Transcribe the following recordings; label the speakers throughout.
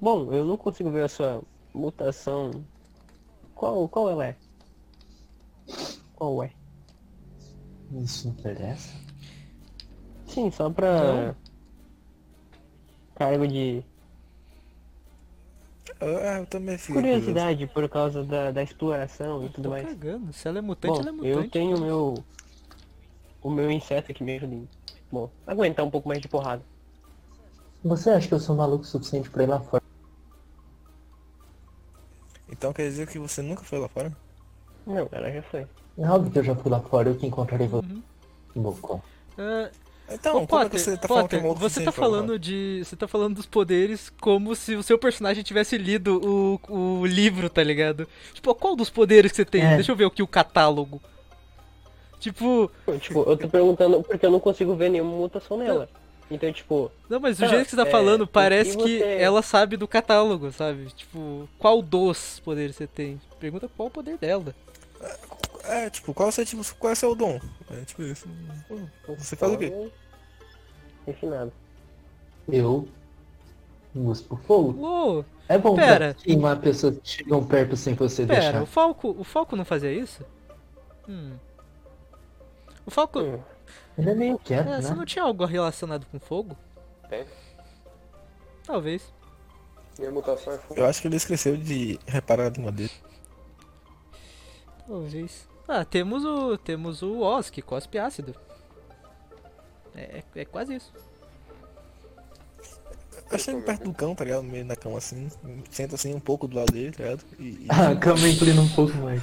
Speaker 1: Bom, eu não consigo ver essa mutação. Qual, qual ela é? Qual é?
Speaker 2: Isso interessa?
Speaker 1: Sim, só pra. Cargo de
Speaker 3: Ah, eu também fico curioso. Tá
Speaker 1: curiosidade por causa da, da exploração e tudo
Speaker 4: Tô
Speaker 1: mais.
Speaker 4: cagando. Se ela é mutante,
Speaker 1: Bom,
Speaker 4: ela é mutante.
Speaker 1: eu tenho o meu. O meu inseto aqui mesmo. de- Bom, aguentar um pouco mais de porrada.
Speaker 2: Você acha que eu sou um maluco o suficiente pra ir lá fora?
Speaker 3: Então quer dizer que você nunca foi lá fora?
Speaker 1: Não, ela já foi.
Speaker 2: É óbvio que eu já fui lá fora, eu que encontrarei você.
Speaker 4: Uhum.
Speaker 2: Bocó.
Speaker 4: Ah,
Speaker 3: Então,
Speaker 4: ô,
Speaker 3: como é
Speaker 4: Potter,
Speaker 3: que você tá falando que é
Speaker 4: Potter,
Speaker 3: maluco
Speaker 4: você tá
Speaker 3: suficiente pra lá fora?
Speaker 4: falando de. Você tá falando dos poderes como se o seu personagem tivesse lido o, o livro, tá ligado? Tipo, qual dos poderes que você tem?
Speaker 2: É.
Speaker 4: Deixa eu ver aqui o catálogo. Tipo,
Speaker 1: Tipo, eu tô perguntando porque eu não consigo ver nenhuma mutação nela. Então, tipo,
Speaker 4: não, mas do
Speaker 1: Tá,
Speaker 4: jeito que você tá
Speaker 1: é,
Speaker 4: falando,
Speaker 1: o que
Speaker 4: parece que
Speaker 1: você-
Speaker 4: ela sabe do catálogo, sabe? Tipo, qual dos poderes você tem? Pergunta qual o poder dela.
Speaker 3: É, tipo, qual é o seu, tipo, qual é o seu dom? É tipo isso. Você faz o quê?
Speaker 1: Refinado.
Speaker 2: então, Eu cuspo fogo.
Speaker 4: Lô,
Speaker 2: É bom pra
Speaker 4: Pera.
Speaker 2: queimar pessoas que chegam perto sem você
Speaker 4: pera,
Speaker 2: deixar.
Speaker 4: o Falco, o Falco não fazia isso? Hum. O Falco,
Speaker 1: Hum.
Speaker 2: Ele é meio quieto,
Speaker 4: É, você
Speaker 2: né?
Speaker 4: não tinha algo relacionado com fogo?
Speaker 5: Tem.
Speaker 4: Talvez.
Speaker 5: Minha mutação é fogo.
Speaker 3: Eu acho que ele esqueceu de reparar a língua dele.
Speaker 4: Talvez. Ah, temos o. Temos o Oz, que cospe ácido. É, é, é quase isso.
Speaker 3: Eu achei ele perto do cão, tá ligado? No meio da cama assim. Senta assim um pouco do lado dele, tá ligado? E. assim. e...
Speaker 2: Ah, calma aí, inclina um pouco mais.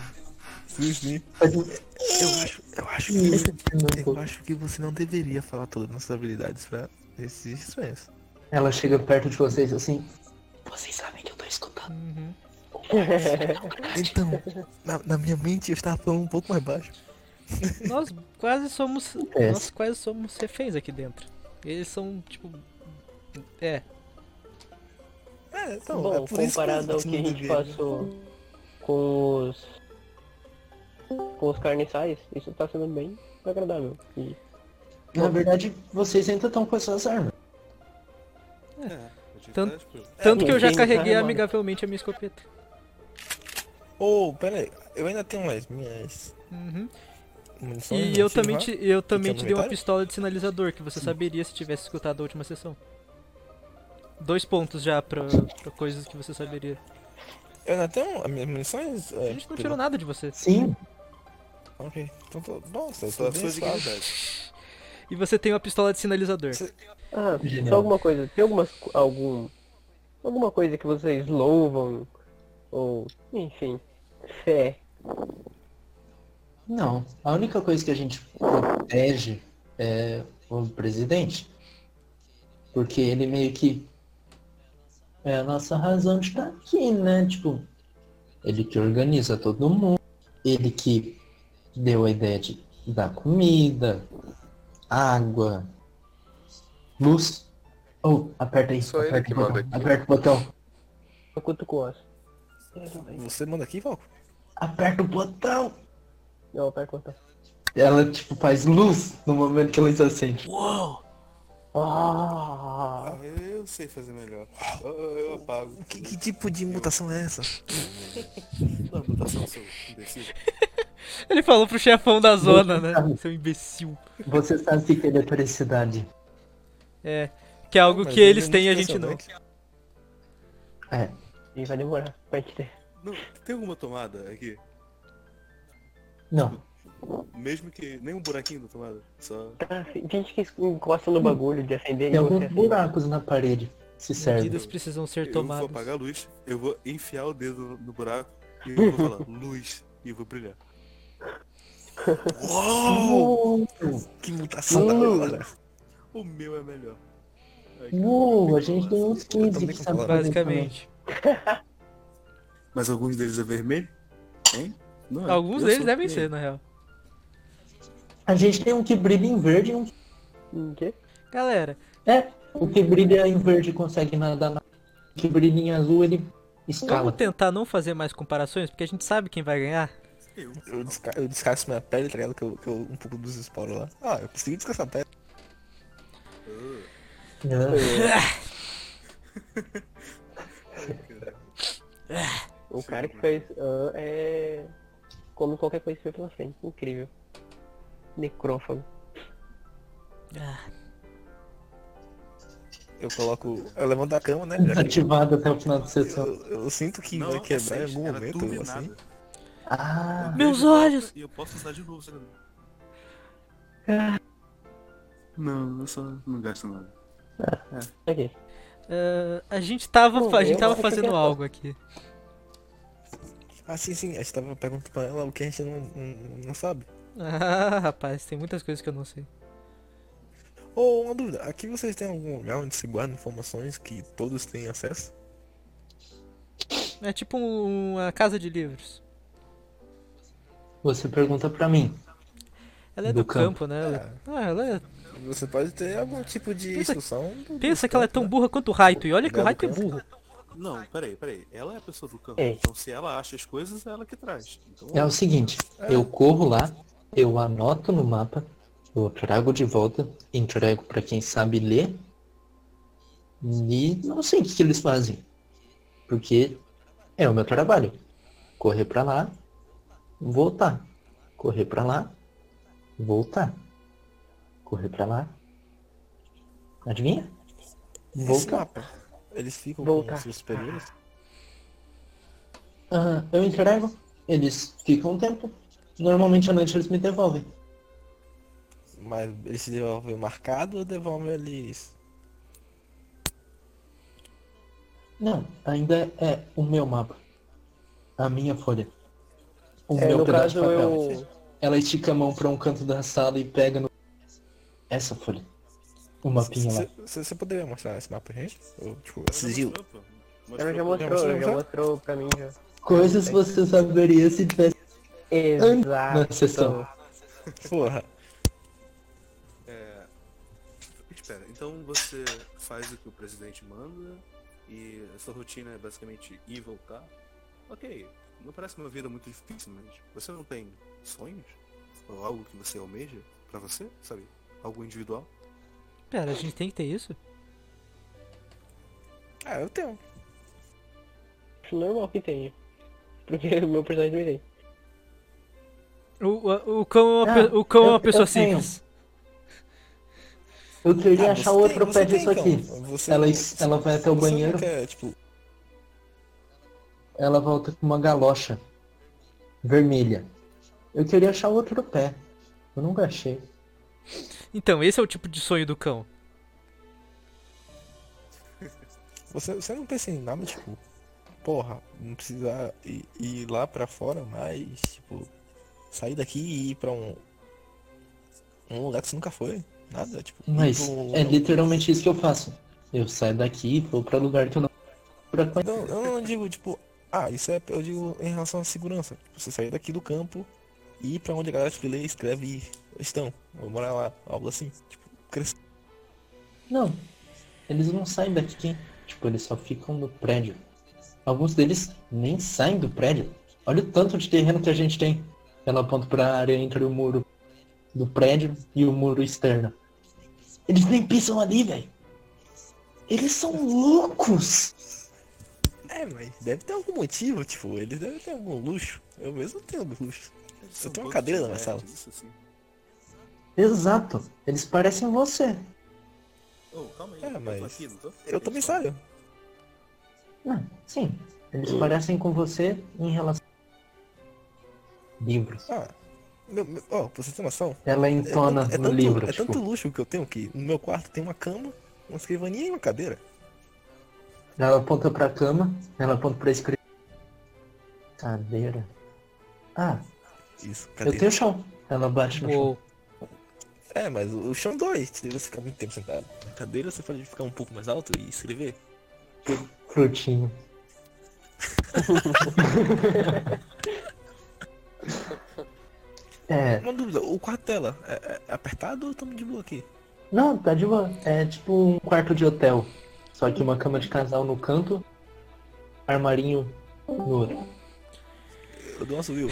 Speaker 3: Sim, sim.
Speaker 2: Faz um-
Speaker 3: Eu acho. Eu acho
Speaker 2: Isso, inclina um
Speaker 3: Eu
Speaker 2: pouco.
Speaker 3: acho que você não deveria falar todas as nossas habilidades pra esses estranhos.
Speaker 2: Ela chega perto de vocês assim. Tá.
Speaker 4: Uhum.
Speaker 3: Então, na, na minha mente eu estava falando um pouco mais baixo.
Speaker 4: Nós quase somos.
Speaker 2: Acontece.
Speaker 4: Nós quase somos reféns aqui dentro. Eles são, tipo. É.
Speaker 3: É, então, é
Speaker 1: Bom,
Speaker 3: por isso
Speaker 1: comparado ao
Speaker 3: você
Speaker 1: que a
Speaker 3: não
Speaker 1: gente
Speaker 3: deveria.
Speaker 1: passou com os. com os carniçais, isso tá sendo bem agradável. E
Speaker 2: Na verdade, vocês ainda estão com essas armas.
Speaker 4: Tanto-
Speaker 2: É,
Speaker 4: Tanto que eu já
Speaker 1: ninguém
Speaker 2: né,
Speaker 4: carreguei
Speaker 1: carrega,
Speaker 4: amigavelmente a minha escopeta.
Speaker 3: Ô, pera aí, eu ainda tenho as minhas
Speaker 4: Uhum.
Speaker 3: munições.
Speaker 4: E
Speaker 3: né,
Speaker 4: eu
Speaker 3: de
Speaker 4: também,
Speaker 3: lá.
Speaker 4: te, eu também
Speaker 3: Tem
Speaker 4: te dei uma
Speaker 3: comentário?
Speaker 4: pistola de sinalizador que você saberia se tivesse escutado a última sessão. Dois pontos já pra, pra coisas que você saberia.
Speaker 3: Eu ainda tenho as minhas munições. É, tipo,
Speaker 4: A
Speaker 5: Tipo,
Speaker 4: gente não tirou nada de você.
Speaker 2: Sim,
Speaker 3: Ok, então tô. Nossa, eu
Speaker 5: Só
Speaker 3: tô
Speaker 5: a sua
Speaker 3: bem suave.
Speaker 5: dignidade.
Speaker 4: E você tem uma pistola de sinalizador.
Speaker 3: Sim.
Speaker 1: Ah,
Speaker 2: Genial.
Speaker 1: só alguma coisa. Tem algumas, algum, alguma coisa que vocês louvam? Ou, enfim, fé.
Speaker 2: não. A única coisa que a gente protege é o presidente. Porque ele meio que é a nossa razão de estar aqui, né? Tipo, ele que organiza todo mundo. Ele que deu a ideia de dar comida, água, luz. Oh, aperta aí.
Speaker 5: Só ele
Speaker 2: aperta
Speaker 5: que
Speaker 2: o botão,
Speaker 5: manda aqui.
Speaker 2: Aperta o botão.
Speaker 1: Eu cutuco o osso.
Speaker 3: Você manda aqui, Valco?
Speaker 2: Aperta o botão.
Speaker 1: Não, pera conta.
Speaker 2: Ela, tipo, faz luz no momento que ela assim. se acende.
Speaker 1: Ah,
Speaker 5: Ah, eu sei fazer melhor. Eu, eu- eu apago.
Speaker 3: Que, que tipo de mutação é essa?
Speaker 5: Não, mutação sou imbecil.
Speaker 4: Ele falou pro chefão da zona, né? Seu imbecil.
Speaker 2: Você sabe o que que é eletricidade.
Speaker 4: É. Que é algo
Speaker 3: Mas
Speaker 4: que eles
Speaker 3: é
Speaker 4: têm e a
Speaker 3: muito
Speaker 4: gente não.
Speaker 3: impressionante.
Speaker 2: É.
Speaker 1: e vai demorar pra gente ter.
Speaker 5: Não, tem alguma tomada aqui?
Speaker 2: Não.
Speaker 5: Mesmo que. Nem um buraquinho da tomada. Só.
Speaker 4: É
Speaker 1: Tá, gente que encosta no bagulho de acender
Speaker 2: Tem
Speaker 1: e
Speaker 2: alguns
Speaker 1: você acende.
Speaker 2: buracos na parede. Se serve.
Speaker 4: Medidas precisam ser
Speaker 5: Eu vou
Speaker 4: tomadas.
Speaker 5: apagar a luz, eu vou enfiar o dedo no- no buraco e eu vou falar luz e eu vou brilhar.
Speaker 3: Uou! Que mutação da hora!
Speaker 5: O meu é melhor. Ai, cara,
Speaker 2: Uou,
Speaker 5: tem
Speaker 2: a gente
Speaker 5: que
Speaker 2: tem
Speaker 5: falar.
Speaker 2: uns 15
Speaker 3: também
Speaker 2: que sabe
Speaker 3: concordo.
Speaker 2: fazer também.
Speaker 4: Basicamente.
Speaker 5: Mas alguns deles é vermelho? Hein? Não é.
Speaker 4: Alguns
Speaker 5: Eu
Speaker 4: deles
Speaker 5: sou
Speaker 4: devem ser,
Speaker 5: vermelho.
Speaker 4: na real.
Speaker 2: A gente tem um que brilha em verde e um...
Speaker 1: Hum, quê?
Speaker 4: Galera,
Speaker 2: É, o que brilha em verde consegue nadar na... O que brilha em azul, ele
Speaker 4: vamos
Speaker 2: escala.
Speaker 4: tentar não fazer mais comparações, porque a gente sabe quem vai ganhar.
Speaker 3: Eu, desca eu descasco minha pele, tá ligado? Que eu, que eu um pouco dos esporos lá. Ah, eu consegui descansar a pele.
Speaker 2: É.
Speaker 1: O
Speaker 5: Sim,
Speaker 1: cara que
Speaker 5: né?
Speaker 1: fez ah, é. Come qualquer coisa que vem pela frente. Incrível. Necrófago.
Speaker 4: Ah,
Speaker 3: Eu coloco. Eu levanto da cama, né? Já que
Speaker 2: Desativado até o final da sessão.
Speaker 3: eu, eu sinto que
Speaker 5: Tá. Não, é
Speaker 3: vai quebrar em
Speaker 5: sério,
Speaker 3: algum
Speaker 5: era
Speaker 3: momento,
Speaker 5: tudo e
Speaker 3: assim.
Speaker 5: nada.
Speaker 2: Ah,
Speaker 4: Meus
Speaker 5: Eu vejo
Speaker 4: olhos!
Speaker 5: E eu posso usar de novo, sabe?
Speaker 2: Ah.
Speaker 5: Não, eu só não gasto nada.
Speaker 1: Aqui.
Speaker 4: ah, a gente tava,
Speaker 1: Pô,
Speaker 4: fa- a gente
Speaker 1: eu
Speaker 4: tava
Speaker 1: acho que
Speaker 4: fazendo
Speaker 1: é-
Speaker 4: algo aqui.
Speaker 3: Ah, sim, sim. A gente tava perguntando pra ela o que a gente não, não, não sabe.
Speaker 4: Ah, rapaz, tem muitas coisas que eu não sei.
Speaker 3: Ou uma dúvida, aqui vocês têm algum lugar onde se guardam informações que todos têm acesso?
Speaker 4: É tipo um- uma casa de livros.
Speaker 2: você pergunta pra mim.
Speaker 4: Ela é do,
Speaker 2: Do
Speaker 4: campo,
Speaker 2: campo.
Speaker 4: né? Ela- Ah, ela é-
Speaker 3: Você pode ter algum tipo de
Speaker 4: Pensa-
Speaker 3: instrução. do-
Speaker 4: Pensa
Speaker 3: do
Speaker 4: que ela é
Speaker 3: campo,
Speaker 4: tão
Speaker 3: né?
Speaker 4: burra quanto o Raito. E olha que o
Speaker 3: Ela é do
Speaker 4: Raito é
Speaker 3: campo.
Speaker 4: burro.
Speaker 5: Não, peraí, peraí. Ela é a pessoa do campo.
Speaker 1: É.
Speaker 5: Então se ela acha as coisas, é ela que traz. Então,
Speaker 2: É o seguinte, eu corro lá, eu anoto no mapa, eu trago de volta, entrego pra quem sabe ler. E não sei o que, que eles fazem. Porque é o meu trabalho. Correr pra lá, voltar. Correr pra lá, voltar. Correr pra lá. Adivinha?
Speaker 3: Esse
Speaker 2: Voltar.
Speaker 3: mapa. Eles ficam
Speaker 1: Voltar.
Speaker 3: com seus superiores?
Speaker 2: Ah, eu entrego, eles ficam um tempo. Normalmente à noite eles me devolvem.
Speaker 3: Mas eles se devolvem marcado ou devolvem eles?
Speaker 2: Não, ainda é o meu mapa. A minha folha. O
Speaker 1: É,
Speaker 2: meu
Speaker 1: no
Speaker 2: um
Speaker 1: caso
Speaker 2: pedaço de papel.
Speaker 1: eu.
Speaker 2: Ela estica a mão pra um canto da sala e pega no... essa folha. O mapinha lá.
Speaker 3: Você poderia mostrar esse mapa pra gente? Ou, tipo,
Speaker 5: ela já
Speaker 3: sigilo?
Speaker 5: mostrou, pô.
Speaker 1: Ela já
Speaker 5: Mostrou, pô.
Speaker 1: mostrou, ela já
Speaker 3: mostrou?
Speaker 1: mostrou pra mim já.
Speaker 2: Coisas você saberia se tivesse na
Speaker 1: Exato.
Speaker 2: sessão.
Speaker 3: Porra.
Speaker 5: É... Espera, então você faz o que o presidente manda e a sua rotina é basicamente ir e voltar. Ok, não parece uma vida muito difícil, mas você não tem sonhos? Ou algo que você almeja pra você, sabe? Algo individual?
Speaker 4: Pera, a gente tem que ter isso?
Speaker 3: Ah, eu tenho.
Speaker 1: Acho normal é que tenha. Porque o meu personagem não tem.
Speaker 4: O, o, o cão é uma, pe-
Speaker 2: Ah,
Speaker 4: o cão é
Speaker 2: eu-
Speaker 4: uma pessoa
Speaker 2: eu tenho.
Speaker 4: simples.
Speaker 2: Eu queria
Speaker 3: Ah,
Speaker 2: achar
Speaker 3: você
Speaker 2: outro
Speaker 3: tem-
Speaker 2: pé
Speaker 3: você tem,
Speaker 2: disso
Speaker 3: então.
Speaker 2: aqui.
Speaker 3: Você-
Speaker 2: Ela,
Speaker 3: você-
Speaker 2: ela vai até o
Speaker 3: você não
Speaker 2: banheiro,
Speaker 3: quer, tipo,
Speaker 2: ela volta com uma galocha. Vermelha. Eu queria achar outro pé. Eu nunca achei.
Speaker 4: Então, esse é o tipo de sonho do cão.
Speaker 3: Você, você não pensa em nada, tipo, porra, não precisar ir, ir lá pra fora, mas, tipo, sair daqui e ir pra um, um lugar que você nunca foi. Nada, tipo, ir
Speaker 2: Mas
Speaker 3: pra um-
Speaker 2: é literalmente isso que eu faço. Eu saio daqui e vou pra lugar que eu não. Pra conhecer.
Speaker 3: Não, eu não digo, tipo, ah, isso é, eu digo em relação à segurança. Tipo, Você sair daqui do campo e ir pra onde a galera, tipo, lê, escreve e estão, ou morar lá, algo assim. Tipo, crescer.
Speaker 2: Não. Eles não saem daqui. Tipo, eles só ficam no prédio. Alguns deles nem saem do prédio. Olha o tanto de terreno que a gente tem. Ela aponta pra área entre o muro do prédio e o muro externo. Eles nem pisam ali, velho. Eles são loucos.
Speaker 3: É, mas deve ter algum motivo, tipo, eles devem ter algum luxo. Eu mesmo tenho luxo.
Speaker 5: São
Speaker 3: tenho uma
Speaker 5: bandos
Speaker 3: cadeira
Speaker 5: de
Speaker 3: na minha
Speaker 5: nerds,
Speaker 3: sala.
Speaker 5: isso assim.
Speaker 2: Exato. Eles parecem você.
Speaker 5: Oh, calma aí,
Speaker 3: É,
Speaker 5: eu tô
Speaker 3: mas
Speaker 5: aqui, não tô?
Speaker 3: Eu também saio.
Speaker 2: Ah, sim. Eles parecem com você em relação. Livros.
Speaker 3: Ah, meu, meu, ó, pra você ter noção,
Speaker 2: Ela
Speaker 3: é
Speaker 2: entona
Speaker 3: tanto- é,
Speaker 2: no
Speaker 3: tanto,
Speaker 2: livro,
Speaker 3: é
Speaker 2: tipo.
Speaker 3: tanto luxo que eu tenho que no meu quarto tem uma cama, uma escrivaninha e uma cadeira.
Speaker 2: Ela aponta pra cama, ela aponta pra escrita. Cadeira. Ah,
Speaker 3: Isso,
Speaker 2: eu
Speaker 3: cadeira.
Speaker 2: tenho chão. Ela bate no chão.
Speaker 4: Uou.
Speaker 3: É, mas o o chão dói, se você ficar muito tempo sentado. Na cadeira você pode ficar um pouco mais alto e escrever.
Speaker 2: Frutinho. é.
Speaker 3: Uma dúvida, o quarto dela é, é apertado ou estamos de boa aqui?
Speaker 2: Não, tá de boa. É tipo um quarto de hotel. Só que uma cama de casal no canto, armarinho no outro.
Speaker 3: Eu dou uma subiu.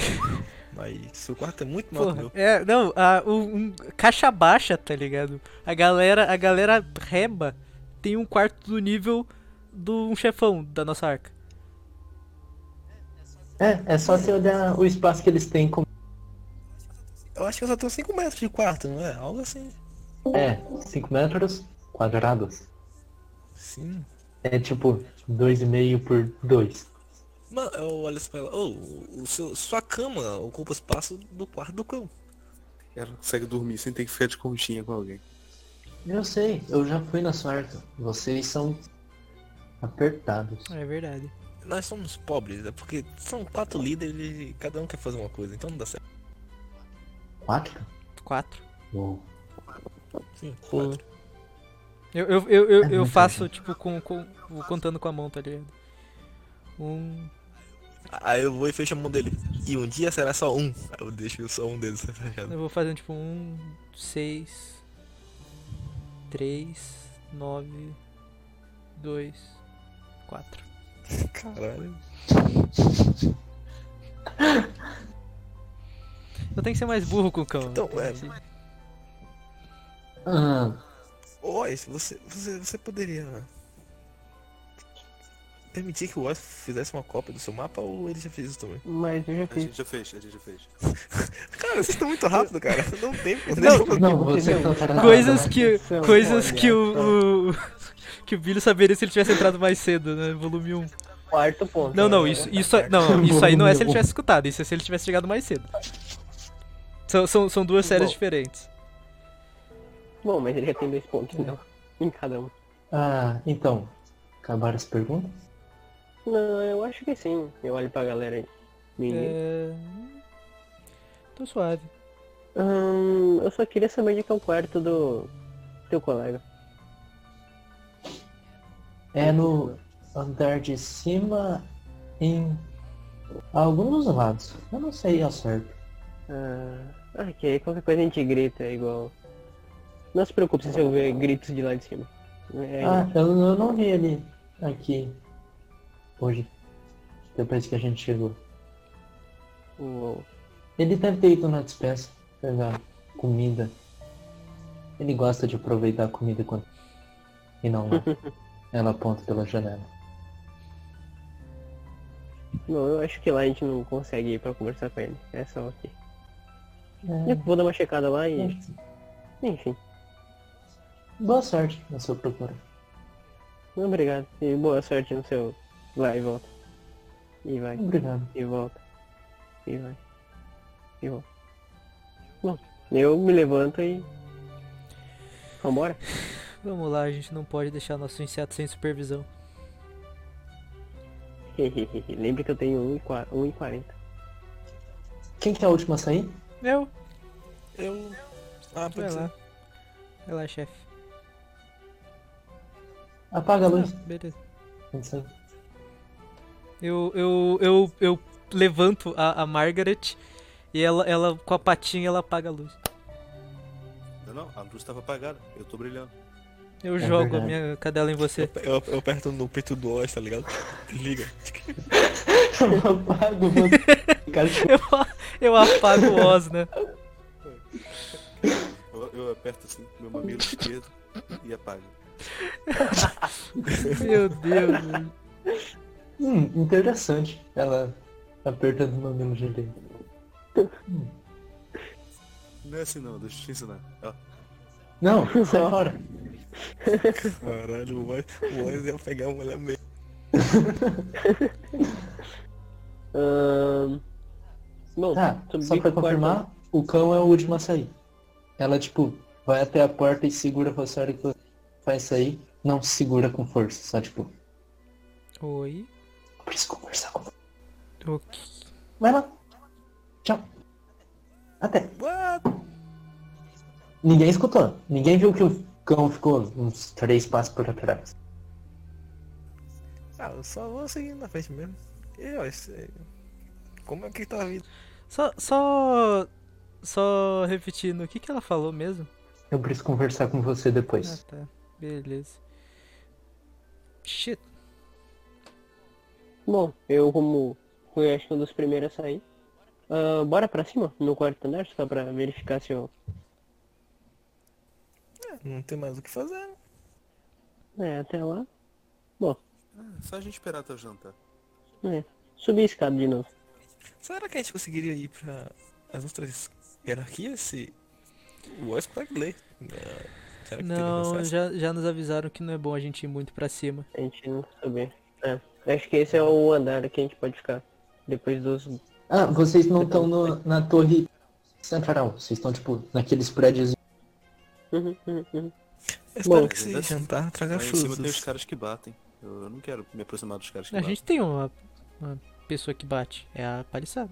Speaker 3: mas seu quarto é muito maior que o
Speaker 4: Porra.
Speaker 3: meu.
Speaker 4: É, não, a, o- um, caixa baixa, tá ligado? A galera, a galera reba tem um quarto do nível do um chefão da nossa arca.
Speaker 2: É, é só você olhar o espaço que eles têm como.
Speaker 3: Eu acho que eu só tenho 5 metros de quarto, não é? Algo assim.
Speaker 2: É, 5 metros quadrados.
Speaker 3: Sim.
Speaker 2: É tipo 2,5 por 2.
Speaker 3: Mano, eu olho assim pra ela. Ô, o seu, sua cama ocupa espaço do quarto do cão.
Speaker 5: Ela consegue dormir sem ter que ficar de conchinha com alguém.
Speaker 2: Eu sei, eu já fui na sorte. Vocês são apertados.
Speaker 4: É verdade.
Speaker 3: Nós somos pobres, é porque são quatro líderes e cada um quer fazer uma coisa, então não dá certo.
Speaker 2: Quatro?
Speaker 4: Quatro.
Speaker 2: Uou.
Speaker 3: Sim,
Speaker 4: Sim.
Speaker 3: quatro.
Speaker 4: Eu, eu, eu, eu,
Speaker 2: É
Speaker 4: eu
Speaker 2: muita
Speaker 4: faço, tipo, com, com, contando com a mão, tá ligado? Um.
Speaker 3: Aí eu vou e fecho a mão dele. E um dia será só um. Aí eu deixo só um deles fechado.
Speaker 4: Eu vou fazendo, tipo, um, seis, três, nove, dois, quatro.
Speaker 3: Caralho.
Speaker 4: Eu tenho que ser mais burro com o cão.
Speaker 3: Então, é.
Speaker 2: Ah,
Speaker 3: Ô, Ois, você, você, você poderia né, permitir que o Ois fizesse uma cópia do seu mapa ou ele já fez isso também?
Speaker 1: Mas eu já
Speaker 5: A
Speaker 1: fiz.
Speaker 5: gente já fez, a gente já fez.
Speaker 3: Cara, vocês estão muito rápido, cara. Não tem
Speaker 4: Não,
Speaker 2: não, você tá
Speaker 1: entendeu?
Speaker 2: cantará.
Speaker 4: Coisas que.
Speaker 1: Atenção,
Speaker 4: Coisas
Speaker 1: olha
Speaker 4: que o. o- que o Billy saberia se ele tivesse entrado mais cedo, né? Volume 1.
Speaker 1: Quarto ponto. né?
Speaker 4: Não, não, isso, isso, não, isso aí não é se ele tivesse escutado, isso é se ele tivesse chegado mais cedo. São, são, são duas séries
Speaker 1: Bom.
Speaker 4: diferentes.
Speaker 1: Bom, mas ele já tem dois pontos, não. Em cada um.
Speaker 2: Ah, então. Acabaram as perguntas?
Speaker 1: Não, eu acho que sim. Eu olho pra galera aí. Menino.
Speaker 4: É... Tô suave.
Speaker 1: Ahn, Hum, eu só queria saber de que é o quarto do teu colega.
Speaker 2: É no andar de cima em alguns lados. Eu não sei ao certo.
Speaker 1: Ah, ok, qualquer coisa a gente grita, é igual. Não se preocupe se você ouvir gritos de lá de cima. É,
Speaker 2: Ah, eu, eu não vi ele aqui hoje. Depois que a gente chegou.
Speaker 1: o-
Speaker 2: Ele deve ter ido na dispensa pegar comida. Ele gosta de aproveitar a comida quando. E não lá. Ela aponta pela janela.
Speaker 1: Não, eu acho que lá a gente não consegue ir pra conversar com ele. É só aqui. Eu
Speaker 2: É,
Speaker 1: vou dar uma checada lá e.
Speaker 2: acho que-
Speaker 1: Enfim.
Speaker 2: Boa sorte na sua procura.
Speaker 1: Obrigado. E boa sorte no seu. Vai e volta. E vai.
Speaker 2: Obrigado.
Speaker 1: E volta. E vai. E volta. Bom, eu me levanto e. Vambora?
Speaker 4: Vamos lá, a gente não pode deixar nosso inseto sem supervisão.
Speaker 1: Lembre que eu tenho 1,40.
Speaker 2: Quem que é a última a sair?
Speaker 4: Meu,
Speaker 3: Eu. Ah,
Speaker 4: vai
Speaker 3: pode
Speaker 4: lá.
Speaker 3: ser.
Speaker 4: Vai lá, chefe.
Speaker 2: Apaga a luz.
Speaker 4: Ah, beleza.
Speaker 2: Não sei.
Speaker 4: Eu, eu, eu, eu levanto a, a Margaret e ela, ela, com a patinha, ela apaga a luz.
Speaker 5: Não, não, a luz estava apagada. Eu tô brilhando.
Speaker 4: Eu
Speaker 2: É
Speaker 4: jogo
Speaker 2: verdade.
Speaker 4: a minha cadela em você.
Speaker 3: Eu, eu aperto no peito do Ois, tá ligado? Liga.
Speaker 2: Eu apago você. Cara, tipo,
Speaker 4: Eu, eu apago o Oz, né?
Speaker 5: Eu, eu aperto assim, meu mamilo esquerdo e apago.
Speaker 4: Meu Deus, mano.
Speaker 2: Hum, interessante. Ela tá apertando o mamilo direito.
Speaker 5: Não é assim não, deixa eu te ensinar. Ó,
Speaker 2: Não, sai fora.
Speaker 3: Caralho, o Ois, o Ois ia pegar a mulher meio.
Speaker 1: Ahn. Bom,
Speaker 2: Tá,
Speaker 1: subi
Speaker 2: só pra
Speaker 1: pro quarto.
Speaker 2: confirmar, o cão é o último a sair. Ela, tipo, vai até a porta e segura você a hora que você vai sair. Não segura com força, só tipo,
Speaker 4: Oi.
Speaker 2: eu preciso conversar com você.
Speaker 4: O
Speaker 2: Vai lá. Tchau. Até.
Speaker 3: What?
Speaker 2: Ninguém escutou. Ninguém viu que o cão ficou uns três passos pra trás.
Speaker 3: Ah, eu só vou seguir na frente mesmo. E Ois, é- como é que tá a vida?
Speaker 4: Só, só, só repetindo, o que que ela falou mesmo?
Speaker 2: Eu preciso conversar com você
Speaker 4: Ah,
Speaker 2: depois.
Speaker 4: tá, beleza. Shit,
Speaker 1: Bom, eu como fui acho que um dos primeiros a sair. ah, bora pra cima, no quarto andar, só pra verificar se eu.
Speaker 3: É, Não tem mais o que fazer. né?
Speaker 1: É, até lá.
Speaker 5: é só a gente esperar até o jantar.
Speaker 1: É. Subir né. a escada de novo.
Speaker 3: Será que a gente conseguiria ir pra as outras hierarquias se o Oz consegue ler? Ah, Será que
Speaker 4: Não,
Speaker 3: teria
Speaker 4: já, já nos avisaram que não é bom a gente ir muito pra cima.
Speaker 1: A gente não sabe. É. Acho que esse é o andar que a gente pode ficar. Depois dos.
Speaker 2: Ah, vocês não estão na torre central. Vocês estão, tipo, naqueles prédios.
Speaker 1: Uhum, uhum, uhum.
Speaker 3: Eu espero
Speaker 1: Bom,
Speaker 3: que esse jantar
Speaker 4: É
Speaker 3: traga
Speaker 5: Lá em cima tem os
Speaker 3: frutos.
Speaker 5: caras que batem. Eu, eu não quero me aproximar dos caras que
Speaker 4: A
Speaker 5: batem.
Speaker 4: gente tem uma, uma pessoa que bate, é a Palissada.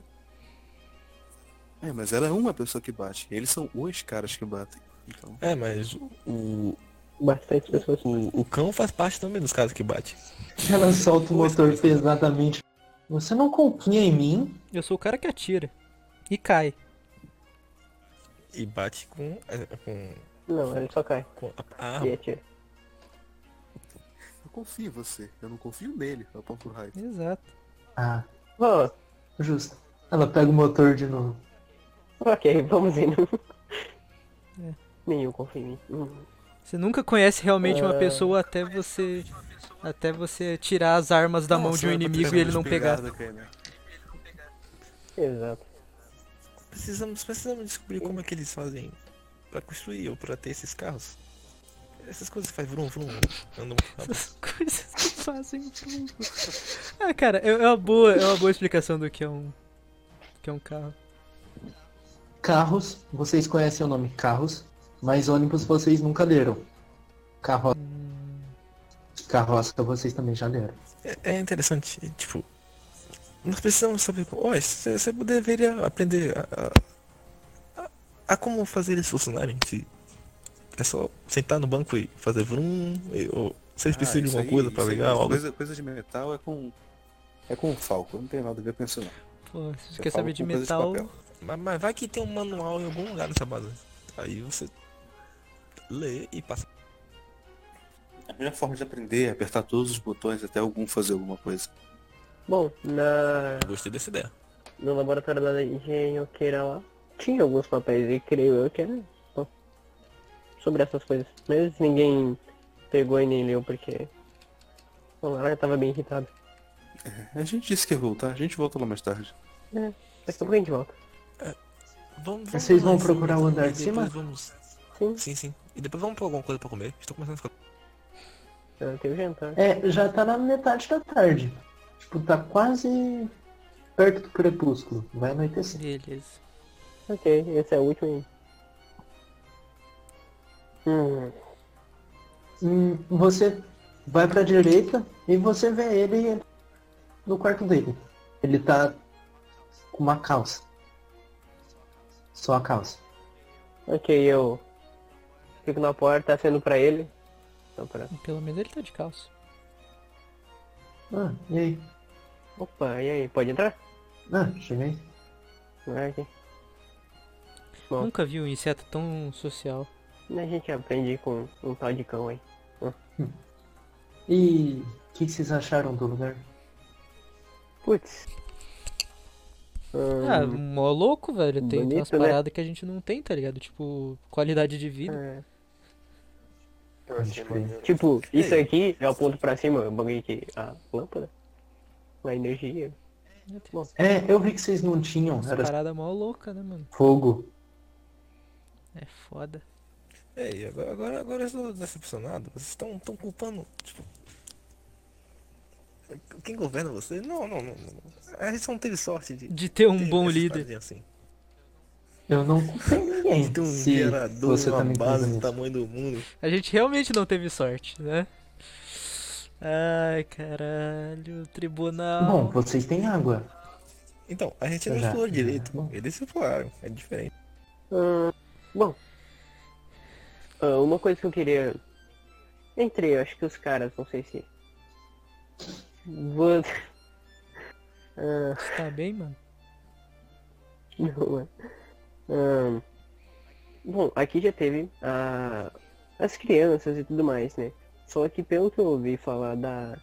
Speaker 5: É, mas ela é uma pessoa que bate. Eles são os caras que batem. Então,
Speaker 3: É, mas o, o,
Speaker 1: Bastante pessoas.
Speaker 3: o, o cão faz parte também dos caras que bate.
Speaker 2: Ela solta o motor pesadamente. Você não confia em mim?
Speaker 4: Eu sou o cara que atira. E cai.
Speaker 3: E bate com, é, com,
Speaker 1: Não, ele só cai.
Speaker 3: com a
Speaker 2: Ah.
Speaker 3: a arma.
Speaker 1: E atira.
Speaker 5: eu confio em você. Eu não confio nele. Eu aponto o raio.
Speaker 4: Exato.
Speaker 2: Ah,
Speaker 1: Ó,
Speaker 2: justo. Ela pega o motor de novo.
Speaker 1: ok, vamos indo.
Speaker 2: É.
Speaker 1: Nenhum confia em mim. Hum.
Speaker 4: Você nunca conhece realmente uma
Speaker 1: É.
Speaker 4: pessoa até você. Até você tirar as armas da mão de um inimigo e ele não pegar.
Speaker 5: né?
Speaker 1: Exato.
Speaker 3: Precisamos, precisamos descobrir como é que eles fazem pra construir ou pra ter esses carros. Essas coisas que faz vrum vrum. Andam...
Speaker 4: Essas coisas que fazem tudo. Ah, cara, é é uma boa, é uma boa explicação do que é um. do que é um carro.
Speaker 2: Carros, vocês conhecem o nome carros, mas ônibus vocês nunca leram. Carroça, Hum. carroça vocês também já leram.
Speaker 3: É, é interessante, e, tipo. Nós precisamos saber. como- Ó, você você deveria aprender a, a- a como fazer eles funcionarem. Se é só sentar no banco e fazer vrum. e- ou
Speaker 5: Ah,
Speaker 3: vocês precisam de alguma coisa pra ligar? algo
Speaker 5: Coisa, coisa de metal é com. É com o Falco. Não tem nada a ver com isso não.
Speaker 4: Pô, se
Speaker 5: Eu
Speaker 4: você quer
Speaker 5: falo
Speaker 4: saber de
Speaker 5: com coisa
Speaker 4: metal.
Speaker 5: um papel.
Speaker 3: Mas, mas vai que tem um manual em algum lugar nessa base. Aí você lê e passa.
Speaker 5: A melhor forma de aprender é apertar todos os botões até algum fazer alguma coisa.
Speaker 1: Bom, na.
Speaker 3: Eu gostei dessa ideia.
Speaker 1: no laboratório da engenhoqueira lá, tinha alguns papéis e creio eu que era bom, sobre essas coisas. Mas ninguém pegou e nem leu porque o Lara tava bem irritado.
Speaker 5: A gente disse que ia voltar, a gente volta lá mais tarde.
Speaker 1: Daqui a pouco a gente volta.
Speaker 3: Vamos,
Speaker 2: Vocês vão
Speaker 3: lá em cima,
Speaker 2: procurar o andar
Speaker 3: e
Speaker 2: de
Speaker 3: depois
Speaker 2: cima?
Speaker 3: Vamos...
Speaker 1: Sim,
Speaker 3: Sim, sim. E depois vamos pra alguma coisa pra comer. Estou começando a ficar.
Speaker 1: eu tenho jantar.
Speaker 2: É, já tá na metade da tarde. Tipo, tá quase perto do crepúsculo. Vai anoitecer.
Speaker 4: Beleza.
Speaker 1: Ok, esse é o último aí. Hum,
Speaker 2: Hum, você vai pra direita e você vê ele no quarto dele. Ele tá com uma calça. Só a calça.
Speaker 1: ok, eu fico na porta, acendo pra ele. Só pra...
Speaker 4: Pelo menos ele tá de calça.
Speaker 2: Ah, e aí?
Speaker 1: Opa, e aí, pode entrar?
Speaker 2: Ah, cheguei.
Speaker 1: Não é aqui. Bom.
Speaker 4: Nunca vi um inseto tão social.
Speaker 1: A gente aprende com um tal de cão aí.
Speaker 2: E o que, que vocês acharam do lugar?
Speaker 1: Putz. Hum,
Speaker 4: Ah, mó louco, velho. Tem
Speaker 1: Bonito,
Speaker 4: umas
Speaker 1: né?
Speaker 4: paradas que a gente não tem, tá ligado? Tipo, qualidade de vida.
Speaker 1: é.
Speaker 2: Pode crer.
Speaker 1: Tipo, isso aqui eu aponto pra cima, eu banguei aqui a lâmpada. A energia. Bom,
Speaker 2: É, eu vi que vocês não tinham.
Speaker 1: É.
Speaker 4: Essa
Speaker 2: Era
Speaker 4: parada mó louca, né, mano?
Speaker 2: fogo.
Speaker 4: É foda.
Speaker 3: Ei, agora, agora, agora eu estou decepcionado. Vocês estão tão culpando. Tipo. Quem governa você? Não, não, não. não. A gente não teve sorte de.
Speaker 4: De ter um
Speaker 3: ter
Speaker 4: bom
Speaker 3: essas
Speaker 4: líder.
Speaker 3: fazendas Assim.
Speaker 2: Eu não culpei ninguém.
Speaker 3: Tem um
Speaker 2: se
Speaker 3: gerador,
Speaker 2: você tá
Speaker 3: uma
Speaker 2: também
Speaker 3: base do
Speaker 2: fez isso.
Speaker 3: tamanho do mundo.
Speaker 4: A gente realmente não teve sorte, né? Ai, caralho,
Speaker 3: tá-
Speaker 4: tribunal.
Speaker 2: Bom, vocês têm água.
Speaker 3: Então, a gente não
Speaker 2: Já.
Speaker 3: explorou direito.
Speaker 2: Bom.
Speaker 3: Eles exploraram, é diferente.
Speaker 1: ah, uma coisa que eu queria. Entre, eu acho que os caras, não sei se. Vou... Ah,
Speaker 4: Você tá bem, mano?
Speaker 1: não é. Ah, bom, aqui já teve a... as crianças e tudo mais, né? Só que pelo que eu ouvi falar da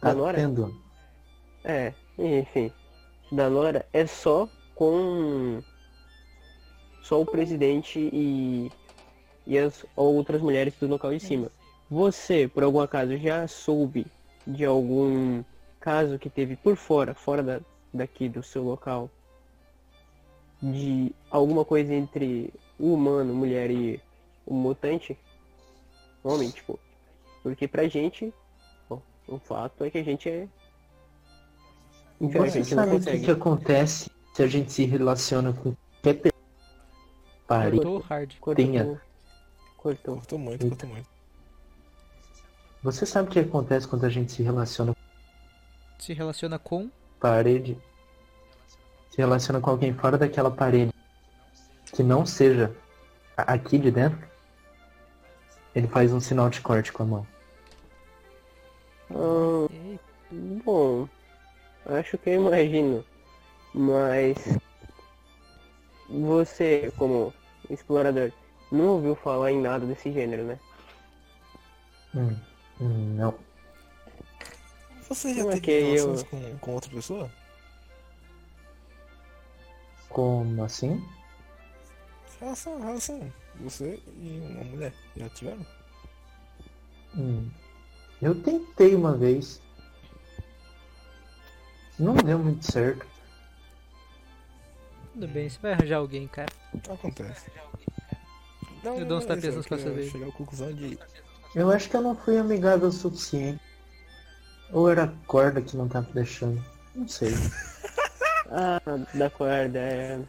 Speaker 2: Tá
Speaker 1: Agora?
Speaker 2: tendo.
Speaker 1: É, enfim. Da Nora é só com. Só o presidente e. E as outras mulheres do local de cima. Você, por algum acaso, já soube de algum caso que teve por fora, fora da, daqui do seu local de alguma coisa entre o humano, mulher e o mutante, homem, tipo, porque pra gente, bom, o fato é que a gente é.
Speaker 2: Você
Speaker 1: Infelizmente não
Speaker 2: sabe o que,
Speaker 1: consegue.
Speaker 2: que acontece se a gente se relaciona com qualquer pessoa? Pare.
Speaker 4: Cortou hard.
Speaker 1: Cortou.
Speaker 2: Tenha.
Speaker 1: Cortou.
Speaker 3: Cortou muito, cortou muito.
Speaker 2: Você sabe o que acontece quando a gente se relaciona com
Speaker 4: Se relaciona com.
Speaker 2: parede? Se relaciona com alguém fora daquela parede. Que não seja a- aqui de dentro. Ele faz um sinal de corte com a mão.
Speaker 1: Ah,
Speaker 4: Ei,
Speaker 1: bom, acho que eu imagino. Mas você, como explorador, não ouviu falar em nada desse gênero, né?
Speaker 2: Hum, hum, não.
Speaker 3: Você já
Speaker 1: Como é que
Speaker 3: teve
Speaker 1: eu-
Speaker 3: relações com, com outra pessoa?
Speaker 2: Como assim?
Speaker 3: Relação, relação. Você e uma mulher. Já tiveram?
Speaker 2: Hum. Eu tentei uma vez. Não deu muito certo.
Speaker 4: tudo bem, você vai arranjar alguém, cara.
Speaker 3: Acontece. Não,
Speaker 4: Eu
Speaker 3: não,
Speaker 4: dou uns
Speaker 3: não,
Speaker 4: tapinhas
Speaker 3: eu
Speaker 4: nas costas
Speaker 3: queria
Speaker 4: dele.
Speaker 3: é? Chegar à conclusão de
Speaker 2: Eu acho que eu não fui amigável o suficiente. Ou era a corda que não tava deixando. Não sei.
Speaker 1: Ah, da corda, é.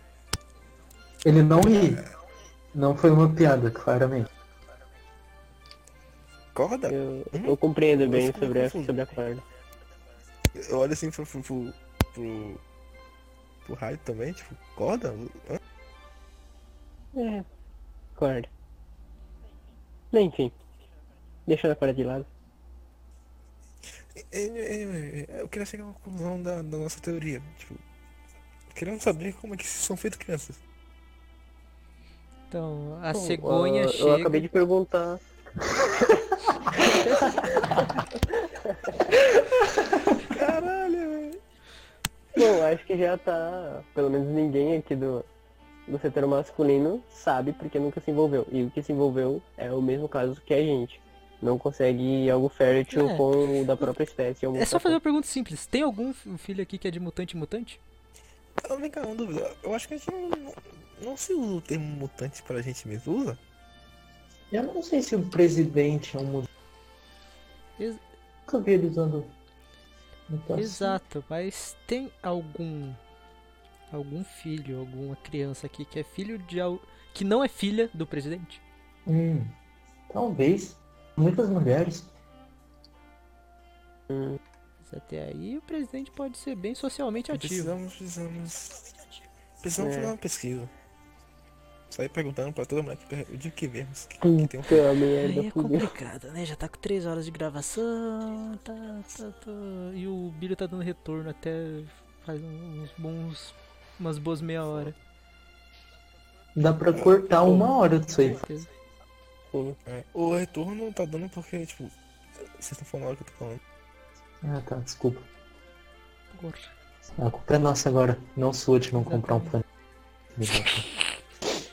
Speaker 2: Ele não ri. Não foi uma piada, claramente.
Speaker 3: corda.
Speaker 1: Eu, eu compreendo bem
Speaker 3: Eu fico
Speaker 1: sobre a,
Speaker 4: assim.
Speaker 3: confuso.
Speaker 1: sobre a corda.
Speaker 3: Eu olho assim pro. pro. pro. pro, pro raio também, tipo, corda? Hã?
Speaker 1: É, corda. Enfim, deixando a corda de lado.
Speaker 3: É, Anyway, anyway, é, Eu queria chegar à conclusão da, da nossa teoria. Tipo. Queremos saber como é que são feitas crianças.
Speaker 4: Então, a
Speaker 1: Bom,
Speaker 4: cegonha
Speaker 1: ah,
Speaker 4: chega.
Speaker 1: Eu acabei de perguntar.
Speaker 3: Caralho, velho.
Speaker 1: Bom, acho que já tá. Pelo menos ninguém aqui do, do setor masculino sabe porque nunca se envolveu. E o que se envolveu é o mesmo caso que a gente. Não consegue algo fértil
Speaker 4: É.
Speaker 1: com o da própria espécie. um
Speaker 4: É só fazer uma pergunta simples. Tem algum fi- filho aqui que é de mutante mutante?
Speaker 3: Ah, Vem cá, não dúvida. Eu acho que a gente não, não, não se usa o termo mutante pra gente mesmo. Usa?
Speaker 2: Eu não sei se o presidente é um mutante.
Speaker 4: Ex-
Speaker 2: Nunca vi ele usando. Então,
Speaker 4: Exato, mas tem algum algum filho, alguma criança aqui que é filho de al... que não é filha do presidente?
Speaker 2: Hum, talvez. Muitas mulheres.
Speaker 4: Mas até aí o presidente pode ser bem socialmente ativo.
Speaker 3: Precisamos, precisamos. Precisamos
Speaker 1: É.
Speaker 3: fazer uma pesquisa. Sair perguntando pra toda mulher que per- o dia que vemos. Que, que tem um...
Speaker 1: Puta
Speaker 4: Aí
Speaker 1: merda,
Speaker 4: é
Speaker 1: fudeu.
Speaker 4: complicado, né? Já tá com 3 horas de gravação, tá, tá, tá. E o Bilho tá dando retorno até faz uns bons umas boas meia hora.
Speaker 2: Dá pra
Speaker 4: É,
Speaker 2: cortar
Speaker 4: então.
Speaker 2: uma hora disso aí.
Speaker 4: certeza.
Speaker 3: é, o retorno tá dando porque, tipo, vocês estão falando a hora que eu tô falando.
Speaker 2: Ah, tá, desculpa.
Speaker 4: Porra.
Speaker 2: A culpa é nossa agora, não sua de não comprar um plano.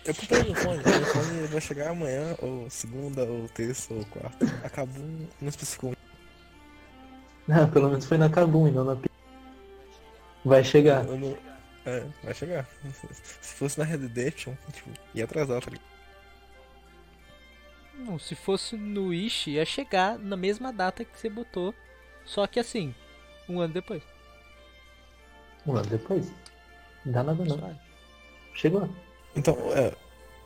Speaker 3: Eu comprei o fone, o fone vai chegar amanhã, ou segunda, ou terça, ou quarta. Acabou, não especificou.
Speaker 2: Ah, pelo menos foi na Kabum e não na Pi- Vai chegar.
Speaker 3: Eu não- É, vai chegar. Se fosse na Red Redemption, tipo, ia atrasar, tá ligado?
Speaker 4: Não, se fosse no Ishi, ia chegar na mesma data que você botou. Só que assim, um ano depois.
Speaker 2: Um ano depois. Não dá nada não.
Speaker 4: Suave.
Speaker 2: Chegou.
Speaker 3: Então, é.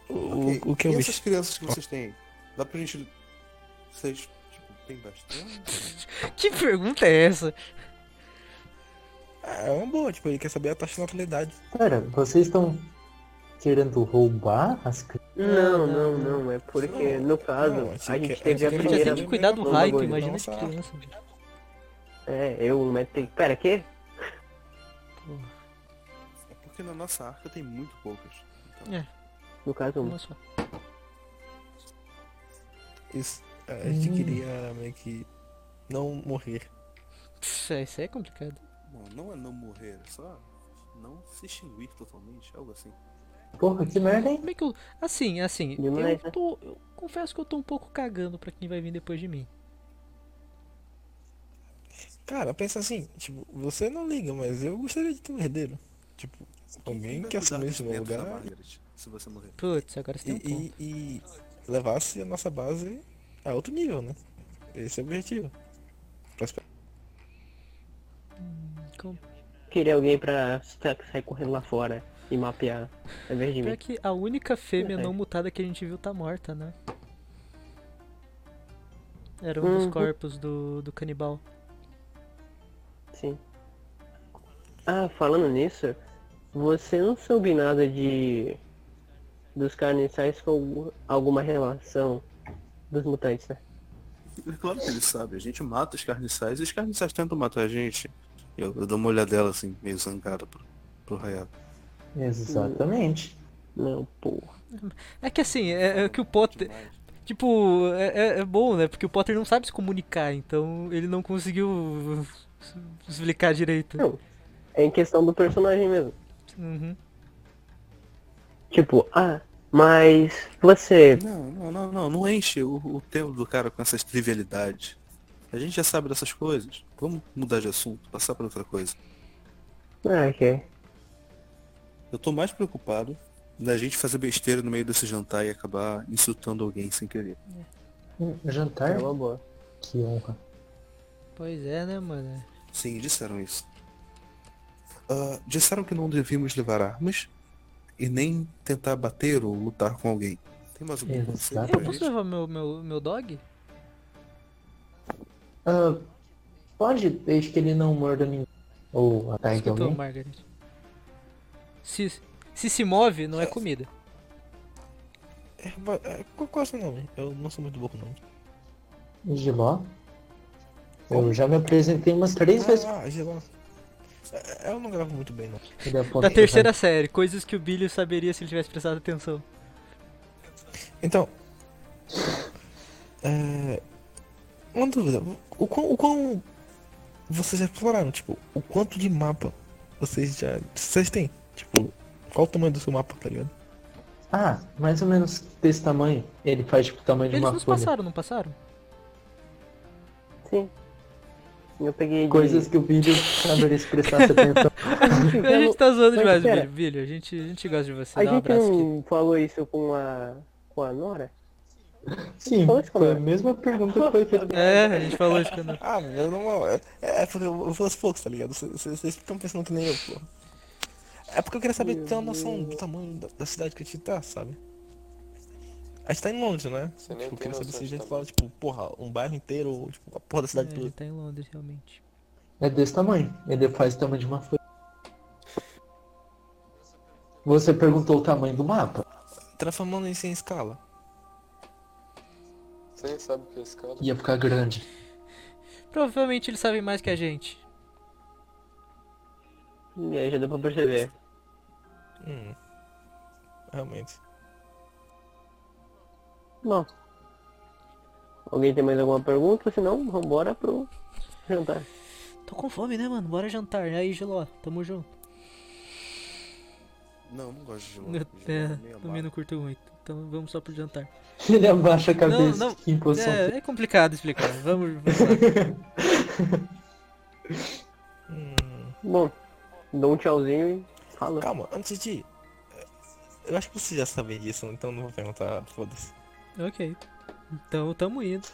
Speaker 3: O,
Speaker 5: Ok,
Speaker 3: o, o que
Speaker 5: e
Speaker 3: eu vi.
Speaker 5: essas crianças que vocês têm? Dá pra gente. Vocês, tipo, tem bastante?
Speaker 4: Que pergunta é essa?
Speaker 3: Ah, É uma boa, tipo, ele quer saber a taxa de natalidade.
Speaker 2: Cara, vocês estão querendo roubar as crianças?
Speaker 1: Não, não, não. É porque, no caso,
Speaker 3: Não, assim,
Speaker 1: a gente
Speaker 3: que-
Speaker 1: teve a
Speaker 3: assim,
Speaker 4: A gente já tem
Speaker 1: primeira.
Speaker 4: que cuidar do
Speaker 1: Vamos
Speaker 4: raio,
Speaker 1: agora,
Speaker 4: imagina
Speaker 3: nossa.
Speaker 4: de criança. bicho.
Speaker 1: É, eu, um metro. e- Pera, quê?
Speaker 5: É porque na nossa arca tem muito poucas. Então,
Speaker 1: No caso, um.
Speaker 4: Uma só.
Speaker 3: Isso. é, A
Speaker 5: Hum.
Speaker 3: gente queria meio que não morrer.
Speaker 4: Pff, é, Isso aí é complicado.
Speaker 5: bom, não é não morrer, é só não se extinguir totalmente, algo assim.
Speaker 2: Porra, que merda, hein?
Speaker 4: Como é que eu. Assim, assim,
Speaker 1: Demais, né?
Speaker 4: eu tô. Eu confesso que eu tô um pouco cagando pra quem vai vir depois de mim.
Speaker 3: Cara, pensa assim, tipo, você não liga, mas eu gostaria de ter um herdeiro. Tipo, alguém
Speaker 5: Vai
Speaker 3: que
Speaker 5: cuidar
Speaker 3: assumisse
Speaker 5: dos
Speaker 3: o meu
Speaker 5: netos da
Speaker 3: lugar é
Speaker 5: Margaret, se você morrer.
Speaker 4: Putz, agora você
Speaker 3: e,
Speaker 4: tem um ponto.
Speaker 3: e, e levasse a nossa base a outro nível, né? Esse é o objetivo. Prosper-
Speaker 4: Com-
Speaker 1: Queria alguém pra sa- sair correndo lá fora e mapear. É vez de
Speaker 4: Pior
Speaker 1: mim.
Speaker 4: que a única fêmea
Speaker 1: É.
Speaker 4: não mutada que a gente viu tá morta, né? Era um dos
Speaker 1: Uhum.
Speaker 4: corpos do, do canibal.
Speaker 1: Sim. Ah, falando nisso, você não soube nada de. dos carniçais com algu- alguma relação dos mutantes, né?
Speaker 5: É claro que ele sabe, a gente mata os carniçais e os carniçais tentam matar a gente. Eu, eu dou uma olhadela assim, meio zangada pro, pro Hayato.
Speaker 2: Exatamente.
Speaker 1: Não, porra.
Speaker 4: É que assim, é, é que o Potter. Tipo, é, é- é bom, né? Porque o Potter não sabe se comunicar, então ele não conseguiu s- explicar direito.
Speaker 1: Não. É em questão do personagem mesmo.
Speaker 4: Uhum.
Speaker 1: Tipo, ah, mas você.
Speaker 5: Não, não, não, não, não enche o, o tempo do cara com essas trivialidades. A gente já sabe dessas coisas. Vamos mudar de assunto, passar pra outra coisa.
Speaker 1: Ah, ok.
Speaker 5: Eu tô mais preocupado da gente fazer besteira no meio desse jantar e acabar insultando alguém sem querer.
Speaker 2: Hum,
Speaker 1: É
Speaker 2: Jantar?
Speaker 1: uma boa.
Speaker 2: Que honra.
Speaker 4: Pois é, né, mano?
Speaker 5: Sim, disseram isso. Ah, disseram que não devíamos levar armas e nem tentar bater ou lutar com alguém. Tem mais algum conselho
Speaker 2: Exato.
Speaker 4: Eu
Speaker 5: pra
Speaker 4: posso
Speaker 5: gente?
Speaker 4: levar meu, meu, meu dog?
Speaker 2: Ah, pode, desde que ele não morda ninguém. Ou ataque
Speaker 4: Escutou,
Speaker 2: alguém.
Speaker 4: Margaret. Se, se se move, não é comida.
Speaker 3: É, ba- é, qual, qual é o seu nome? Eu não sou muito bom com nome.
Speaker 2: Giló. Eu já me apresentei umas três vezes.
Speaker 3: Ah, ah, Geló. É, Eu não gravo muito bem, não.
Speaker 2: Ele aponta
Speaker 4: Da
Speaker 2: pra-
Speaker 4: terceira série, coisas que o Billy saberia se ele tivesse prestado atenção.
Speaker 3: Então. É, uma dúvida. O quão, o quão vocês já exploraram? Tipo, o quanto de mapa vocês já. Vocês têm? Tipo, qual o tamanho do seu mapa, tá ligado?
Speaker 2: Ah, mais ou menos desse tamanho. Ele faz tipo o tamanho de
Speaker 4: Eles
Speaker 2: uma
Speaker 4: nos
Speaker 2: folha.
Speaker 4: passaram, não passaram?
Speaker 1: Sim. Eu peguei de-
Speaker 2: Coisas que o vídeo saberia se prestasse atenção.
Speaker 4: a gente tá
Speaker 1: Mas
Speaker 4: zoando demais,
Speaker 1: pera.
Speaker 4: Billy. Billy, a gente, a gente gosta de você.
Speaker 1: A
Speaker 4: Dá um
Speaker 1: gente
Speaker 4: abraço aqui.
Speaker 1: não falou isso com a. com a Nora?
Speaker 2: Sim,
Speaker 1: Fala isso,
Speaker 2: foi a
Speaker 1: cara.
Speaker 2: mesma pergunta que foi feita.
Speaker 4: É, a gente falou isso quando.
Speaker 3: Ah, mas eu não. É, é porque eu eu vou aos poucos, tá ligado? Vocês- Vocês vocês ficam pensando que nem eu, pô. É porque eu queria saber ter uma noção do tamanho da, da cidade que a gente tá, sabe? A gente tá em Londres, né?
Speaker 6: Você nem
Speaker 3: Tipo,
Speaker 6: tem
Speaker 3: eu queria saber
Speaker 6: noção
Speaker 3: se a
Speaker 6: de
Speaker 3: gente
Speaker 6: tamanho. Hum.
Speaker 3: fala, tipo, porra, um bairro inteiro ou tipo, a porra da
Speaker 4: É,
Speaker 3: cidade
Speaker 4: ele
Speaker 3: toda.
Speaker 4: tá em Londres, realmente.
Speaker 2: É desse tamanho. Ele faz o tamanho de uma folha. Você perguntou o tamanho do mapa?
Speaker 3: Transformando isso em escala.
Speaker 6: Você nem sabe o que é esse cara.
Speaker 2: Ia ficar grande.
Speaker 4: Provavelmente eles sabem mais que a gente.
Speaker 1: E aí já deu pra perceber.
Speaker 3: Hum. Realmente.
Speaker 1: Bom. Alguém tem mais alguma pergunta? Se não, vambora pro jantar.
Speaker 4: Tô com fome, né, mano? Bora jantar. E aí, Giló, tamo junto.
Speaker 5: Não, não gosto de gelo.
Speaker 4: É,
Speaker 5: Gelo meio
Speaker 4: também
Speaker 5: amargo.
Speaker 4: não curto muito. Então vamos só pro jantar.
Speaker 2: Ele abaixa a cabeça
Speaker 4: não.
Speaker 2: em posição.
Speaker 4: É, é complicado explicar. Vamos, vamos lá.
Speaker 1: Bom, dou um tchauzinho e fala.
Speaker 3: Calma, antes de. ir, Eu acho que vocês já sabem disso, então não vou perguntar, foda-se.
Speaker 4: ok. Então tamo indo.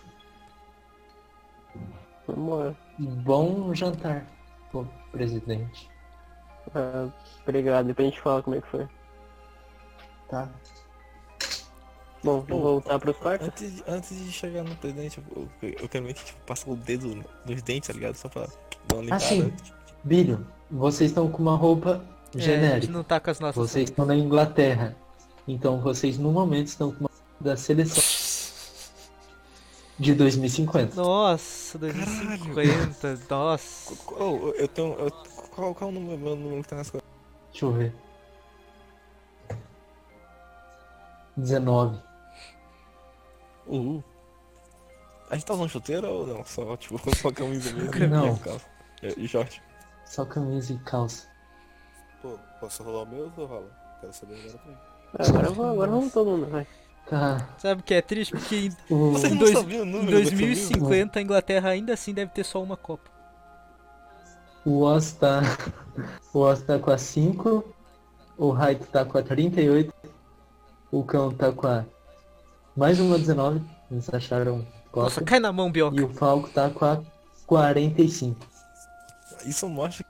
Speaker 1: Vambora.
Speaker 2: Bom jantar, pô, presidente.
Speaker 1: Ah, obrigado, depois a gente fala como é que foi.
Speaker 2: Tá.
Speaker 1: Bom, vamos voltar pros quartos?
Speaker 3: Antes de, antes de chegar no presidente, eu, eu- eu quero ver que tipo, passa o dedo nos dentes, tá ligado? Só pra dar uma limpada.
Speaker 2: Assim, Bilho, vocês estão com uma roupa
Speaker 4: É, a gente
Speaker 2: genérica.
Speaker 4: não tá com as nossas.
Speaker 2: Vocês estão na Inglaterra. Então vocês no momento estão com uma da seleção de 2050.
Speaker 4: Nossa, 2050, nossa.
Speaker 3: Qual, eu tenho, eu- qual, qual o número, meu número que tá nas costas?
Speaker 2: Deixa eu ver. 19.
Speaker 3: Uhul. A gente tá usando chuteira ou não? Só, tipo, só a camisa mesmo. e
Speaker 2: Não.
Speaker 3: a calça. E e short.
Speaker 2: Só camisa e calça.
Speaker 5: Pô, posso rolar o meu ou rola? Quero saber agora também.
Speaker 1: Ah, Agora, vamos- agora vamos todo mundo, vai.
Speaker 2: Tá.
Speaker 4: Sabe o que é triste? Porque em
Speaker 2: O...
Speaker 3: Vocês não
Speaker 4: dois-
Speaker 3: sabiam o
Speaker 4: em
Speaker 3: número? da camisa?
Speaker 4: 2050 a Inglaterra ainda assim deve ter só uma Copa.
Speaker 2: O Oz tá. O Oz tá com a 5. O Raito tá com a 38. O Cão tá com a. Mais uma 19. Eles acharam
Speaker 4: Nossa,
Speaker 2: cota.
Speaker 4: cai na mão, Bioca.
Speaker 2: E o Falco tá com a 45.
Speaker 3: Isso mostra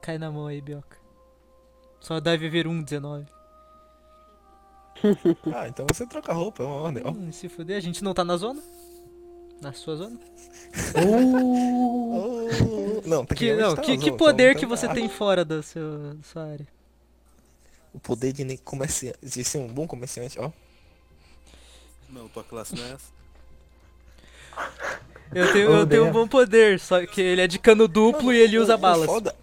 Speaker 4: Cai na mão aí, Bioca. Só deve haver um 19.
Speaker 3: que. Ah, então você troca a roupa, é uma ordem. Ó,
Speaker 4: Hum, se fuder, a gente não tá na zona? Na sua zona?
Speaker 3: Oh, não, tem
Speaker 4: Que, não, que, que
Speaker 3: então
Speaker 4: poder
Speaker 3: tá.
Speaker 4: que
Speaker 3: Ah,
Speaker 4: você tem fora da sua, da sua área?
Speaker 3: O poder de, nem comerciante, de ser um bom comerciante, ó.
Speaker 5: Não, tua classe não é essa.
Speaker 4: Eu tenho, eu
Speaker 2: Oh,
Speaker 4: tenho um
Speaker 2: damn.
Speaker 4: bom poder, só que ele é de cano duplo e ele
Speaker 3: O-
Speaker 4: usa
Speaker 3: o
Speaker 4: balas.
Speaker 3: é Foda.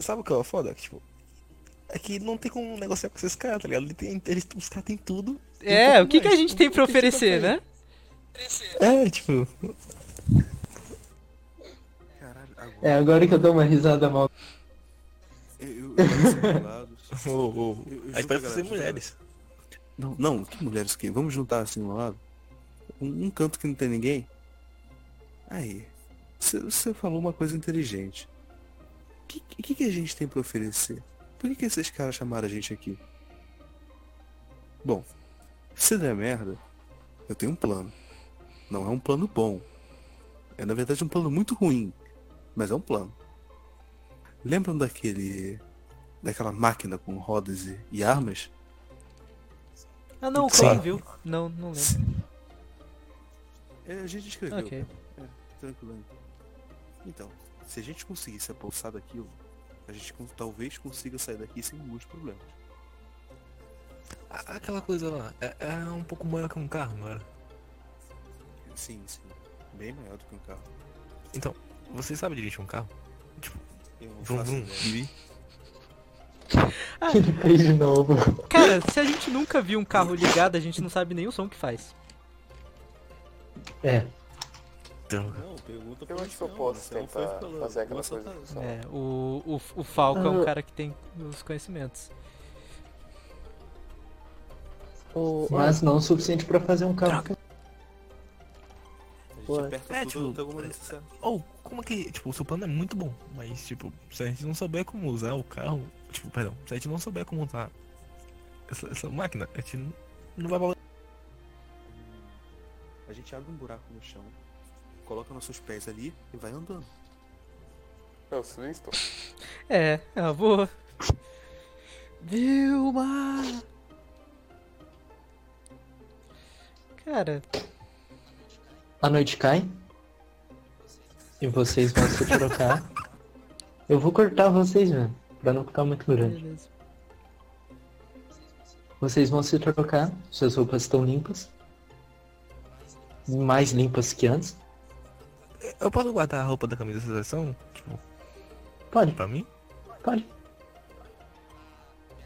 Speaker 3: Sabe o que é o foda? Que, Tipo, é que não tem como negociar com esses caras, tá ligado? Ele tem, eles, os caras têm tudo. tem um
Speaker 4: É,
Speaker 3: pouco
Speaker 4: o que, que a
Speaker 3: mais,
Speaker 4: gente
Speaker 3: um
Speaker 4: tem pra
Speaker 3: pouco que a gente
Speaker 4: oferecer, né?
Speaker 3: É, tipo,
Speaker 5: Caralho, agora
Speaker 2: É agora que eu dou uma risada mal.
Speaker 5: eu, eu, eu sou pelado.
Speaker 3: o- o-
Speaker 5: Eu- eu
Speaker 3: aí
Speaker 5: juro pra
Speaker 3: parece ser
Speaker 5: galera,
Speaker 3: mulheres.
Speaker 5: Não, não, que mulheres que. Vamos juntar assim um lado. Um, um canto que não tem ninguém. Aí. cê- Você falou uma coisa inteligente. O que, que, que a gente tem pra oferecer? Por que, que esses caras chamaram a gente aqui? Bom, se der merda, eu tenho um plano. Não é um plano bom. É na verdade um plano muito ruim. Mas é um plano. Lembram daquele. daquela máquina com rodas e- e armas?
Speaker 4: Ah, não, o
Speaker 3: Sim.
Speaker 4: Cão viu. Não, não lembro.
Speaker 5: É, a gente escreveu.
Speaker 4: Ok.
Speaker 5: Tranquilo. Então, se a gente conseguir se apossar daquilo, a gente con- talvez consiga sair daqui sem muitos problemas.
Speaker 6: A- Aquela coisa lá, é, é um pouco maior que um carro, não era?
Speaker 5: Sim, sim. Bem maior do que um carro.
Speaker 6: Você sabe dirigir um carro? né?
Speaker 5: Eu não
Speaker 6: Vrum,
Speaker 5: faço
Speaker 6: vrum.
Speaker 5: ideia.
Speaker 2: Ele fez de novo.
Speaker 4: Cara, se a gente nunca viu um carro ligado, a gente não sabe nem o som que faz.
Speaker 2: É.
Speaker 6: Droga.
Speaker 5: Não, pergunta
Speaker 7: Eu
Speaker 5: pro
Speaker 7: acho que eu
Speaker 5: Luciano,
Speaker 7: posso
Speaker 5: Luciano foi
Speaker 7: tentar
Speaker 5: falando,
Speaker 7: fazer aquela
Speaker 5: vamos
Speaker 7: coisa
Speaker 5: soltar.
Speaker 7: que só-
Speaker 4: É, o, o, o Falco é um
Speaker 1: Ah.
Speaker 4: cara que tem os conhecimentos.
Speaker 1: O,
Speaker 2: Mas não o suficiente pra fazer um carro.
Speaker 5: A gente
Speaker 1: Ué.
Speaker 5: aperta
Speaker 6: É,
Speaker 5: tudo,
Speaker 6: tipo,
Speaker 5: não tem alguma
Speaker 6: é-
Speaker 5: necessidade.
Speaker 6: Ou, como é que. Tipo, o seu plano é muito bom, mas, tipo, se a gente não souber como usar o carro. Tipo, perdão, se a gente não souber como usar essa, essa máquina, a gente não, não vai valorizar.
Speaker 5: A gente abre um buraco no chão, coloca nossos pés ali e vai andando.
Speaker 7: Eu sou isto.
Speaker 4: É, é uma boa. Vilma! Cara,
Speaker 2: A noite cai. E vocês vão se trocar. Eu vou cortar vocês, mano. Pra não ficar muito grande.
Speaker 4: beleza.
Speaker 2: Vocês vão se trocar. Suas roupas estão limpas. Mais limpas que antes.
Speaker 6: Eu posso guardar a roupa da camisa da seleção? Tipo,
Speaker 2: Pode,
Speaker 6: pra mim?
Speaker 2: pode.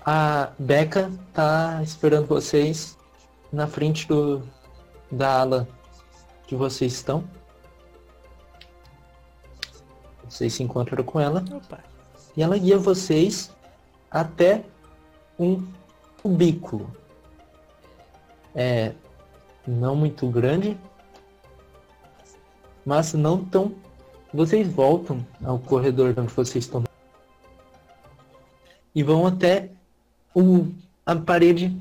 Speaker 2: A Becca tá esperando vocês na frente do da ala que vocês estão. Vocês se encontram com ela.
Speaker 4: Opa.
Speaker 2: E ela guia vocês até um cubículo. É não muito grande, mas não tão. Vocês voltam ao corredor onde vocês estão e vão até o, a parede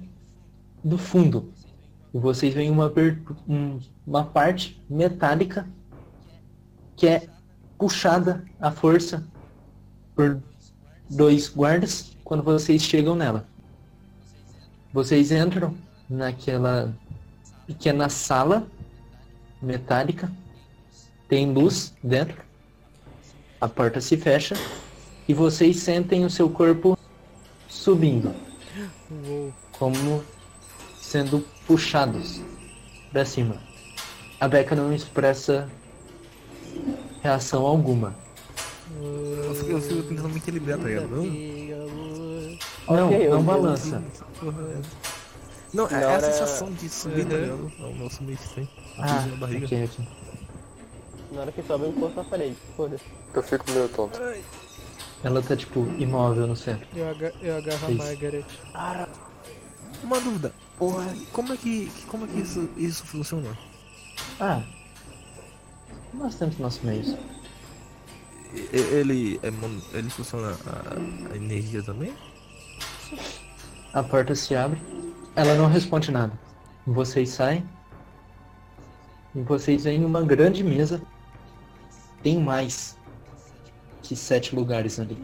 Speaker 2: do fundo. E vocês veem uma, abertu- um- uma parte metálica que é puxada à força por dois guardas quando vocês chegam nela. Vocês entram naquela pequena sala metálica, tem luz dentro, a porta se fecha e vocês sentem o seu corpo subindo,
Speaker 4: Uou.
Speaker 2: como sendo puxados para cima. A Becca não expressa reação alguma.
Speaker 6: Eu, fico- eu fico tentando me equilibrar, tá ligado? Não,
Speaker 2: Não,
Speaker 1: Ok,
Speaker 2: não
Speaker 1: eu-
Speaker 2: balança.
Speaker 6: não é,
Speaker 7: Na
Speaker 6: é a
Speaker 7: hora-
Speaker 6: sensação de subir, tá ligado? É o meu subir estranho.
Speaker 2: Ah,
Speaker 6: na barriga.
Speaker 2: ok, ok.
Speaker 1: Na hora que sobe, eu encosto na parede. Foda-se.
Speaker 7: Eu fico meio tonto.
Speaker 2: Ela tá tipo imóvel no centro. é
Speaker 4: Eu, aga eu agarro a
Speaker 2: Isso.
Speaker 4: Margaret.
Speaker 6: Uma dúvida. Porra, como é que. Como é que isso, isso funciona?
Speaker 2: Ah. Nós temos nosso meio.
Speaker 3: E- Ele, é mon- ele funciona a, a energia também?
Speaker 2: A porta se abre. Ela não responde nada. Vocês saem. E vocês vêm numa grande mesa. Tem mais que sete lugares ali.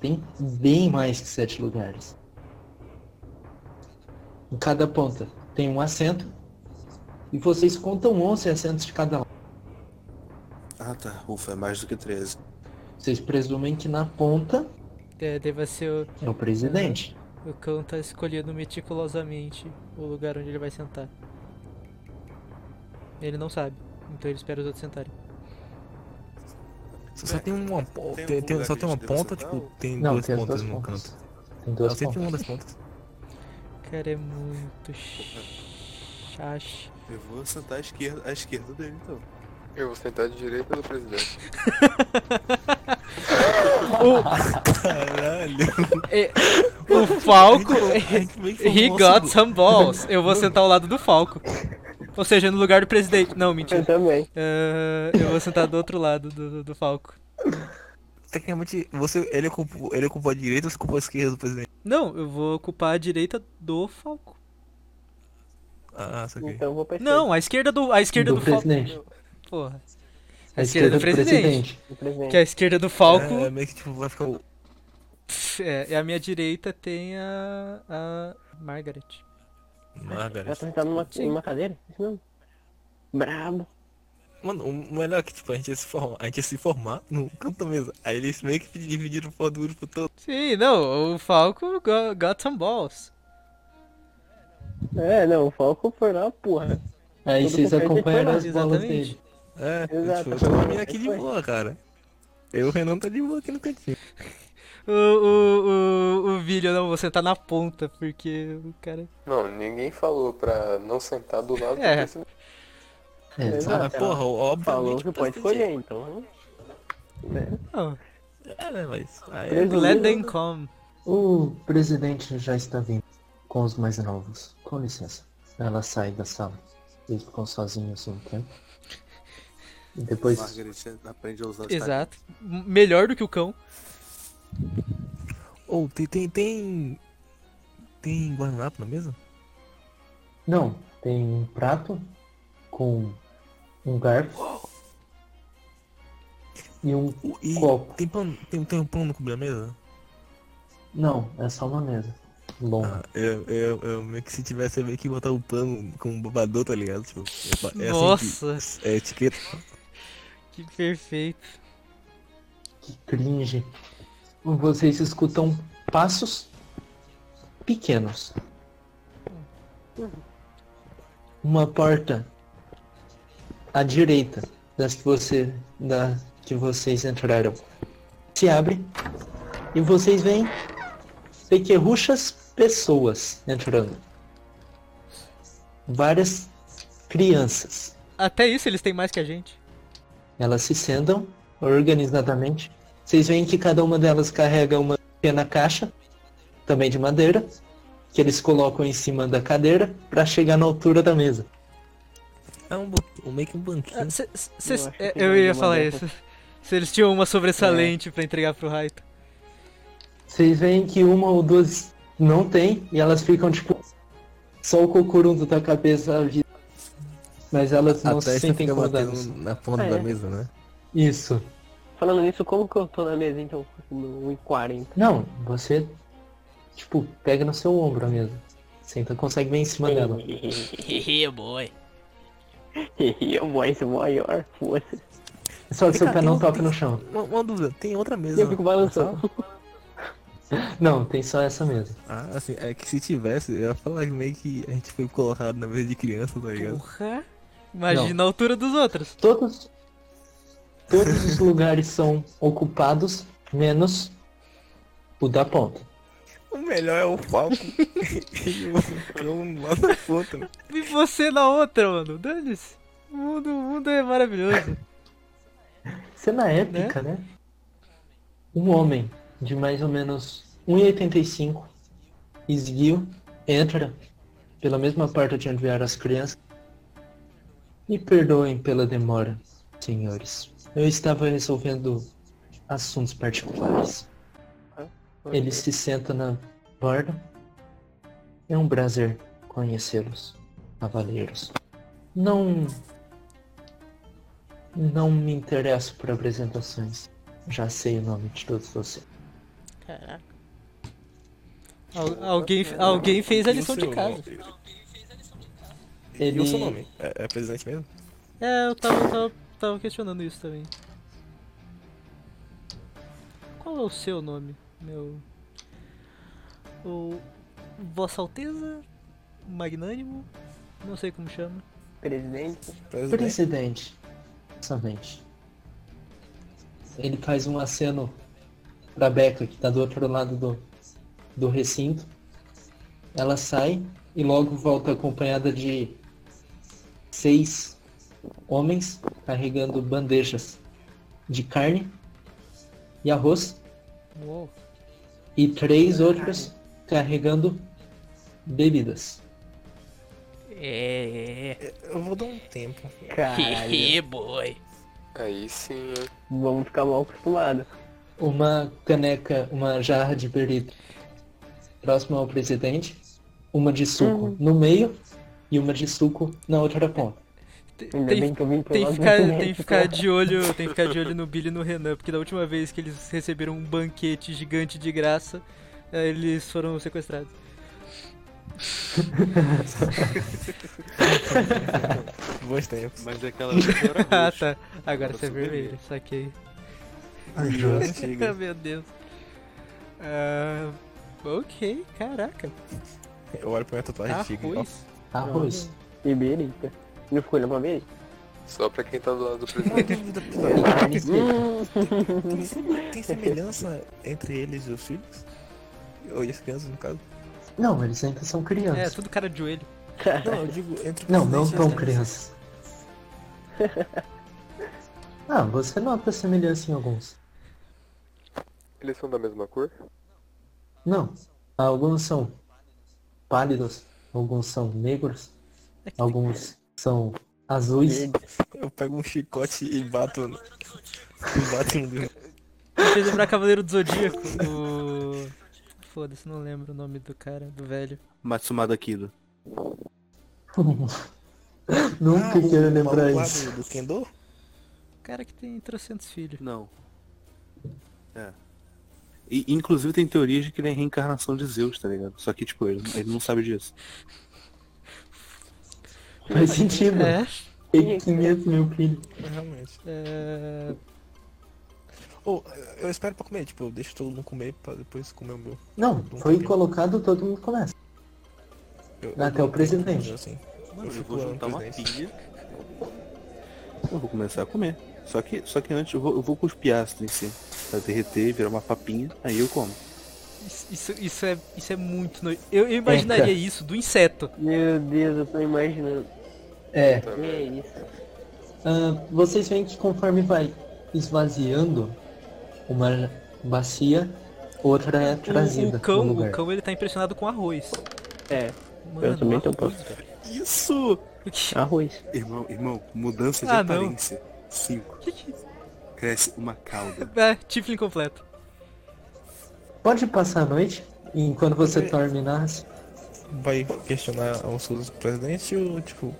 Speaker 2: Tem bem mais que sete lugares. Em cada ponta tem um assento. E vocês contam 11 assentos de cada lado.
Speaker 5: Ah tá, ufa, é mais do que 13.
Speaker 2: Vocês presumem que na ponta
Speaker 4: É, deve ser o,
Speaker 2: é o presidente.
Speaker 4: o cão tá escolhendo meticulosamente o lugar onde ele vai sentar. Ele não sabe, então ele espera os outros sentarem.
Speaker 6: É.
Speaker 3: Só, só tem uma ponta.
Speaker 5: tem
Speaker 3: Tem,
Speaker 5: algum
Speaker 3: tem-
Speaker 5: lugar
Speaker 3: só
Speaker 5: que
Speaker 3: tem uma
Speaker 5: a gente deva
Speaker 3: ponta,
Speaker 5: sentar
Speaker 3: tipo,
Speaker 5: ou-
Speaker 3: tem
Speaker 2: Não,
Speaker 3: duas
Speaker 2: tem as
Speaker 3: pontas
Speaker 2: duas
Speaker 3: no
Speaker 2: pontas.
Speaker 3: canto.
Speaker 2: Tem
Speaker 3: Eu
Speaker 2: duas
Speaker 3: sei que tem
Speaker 2: pontas.
Speaker 3: uma das pontas.
Speaker 4: Cara, é muito chache.
Speaker 5: Eu vou sentar à esquerda, à esquerda dele então.
Speaker 7: Eu vou sentar de direita do presidente.
Speaker 3: Caralho.
Speaker 4: O Falco.
Speaker 6: É
Speaker 4: He
Speaker 3: He
Speaker 4: got some balls. Eu vou sentar ao lado do Falco. Ou seja, no lugar do presidente. Não, mentira.
Speaker 1: Eu também.
Speaker 4: Ah, eu vou sentar do outro lado do, do Falco.
Speaker 3: Tecnicamente, você, ele, ocupou, ele é ocupou a direita ou você ocupou a esquerda do presidente?
Speaker 4: Não, eu vou ocupar a direita do Falco.
Speaker 3: Ah, saquei.
Speaker 1: Então eu vou pra esquerda,
Speaker 4: Não, a esquerda do. A esquerda do,
Speaker 2: Do
Speaker 4: Falco.
Speaker 2: presidente.
Speaker 4: Porra.
Speaker 2: A esquerda do presidente.
Speaker 1: do presidente.
Speaker 4: Que a esquerda do Falco.
Speaker 3: É, meio que tipo, vai ficar o.
Speaker 4: pf, É, e a minha direita tem a. a Margaret.
Speaker 1: Ela
Speaker 3: Margaret.
Speaker 1: tá sentada numa,
Speaker 4: Sim.
Speaker 1: numa cadeira? Isso mesmo? Brabo.
Speaker 3: Mano, o melhor é que tipo, a gente ia se formar, a gente ia se formar no canto da mesa. Aí eles meio que dividiram o pó do grupo todo.
Speaker 4: Sim, não, o Falco go- got some balls.
Speaker 1: É, não, o Falco foi lá, porra.
Speaker 2: Aí
Speaker 1: Todo
Speaker 2: vocês
Speaker 1: conferente
Speaker 2: acompanharam
Speaker 1: foi lá,
Speaker 2: as bolas
Speaker 4: exatamente.
Speaker 2: dele.
Speaker 3: É,
Speaker 1: Exato,
Speaker 3: tipo, eu tô
Speaker 1: foi.
Speaker 3: dormindo aqui de
Speaker 1: Foi.
Speaker 3: boa, cara. Eu e o Renan tá de boa aqui no cantinho.
Speaker 4: O, o, o, o vídeo, eu não vou sentar na ponta, porque o cara.
Speaker 7: Não, ninguém falou pra não sentar do lado
Speaker 4: É.
Speaker 7: do presidente.
Speaker 2: É,
Speaker 1: Exato.
Speaker 3: Ah, porra, obviamente.
Speaker 1: tá. Falou que
Speaker 3: o tá
Speaker 1: pode
Speaker 3: presidente-
Speaker 1: escolher, então. né?
Speaker 4: Não,
Speaker 3: É, né, mas. Aí,
Speaker 1: Presidente.
Speaker 4: let them come.
Speaker 2: O presidente já está vindo com os mais novos. Com licença. Ela sai da sala. Eles ficam sozinhos um tempo. E depois.
Speaker 5: Margaret aprende a usar os
Speaker 4: Exato. M- Melhor do que o cão.
Speaker 3: Ou tem, tem. Tem. Tem guardanapo na mesa?
Speaker 2: Não, tem um prato com um garfo. E um.
Speaker 3: O- E
Speaker 2: Copo.
Speaker 3: tem pano, tem, tem um pano cobrir a mesa?
Speaker 2: Não, é só uma mesa. Longa.
Speaker 3: Ah, eu, eu, eu meio que se tivesse eu meio que botar o pano com um babador, tá ligado? Tipo, é, pa- é assim
Speaker 4: Nossa,
Speaker 3: que- é etiqueta.
Speaker 4: que perfeito.
Speaker 2: Que cringe. Vocês escutam passos pequenos. Uma porta à direita das que você da que vocês entraram se abre e vocês veem pequerruchas pessoas entrando. Várias crianças.
Speaker 4: Até isso eles têm mais que a gente.
Speaker 2: Elas se sentam organizadamente. Vocês veem que cada uma delas carrega uma pequena caixa, também de madeira, que eles colocam em cima da cadeira para chegar na altura da mesa.
Speaker 3: É um, bu- um meio que um banquinho.
Speaker 4: Ah, cê- cê-
Speaker 1: Eu acho que
Speaker 4: é,
Speaker 1: tem
Speaker 4: eu
Speaker 1: mais
Speaker 4: ia
Speaker 1: uma
Speaker 4: falar isso.
Speaker 1: dessas.
Speaker 4: Se eles tinham uma sobressalente pra entregar pro Raito.
Speaker 2: Vocês veem que uma ou duas não tem e elas ficam tipo só o cocurundo da cabeça a vida. Mas elas não se sentem incomodadas.
Speaker 3: na ponta
Speaker 1: Ah,
Speaker 3: da
Speaker 1: é.
Speaker 3: mesa, né?
Speaker 2: Isso.
Speaker 1: Falando nisso, como que eu tô na mesa, então? No 1,40.
Speaker 2: Não, você tipo pega no seu ombro a mesa. Senta, consegue bem em cima dela.
Speaker 4: Hehe, boy.
Speaker 1: Eu vou esse maior, foda-se.
Speaker 2: É Só que
Speaker 3: Vem
Speaker 2: seu
Speaker 3: cá,
Speaker 2: pé
Speaker 3: tem
Speaker 2: não
Speaker 3: um-
Speaker 2: toca
Speaker 3: tem-
Speaker 2: no chão.
Speaker 3: Uma, uma dúvida, tem outra mesa?
Speaker 1: E eu fico balançando.
Speaker 2: Não, tem só essa mesa.
Speaker 3: Ah, assim, é que se tivesse, eu ia falar que meio que a gente foi colocado na mesa de criança, tá ligado?
Speaker 4: Porra. Imagina a altura dos outros.
Speaker 2: Todos, todos os lugares são ocupados, menos o da ponta.
Speaker 3: O melhor é o palco e o cão lá na ponta. né?
Speaker 4: E você na outra, mano. Dane-se. O mundo, o mundo é maravilhoso.
Speaker 2: Cena épica, né? Um homem de mais ou menos 1,85, esguio, entra pela mesma porta de onde vieram as crianças. Me perdoem pela demora, senhores. Eu estava resolvendo assuntos particulares. Ele se senta na borda. É um prazer conhecê-los, cavaleiros. Não. Não me interesso por apresentações. Já sei o nome de todos vocês.
Speaker 4: Caraca. Al- alguém, alguém fez a
Speaker 3: E o
Speaker 4: lição de
Speaker 3: seu-
Speaker 4: casa.
Speaker 3: E, e o seu
Speaker 2: Ele-
Speaker 3: nome? É, é presidente mesmo?
Speaker 4: É, eu tava, tava, tava questionando isso também. Qual é o seu nome, meu. O. Vossa Alteza? Magnânimo? Não sei como chama.
Speaker 1: Presidente.
Speaker 3: Presidente.
Speaker 2: Presidente. Somente. Ele faz um aceno pra Beca, que tá do outro lado do, do recinto. Ela sai e logo volta acompanhada de seis homens carregando bandejas de carne e arroz
Speaker 4: Uou.
Speaker 2: e três outros carregando bebidas.
Speaker 4: É, é.
Speaker 3: Eu vou dar um tempo.
Speaker 1: Caralho.
Speaker 4: boy.
Speaker 7: Aí sim, hein?
Speaker 1: Vamos ficar mal acostumados.
Speaker 2: uma caneca, uma jarra de perito próxima ao presidente, uma de suco no meio e uma de suco na outra ponta.
Speaker 4: Tem,
Speaker 1: Ainda
Speaker 4: tem-
Speaker 1: bem que eu vim pro
Speaker 4: tem que
Speaker 1: lado do
Speaker 4: ficar, tem que
Speaker 1: presidente,
Speaker 4: ficar
Speaker 1: né?
Speaker 4: de olho, tem que ficar de olho no Billy e no Renan, porque da última vez que eles receberam um banquete gigante de graça, eh, eles foram sequestrados.
Speaker 3: Bons tempos.
Speaker 5: Mas daquela vez eu era
Speaker 4: Ah
Speaker 5: roxo.
Speaker 4: tá, agora
Speaker 5: Eu
Speaker 4: você é
Speaker 5: sou
Speaker 4: vermelho,
Speaker 5: vermelho.
Speaker 4: saquei.
Speaker 3: Antiga.
Speaker 4: Meu Deus. Ah, ok, caraca.
Speaker 3: Eu olho pra minha
Speaker 4: Ah,
Speaker 3: tatuagem antiga. e, ó,
Speaker 4: Arroz.
Speaker 2: Arroz.
Speaker 1: Iberica. Não ficou olhando pra mim?
Speaker 7: Só pra quem tá do lado do presidente.
Speaker 2: Uhum.
Speaker 3: Tem, sem- tem semelhança entre eles e os filhos? Ou e as crianças, no caso?
Speaker 2: Não, eles ainda são
Speaker 4: É,
Speaker 2: crianças.
Speaker 4: tudo cara de joelho.
Speaker 3: Não, eu digo entre
Speaker 2: É. não, não
Speaker 3: presidente e
Speaker 2: tão
Speaker 3: as
Speaker 2: crianças. ah, você nota semelhança em alguns.
Speaker 7: Eles são da mesma cor?
Speaker 2: Não, alguns são pálidos, alguns são negros, alguns são azuis.
Speaker 3: Eu pego um chicote e bato. no- E bato no dedo.
Speaker 4: Me fez lembrar Cavaleiro do Zodíaco. O... Foda-se, não lembro o nome do cara, do velho.
Speaker 5: Matsumada Kido.
Speaker 2: Nunca quero
Speaker 3: Ah, o
Speaker 2: lembrar
Speaker 3: maluco lá
Speaker 2: isso.
Speaker 3: Do, do Kendo?
Speaker 4: O cara que tem trocentos filhos.
Speaker 5: Não. É. E, inclusive tem teorias de que ele é a reencarnação de Zeus, tá ligado? Só que, tipo, ele, ele não sabe disso.
Speaker 2: Faz sentido.
Speaker 4: É,
Speaker 2: Tem 500 mil filhos.
Speaker 3: Realmente.
Speaker 4: é...
Speaker 3: Ou eu espero pra comer, tipo, eu deixo todo mundo comer pra depois comer o meu.
Speaker 2: Não, foi colocado, todo mundo começa.
Speaker 3: Eu-
Speaker 2: Até
Speaker 3: eu-
Speaker 2: Ah, é o presidente.
Speaker 3: eu- Assim.
Speaker 5: Mano, eu,
Speaker 3: fico
Speaker 5: vou
Speaker 3: olhando
Speaker 5: juntar
Speaker 3: o
Speaker 5: uma
Speaker 3: presidente.
Speaker 5: pilha. Eu vou começar a comer. Só que, só que antes eu vou, eu vou cuspir ácido em si. Pra derreter, virar uma papinha, aí eu como.
Speaker 4: Isso, isso- isso é, isso é muito nojo. Eu, eu imaginaria
Speaker 2: Eca.
Speaker 4: isso do inseto.
Speaker 1: Meu Deus, eu tô imaginando.
Speaker 2: É,
Speaker 5: Tá
Speaker 1: Que é isso?
Speaker 2: ah, vocês veem que conforme vai esvaziando uma bacia, outra é
Speaker 4: O,
Speaker 2: trazida
Speaker 4: o cão,
Speaker 2: no lugar.
Speaker 4: o cão, ele tá impressionado com arroz.
Speaker 1: É,
Speaker 4: Mano,
Speaker 1: também tô
Speaker 2: um
Speaker 4: arroz, velho.
Speaker 5: Isso!
Speaker 4: O que-
Speaker 1: arroz.
Speaker 5: Irmão, irmão, mudança de
Speaker 4: Ah, não.
Speaker 5: aparência. 5.
Speaker 4: o que que-
Speaker 5: Cresce uma cauda.
Speaker 4: É, Tiflin completo.
Speaker 2: Pode passar a noite, e enquanto você terminar.
Speaker 3: Vai questionar os seus presidente ou tipo.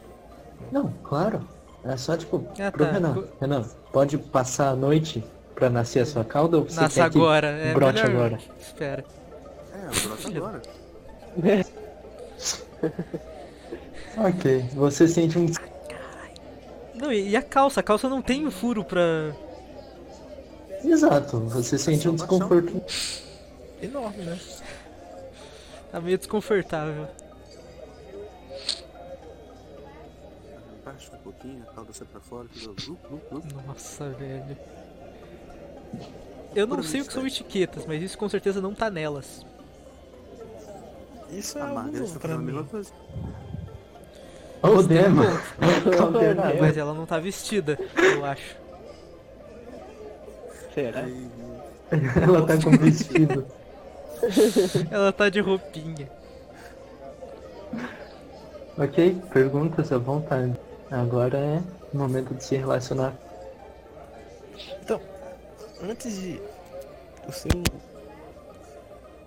Speaker 2: Não, claro. É só tipo,
Speaker 4: Ah,
Speaker 2: pro
Speaker 4: tá.
Speaker 2: Renan.
Speaker 4: Co-
Speaker 2: Renan, pode passar a noite pra nascer a sua cauda ou você
Speaker 4: Nasce
Speaker 2: quer que
Speaker 4: agora. É
Speaker 2: brote
Speaker 4: melhor-
Speaker 2: agora?
Speaker 4: Espera.
Speaker 5: É, brota agora.
Speaker 2: Ok, você sente um
Speaker 4: Não, e, e a calça? A calça não tem um furo pra...
Speaker 2: Exato, você sente um desconforto.
Speaker 3: Enorme, né?
Speaker 4: Tá meio desconfortável.
Speaker 5: Abaixa um pouquinho, a cauda sai pra fora, fica lu, lu, lu.
Speaker 4: Nossa, velho. Eu não
Speaker 5: Por um
Speaker 4: sei o que são
Speaker 5: instante.
Speaker 4: etiquetas, mas isso com certeza não tá nelas.
Speaker 3: Isso é
Speaker 5: A
Speaker 3: algo
Speaker 5: Margaret
Speaker 3: novo
Speaker 5: tá
Speaker 3: pra
Speaker 5: fazendo a
Speaker 3: mim.
Speaker 5: mesma coisa.
Speaker 2: Oh, demo!
Speaker 4: Mas ela não tá vestida, eu acho.
Speaker 1: Será?
Speaker 2: Ela tá com vestido.
Speaker 4: Ela tá de roupinha.
Speaker 2: ok, perguntas à vontade. Agora é o momento de se relacionar.
Speaker 3: Então, antes de o seu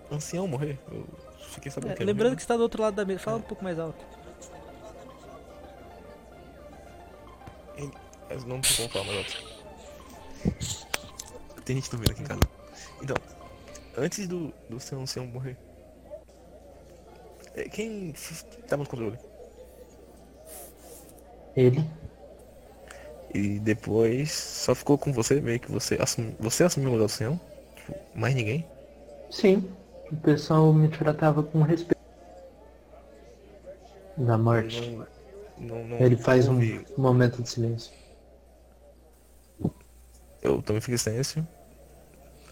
Speaker 3: ancião morrer, eu fiquei sabendo
Speaker 4: É,
Speaker 3: que ele
Speaker 4: lembrando que
Speaker 3: morreu,
Speaker 4: você tá do outro lado da mesa. Fala um pouco mais alto.
Speaker 3: mas não tem como falar mais alto. Tem gente dormindo aqui em casa. Então, antes do, do seu ancião morrer, é, quem f- tava no controle?
Speaker 2: Ele.
Speaker 3: E depois só ficou com você, meio que você assumiu, você assumiu o lugar do ancião? Tipo, mais ninguém?
Speaker 2: Sim. O pessoal me tratava com respeito. Da morte.
Speaker 3: Não, não,
Speaker 2: Ele faz
Speaker 3: não
Speaker 2: um
Speaker 3: vi.
Speaker 2: momento de silêncio.
Speaker 3: Eu também fiquei silêncio.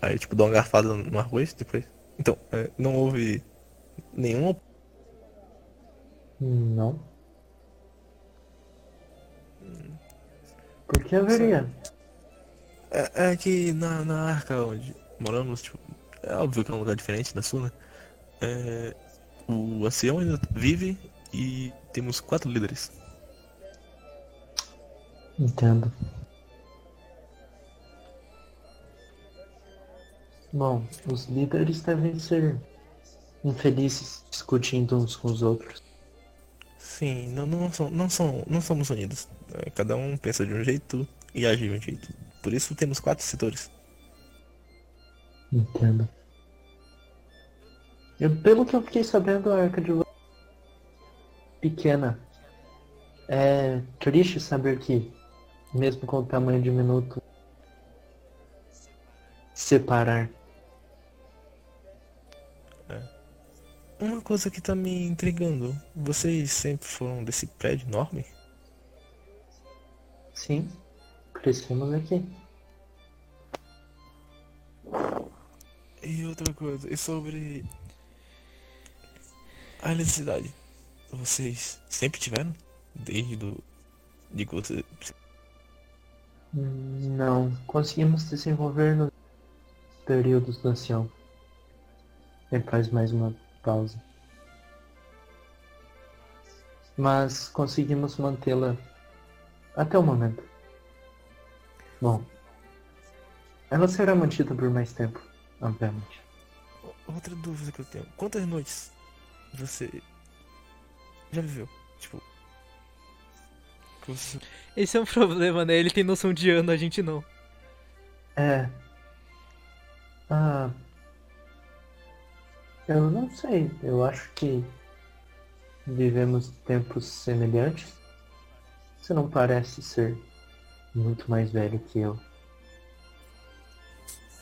Speaker 3: Aí, tipo, dou uma garfada no arroz depois. Então, é, não houve nenhuma.
Speaker 2: Não. Por que haveria?
Speaker 3: É, é que na, na arca onde moramos, tipo, é óbvio que é um lugar diferente da sua, né? É, o ancião ainda vive e temos quatro líderes.
Speaker 2: Entendo. Bom, os líderes devem ser infelizes discutindo uns com os outros.
Speaker 3: Sim, não, não, são, não, são, não somos unidos. É, Cada um pensa de um jeito e age de um jeito. Por isso temos quatro setores.
Speaker 2: Entendo. Eu, pelo que eu fiquei sabendo, a arca de Lua pequena. É triste saber que, mesmo com o tamanho diminuto, separar.
Speaker 3: Uma coisa que tá me intrigando, vocês sempre foram desse prédio enorme?
Speaker 2: Sim, crescemos aqui.
Speaker 3: E outra coisa, e sobre a eletricidade? Vocês sempre tiveram? Desde do. De que você.
Speaker 2: Hum, Não, conseguimos desenvolver nos períodos do ancião. Ele faz mais uma pausa. Mas conseguimos mantê-la até o momento. Bom, ela será mantida por mais tempo, obviamente.
Speaker 3: Outra dúvida que eu tenho, quantas noites você já viveu? Tipo. Que você
Speaker 4: Esse é um problema, né? Ele tem noção de ano, a gente não.
Speaker 2: É. Ah. Eu não sei. Eu acho que vivemos tempos semelhantes. Você não parece ser muito mais velho que eu.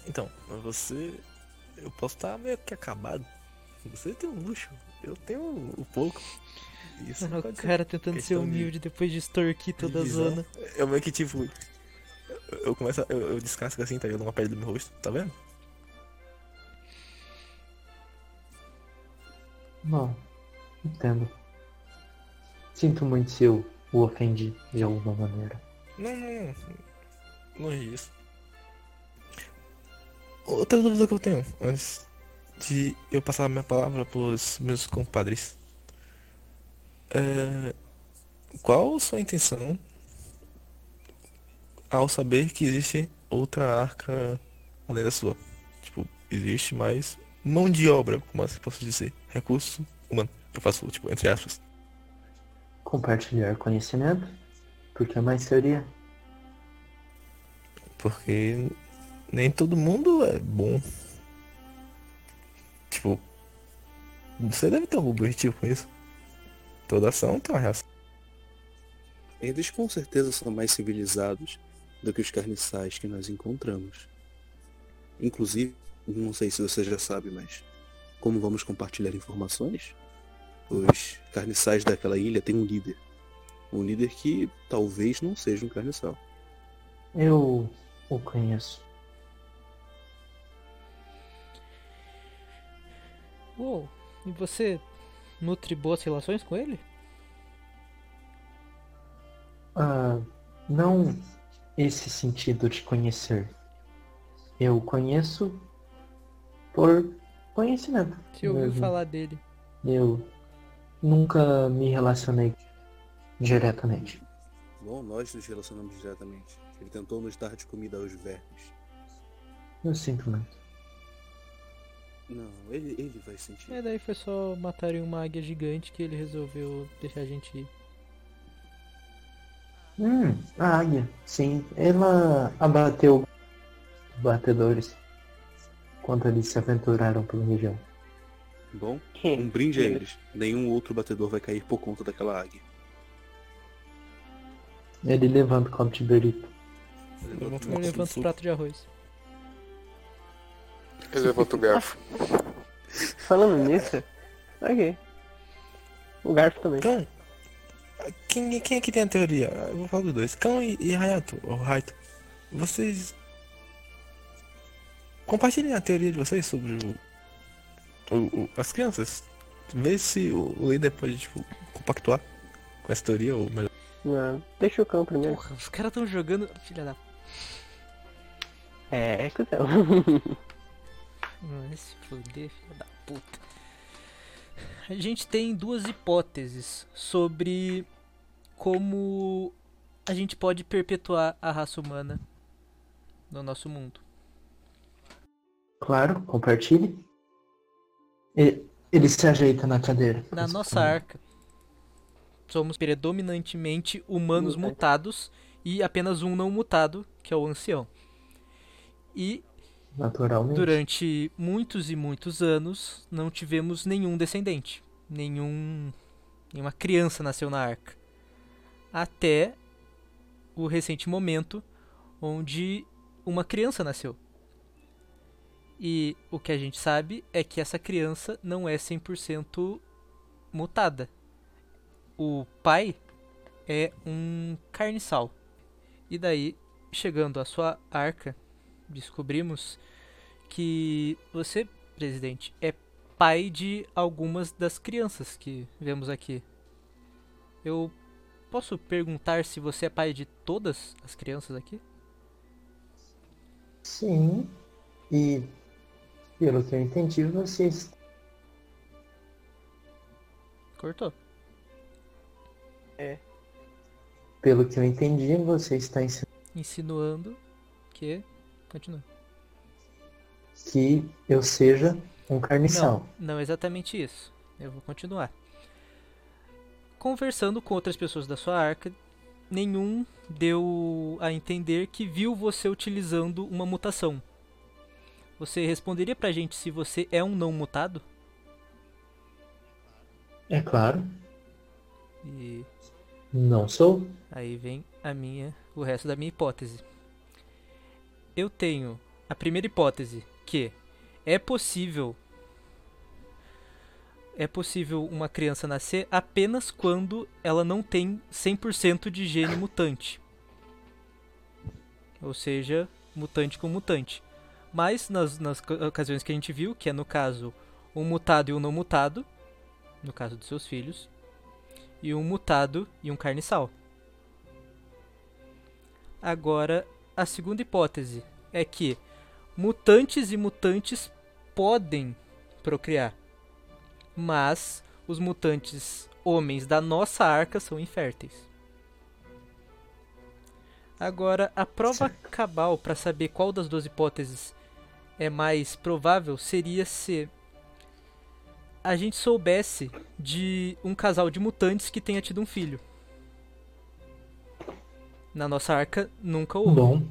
Speaker 3: Então, mas você. Eu posso estar meio que acabado. Você tem um luxo. Eu tenho o pouco. Isso não
Speaker 4: o
Speaker 3: pode ser
Speaker 4: cara tentando ser
Speaker 3: questão de-
Speaker 4: humilde depois de extorquir toda a
Speaker 3: divisão.
Speaker 4: zona.
Speaker 3: Eu meio que tipo. eu- Eu começo. a- Eu, eu descasco assim, tá ligado? Uma pele do meu rosto, tá vendo?
Speaker 2: Bom, entendo. Sinto muito se eu o ofendi de alguma maneira.
Speaker 3: Não, não, não. Longe disso. Outra dúvida que eu tenho, antes de eu passar a minha palavra pros meus compadres. É, qual sua intenção ao saber que existe outra arca além da sua? Tipo, existe mais mão de obra, como assim posso dizer? Recurso humano, que eu faço, tipo, entre aspas.
Speaker 2: Compartilhar conhecimento, porque mais seria.
Speaker 3: Porque nem todo mundo é bom. Tipo, você deve ter algum objetivo com isso. Toda ação tem uma reação.
Speaker 5: Eles com certeza são mais civilizados do que os carniçais que nós encontramos. Inclusive, não sei se você já sabe, mas como vamos compartilhar informações, os carniçais daquela ilha têm um líder. Um líder que talvez não seja um carniçal.
Speaker 2: Eu o conheço.
Speaker 4: Uou, e você nutre boas relações com ele?
Speaker 2: Ah, não esse sentido de conhecer. Eu conheço por conhecimento.
Speaker 4: Você ouviu
Speaker 2: mesmo.
Speaker 4: falar dele?
Speaker 2: Eu nunca me relacionei diretamente.
Speaker 5: Bom, nós nos relacionamos diretamente. Ele tentou nos dar de comida aos vermes.
Speaker 2: Eu sinto muito.
Speaker 5: Não, ele, ele vai sentir.
Speaker 4: É, daí foi só matarem uma águia gigante que ele resolveu deixar a gente ir.
Speaker 2: Hum, a águia. Sim, ela abateu os batedores quando eles se aventuraram pela região.
Speaker 5: Bom, um brinde a eles. Nenhum outro batedor vai cair por conta daquela águia.
Speaker 2: Ele levanta o copo de Dorito.
Speaker 3: Levanta
Speaker 4: Eu um
Speaker 3: uma coisa do
Speaker 4: levanto os
Speaker 3: sul.
Speaker 4: pratos de arroz.
Speaker 7: Ele levanta o garfo.
Speaker 1: Falando nisso, ok. O garfo também.
Speaker 3: Cão? Quem, quem é que tem a teoria? Eu vou falar dos dois. Cão e, e Hayato, ou Hayato. Vocês. Compartilhem a teoria de vocês sobre o, o- o- as crianças. Vê se o o líder pode, tipo, compactuar com essa teoria, ou melhor.
Speaker 1: Não, deixa o cão primeiro.
Speaker 4: Porra, os caras tão jogando. Filha da.
Speaker 1: É, cuzão.
Speaker 4: Vai se foder, filha da puta. A gente tem duas hipóteses sobre como a gente pode perpetuar a raça humana no nosso mundo.
Speaker 2: Claro, compartilhe. E- Ele se ajeita na cadeira.
Speaker 4: Na nossa arca, somos predominantemente humanos
Speaker 1: Mutante.
Speaker 4: mutados e apenas um não mutado, que é o ancião. E
Speaker 2: Naturalmente.
Speaker 4: durante muitos e muitos anos não tivemos nenhum descendente, nenhum nenhuma criança nasceu na arca. Até o recente momento onde uma criança nasceu. E o que a gente sabe é que essa criança não é 100% mutada. O pai é um carniçal. E daí, chegando à sua arca, descobrimos que você, presidente, é pai de algumas das crianças que vemos aqui. Eu posso perguntar se você é pai de todas as crianças aqui?
Speaker 2: Sim. E pelo que eu entendi, vocês.
Speaker 4: Cortou.
Speaker 2: Pelo que eu entendi, você está ensinando
Speaker 4: Insinuando que. Continua.
Speaker 2: que eu seja um carniçal.
Speaker 4: Não é exatamente isso. Eu vou continuar. Conversando com outras pessoas da sua arca, nenhum deu a entender que viu você utilizando uma mutação. Você responderia pra gente se você é um não mutado?
Speaker 2: É claro.
Speaker 4: E
Speaker 2: Não sou.
Speaker 4: aí vem a minha, o resto da minha hipótese. Eu tenho a primeira hipótese que é possível é possível uma criança nascer apenas quando ela não tem 100% de gene mutante. Ou seja, mutante com mutante. Mas nas, nas oca- ocasiões que a gente viu, que é no caso um mutado e um não mutado, no caso dos seus filhos, e um mutado e um carniçal. Agora, a segunda hipótese é que mutantes e mutantes podem procriar, mas os mutantes homens da nossa arca são inférteis. Agora, a prova cabal para saber qual das duas hipóteses é mais provável seria se a gente soubesse de um casal de mutantes que tenha tido um filho. Na nossa arca nunca houve.
Speaker 2: Bom.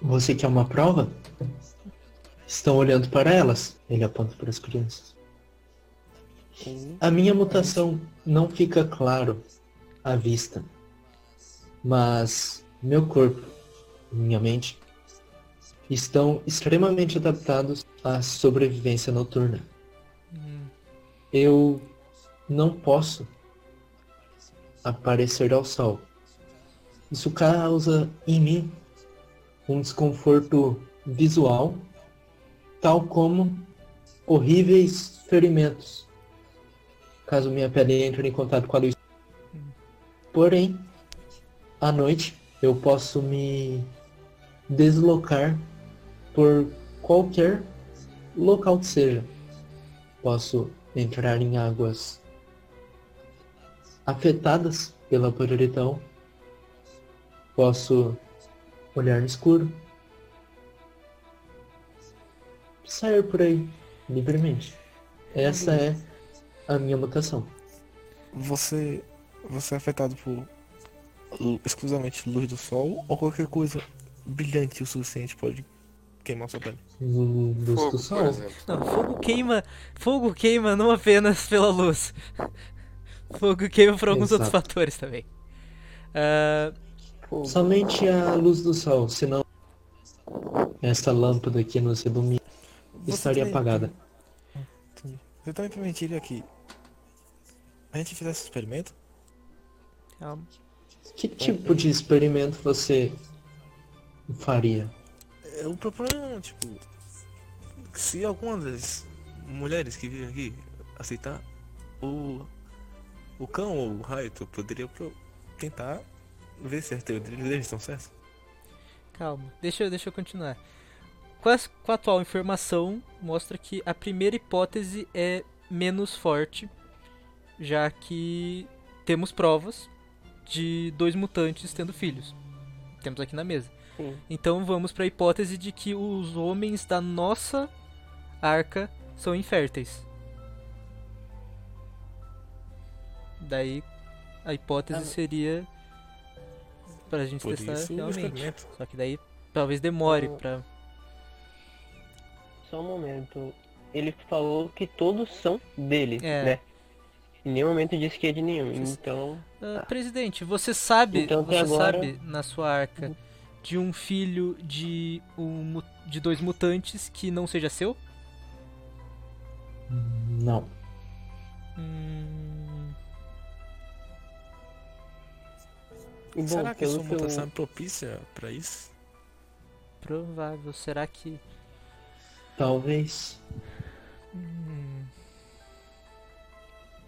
Speaker 2: Você quer uma prova? Estão olhando para elas. Ele aponta para as crianças. A minha mutação não fica claro à vista. Mas meu corpo, minha mente, estão extremamente adaptados à sobrevivência noturna.
Speaker 4: Hum,
Speaker 2: Eu não posso aparecer ao sol. Isso causa em mim um desconforto visual, tal como horríveis ferimentos, caso minha pele entre em contato com a luz. Porém, à noite eu posso me deslocar por qualquer local que seja. Posso entrar em águas afetadas pela podridão. Posso olhar no escuro. sair por aí livremente. Essa é a minha mutação.
Speaker 8: Você, você é afetado por lu- exclusivamente luz do sol ou qualquer coisa brilhante o suficiente pode queimar sua pele?
Speaker 2: Lu- Luz do
Speaker 7: Fogo, por
Speaker 2: sol.
Speaker 7: exemplo.
Speaker 4: Não, fogo queima. Fogo queima não apenas pela luz. Fogo queima por alguns outros
Speaker 2: Exato.
Speaker 4: fatores também. Ah,
Speaker 1: Fogo.
Speaker 2: Somente a luz do sol, senão essa lâmpada aqui nos ilumina
Speaker 8: Você
Speaker 2: estaria
Speaker 8: também-
Speaker 2: apagada.
Speaker 8: Você também permitiria que a gente fizesse um experimento?
Speaker 4: calma.
Speaker 2: Que tipo de experimento você faria?
Speaker 3: É, O problema, tipo, se alguma das mulheres que vivem aqui aceitar, o, o cão ou o raito poderia pro- tentar ver se as teorias deles estão certas.
Speaker 4: Calma, deixa, eu- deixa eu continuar. Com, as- com a atual informação, mostra que a primeira hipótese é menos forte, já que temos provas de dois mutantes tendo filhos. Temos aqui na mesa.
Speaker 1: Sim.
Speaker 4: Então vamos para a hipótese de que os homens da nossa arca são inférteis. Daí a hipótese seria para a gente
Speaker 3: Por
Speaker 4: testar
Speaker 3: isso, o
Speaker 4: realmente.
Speaker 3: experimento.
Speaker 4: Só que daí talvez demore
Speaker 1: Então-
Speaker 4: pra.
Speaker 1: Só um momento. Ele falou que todos são dele,
Speaker 4: É.
Speaker 1: né? Em nenhum momento disse que é de nenhum. Então,
Speaker 4: Ah, Presidente, você sabe,
Speaker 1: Então,
Speaker 4: você
Speaker 1: até agora-
Speaker 4: sabe na sua arca de um filho de um mu- de dois mutantes que não seja seu?
Speaker 2: Não.
Speaker 4: Hum,
Speaker 1: e bom,
Speaker 3: Será que a
Speaker 1: pelo
Speaker 3: sua
Speaker 1: que eu-
Speaker 3: mutação é propícia pra isso?
Speaker 4: provável. Será que
Speaker 2: Talvez.
Speaker 4: hum,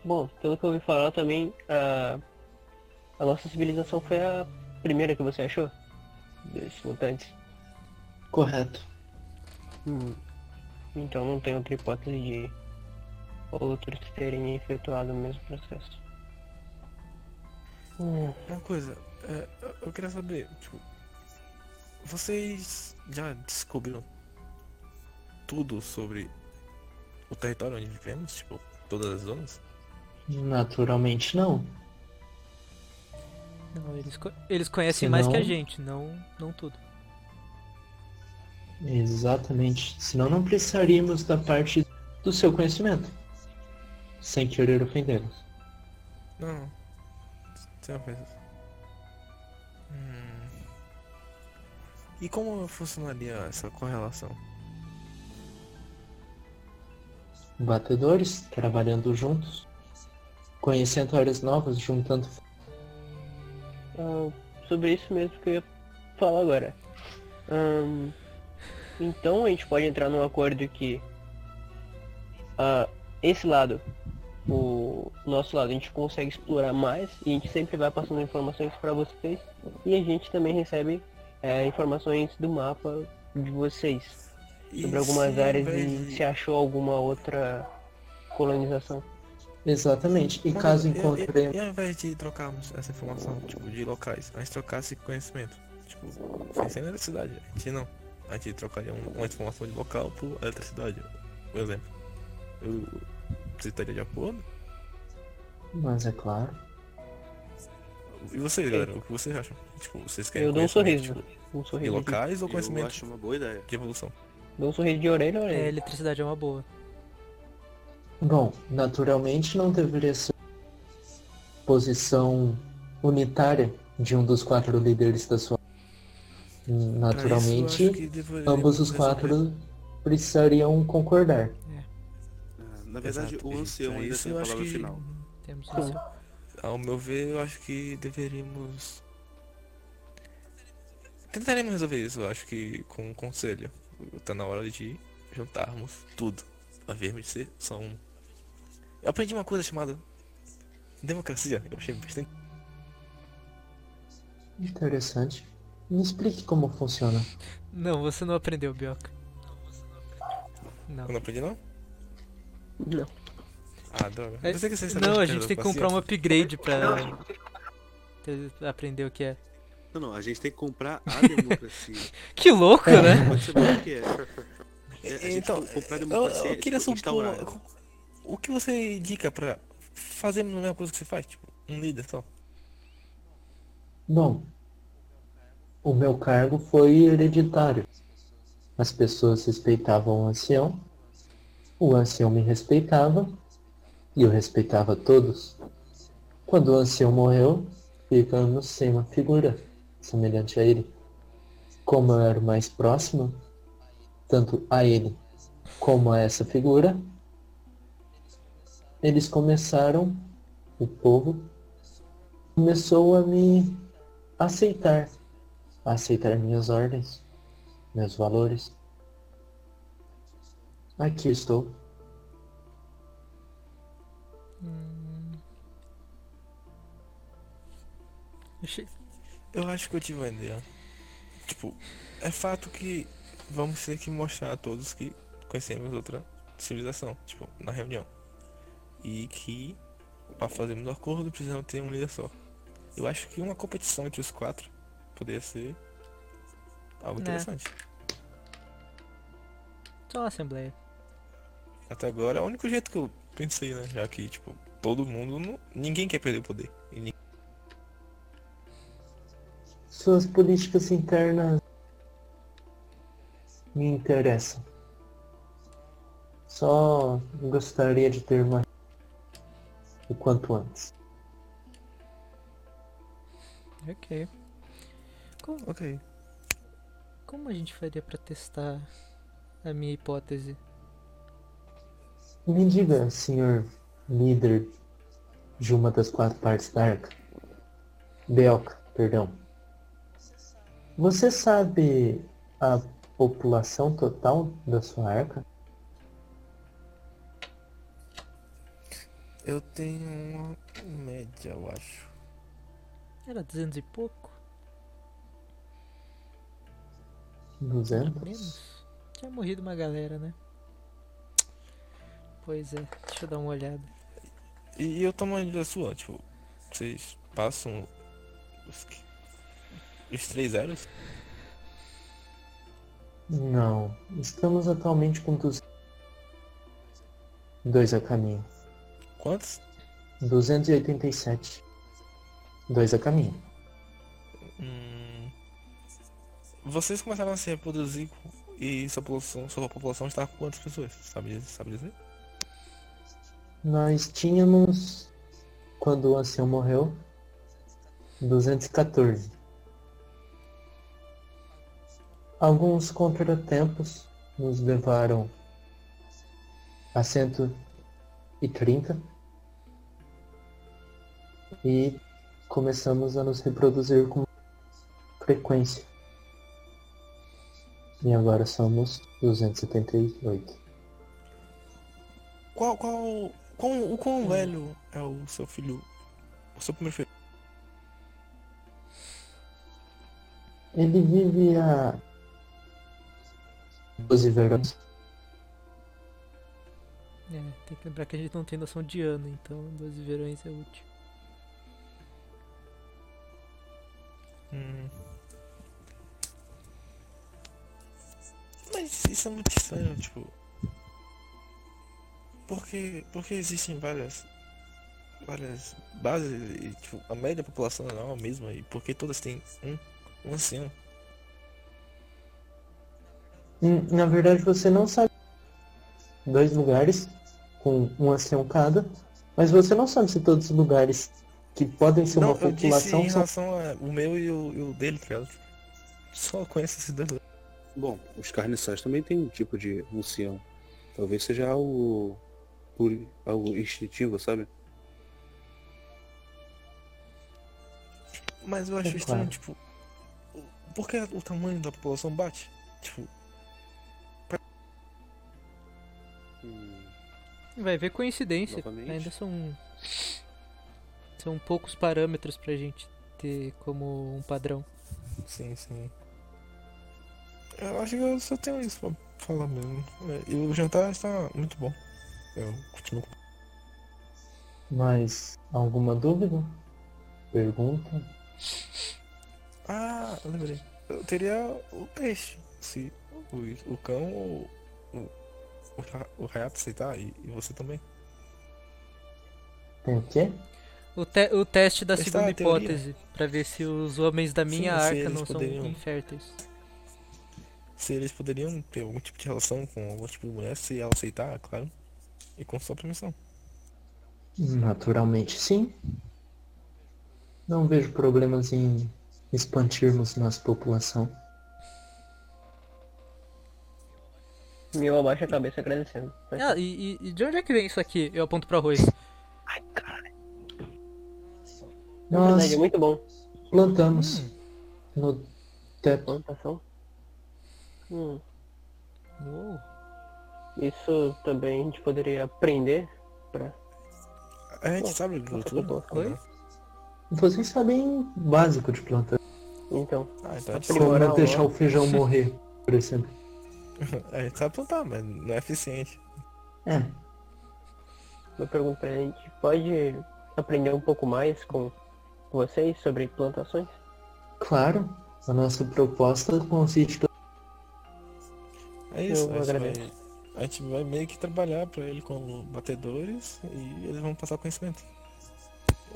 Speaker 1: Bom, pelo que eu ouvi falar também, a, a nossa civilização foi a primeira que você achou? Desses mutantes. Hum.
Speaker 2: Correto.
Speaker 1: Então não tem outra hipótese de outros terem efetuado o mesmo processo.
Speaker 3: Uma coisa, é, eu- eu queria saber, tipo, vocês já descobriram tudo sobre o território onde vivemos? Tipo, todas as zonas?
Speaker 2: Naturalmente não.
Speaker 4: não, eles, co- eles conhecem mais que a gente, não não tudo.
Speaker 2: Exatamente. Senão não precisaríamos da parte do seu conhecimento. Sem querer ofendê-los.
Speaker 3: Não, sem ofensas. Hum. E como funcionaria essa correlação?
Speaker 2: Batedores trabalhando juntos. Conhecendo áreas novas, juntando.
Speaker 1: Ah, sobre isso mesmo que eu ia falar agora. Ahn, então a gente pode entrar num acordo que ah, esse lado, o nosso lado, a gente consegue explorar mais e a gente sempre vai passando informações para vocês e a gente também recebe eh, informações do mapa de vocês
Speaker 3: E
Speaker 1: sobre algumas
Speaker 3: se ao
Speaker 1: áreas
Speaker 3: invés
Speaker 1: e
Speaker 3: de-
Speaker 1: se achou alguma outra colonização.
Speaker 2: Exatamente. E
Speaker 3: Mas
Speaker 2: caso
Speaker 3: e- e-
Speaker 2: encontremos.
Speaker 3: E, ao invés de trocarmos essa informação, tipo, de locais, a gente trocasse conhecimento. Tipo, sem ser eletricidade. A gente não. A gente trocaria um- uma informação de local por eletricidade. Por exemplo. Eu você estaria de acordo?
Speaker 2: Mas é claro.
Speaker 3: E vocês, galera, o que vocês acham? Tipo, vocês querem
Speaker 1: Eu dou um
Speaker 3: conhecimento,
Speaker 1: sorriso.
Speaker 3: tipo,
Speaker 1: Um
Speaker 3: de
Speaker 1: sorriso. De,
Speaker 3: locais ou
Speaker 5: Eu
Speaker 3: conhecimento
Speaker 5: acho uma boa ideia.
Speaker 3: de evolução?
Speaker 1: dou um sorriso de orelha a
Speaker 4: É,
Speaker 1: orelha.
Speaker 4: eletricidade é uma boa.
Speaker 2: Bom, naturalmente não deveria ser posição unitária de um dos quatro líderes da sua.
Speaker 3: Pra Ah, isso, eu acho
Speaker 2: Naturalmente,
Speaker 3: que deveríamos
Speaker 2: ambos os
Speaker 3: resolver-
Speaker 2: quatro precisariam concordar.
Speaker 5: Ah, Na verdade,
Speaker 3: Exato,
Speaker 5: o
Speaker 3: gente.
Speaker 5: ancião
Speaker 3: Pra
Speaker 5: ainda
Speaker 3: isso,
Speaker 5: tem a
Speaker 3: eu acho
Speaker 5: palavra
Speaker 3: que-
Speaker 5: final.
Speaker 4: Temos isso.
Speaker 3: Ao meu ver, eu acho que deveríamos. Tentaremos resolver isso, eu acho que com um conselho. Tá na hora de juntarmos tudo. Havermos de ser só um. Eu aprendi uma coisa chamada democracia. Eu achei bastante.
Speaker 2: Interessante. Me explique como funciona.
Speaker 4: Não, você não aprendeu, Bioca. Não.
Speaker 3: Eu não aprendi, não?
Speaker 1: Não.
Speaker 3: Ah, droga.
Speaker 4: É,
Speaker 3: Eu sei que vocês sabem
Speaker 4: Não,
Speaker 3: o
Speaker 4: a
Speaker 3: que é
Speaker 4: gente tem que
Speaker 3: democracia.
Speaker 4: comprar um upgrade pra pra aprender o que é.
Speaker 5: Não, não, a gente tem que comprar a democracia.
Speaker 4: Que louco, né?
Speaker 5: Pode saber o que é. É, a gente
Speaker 3: Então,
Speaker 5: com- comprar
Speaker 3: eu,
Speaker 5: democracia
Speaker 3: eu
Speaker 5: é,
Speaker 3: queria
Speaker 5: tipo,
Speaker 4: tá
Speaker 5: instaurar
Speaker 3: supor.
Speaker 5: ela.
Speaker 3: O que você indica pra fazer a mesma coisa que você faz? Tipo, um líder só.
Speaker 2: Bom, o meu cargo foi hereditário. As pessoas respeitavam o ancião, o ancião me respeitava e eu respeitava todos. Quando o ancião morreu, ficamos sem uma figura semelhante a ele. Como eu era o mais próximo, tanto a ele como a essa figura, eles começaram, o povo começou a me aceitar, aceitar minhas ordens, meus valores. Aqui estou.
Speaker 4: Achei-
Speaker 3: Eu acho que eu tive uma ideia. Tipo, é fato que vamos ter que mostrar a todos que conhecemos outra civilização, tipo, na reunião. E que, pra fazermos um acordo, precisamos ter um líder só. Eu acho que uma competição entre os quatro poderia ser algo
Speaker 4: É.
Speaker 3: interessante.
Speaker 4: Só a Assembleia.
Speaker 3: Até agora é o único jeito que eu pensei, né? Já que, tipo, todo mundo. não- Ninguém quer perder o poder. E ni-
Speaker 2: Suas políticas internas me interessam. Só gostaria de ter mais o quanto antes.
Speaker 4: Ok. Como,
Speaker 6: Ok.
Speaker 4: como a gente faria pra testar a minha hipótese?
Speaker 2: Me diga, senhor líder de uma das quatro partes da arca. Belka, perdão. Você sabe a população total da sua arca?
Speaker 3: Eu tenho uma média, eu acho.
Speaker 4: Era 200 e pouco?
Speaker 2: 200?
Speaker 4: Menos? Tinha morrido uma galera, né? Pois é, deixa eu dar uma olhada.
Speaker 3: E, e o tamanho da sua? Tipo, vocês passam os, que- os três zeros?
Speaker 2: Não. Estamos atualmente com 200. Dois a caminho.
Speaker 3: Quantos?
Speaker 2: 287. Dois a caminho.
Speaker 3: Hum, vocês começaram a se reproduzir com- e sua população, sua população está com quantas pessoas? Sabe, sabe dizer?
Speaker 2: Nós tínhamos, quando o ancião morreu, 214. Alguns contratempos nos levaram a 130 e começamos a nos reproduzir com frequência. E agora somos 278.
Speaker 3: Qual, qual, qual, o quão velho é o seu filho? O seu primeiro filho?
Speaker 2: Ele vive a 12 verões.
Speaker 4: É, tem que lembrar que a gente não tem noção de ano, então 12 verões é útil.
Speaker 3: Hum. Mas isso é muito estranho, tipo. Porque, porque existem várias. Várias bases e tipo, a média da população não é a mesma e porque todas têm um, um ancião.
Speaker 2: Hum, Na verdade, você não sabe. Dois lugares com um ancião cada, mas você não sabe se todos os lugares que podem ser
Speaker 3: Não,
Speaker 2: é uma
Speaker 3: eu disse em
Speaker 2: população são.
Speaker 3: relação a o meu e o, e o dele, tá ligado? Só conheço esses dois.
Speaker 5: Bom, os carniçais também têm um tipo de ancião. Talvez seja algo, por, algo instintivo, sabe?
Speaker 3: Mas eu acho
Speaker 2: É
Speaker 3: estranho,
Speaker 2: claro.
Speaker 3: tipo. o- Por que o tamanho da população bate? Tipo,
Speaker 5: Hum,
Speaker 4: Vai ver coincidência.
Speaker 5: Novamente.
Speaker 4: Ainda são. um, São poucos parâmetros pra gente ter como um padrão.
Speaker 3: Sim, sim. Eu acho que eu só tenho isso pra falar mesmo. É, E o jantar está muito bom. Eu continuo com.
Speaker 2: Mas alguma dúvida? Pergunta?
Speaker 3: Ah, lembrei. Eu teria o peixe. Se o, o cão ou o, Ha- o Hayato aceitar e, e você também.
Speaker 2: Tem o quê?
Speaker 4: O, te- o teste da
Speaker 3: Testar
Speaker 4: segunda
Speaker 3: a teoria.
Speaker 4: hipótese, pra ver se os homens da minha
Speaker 3: Sim, se
Speaker 4: arca
Speaker 3: eles
Speaker 4: não são
Speaker 3: poderiam.
Speaker 4: inférteis.
Speaker 3: Se eles poderiam ter algum tipo de relação com algum tipo de mulher, se ela aceitar, claro. E com sua permissão.
Speaker 2: Naturalmente sim. Não vejo problemas em expandirmos nossa população.
Speaker 1: Mil abaixa a cabeça agradecendo.
Speaker 4: Ah, e, e- e de onde é que vem isso aqui? Eu aponto pro arroz.
Speaker 1: Na
Speaker 2: Nós
Speaker 1: verdade, Hum. é muito bom.
Speaker 2: plantamos no teto.
Speaker 1: Plantação. Hum,
Speaker 4: Uou.
Speaker 1: isso também a gente poderia aprender pra.
Speaker 3: A gente sabe agricultura?
Speaker 1: Oi?
Speaker 3: né?
Speaker 2: Vocês sabem o básico de plantar.
Speaker 1: Então,
Speaker 3: Ah, então a gente,
Speaker 1: Aprimorar
Speaker 2: Como
Speaker 1: o
Speaker 2: deixar o feijão morrer, por exemplo.
Speaker 3: a gente sabe plantar, mas não é eficiente.
Speaker 2: É,
Speaker 1: eu pergunto pra é, gente, pode aprender um pouco mais com vocês sobre plantações?
Speaker 2: claro. A nossa proposta consiste
Speaker 3: É isso,
Speaker 1: Eu
Speaker 3: a gente, vai,
Speaker 1: agradeço.
Speaker 3: a gente vai meio que trabalhar pra ele como batedores e eles vão passar conhecimento.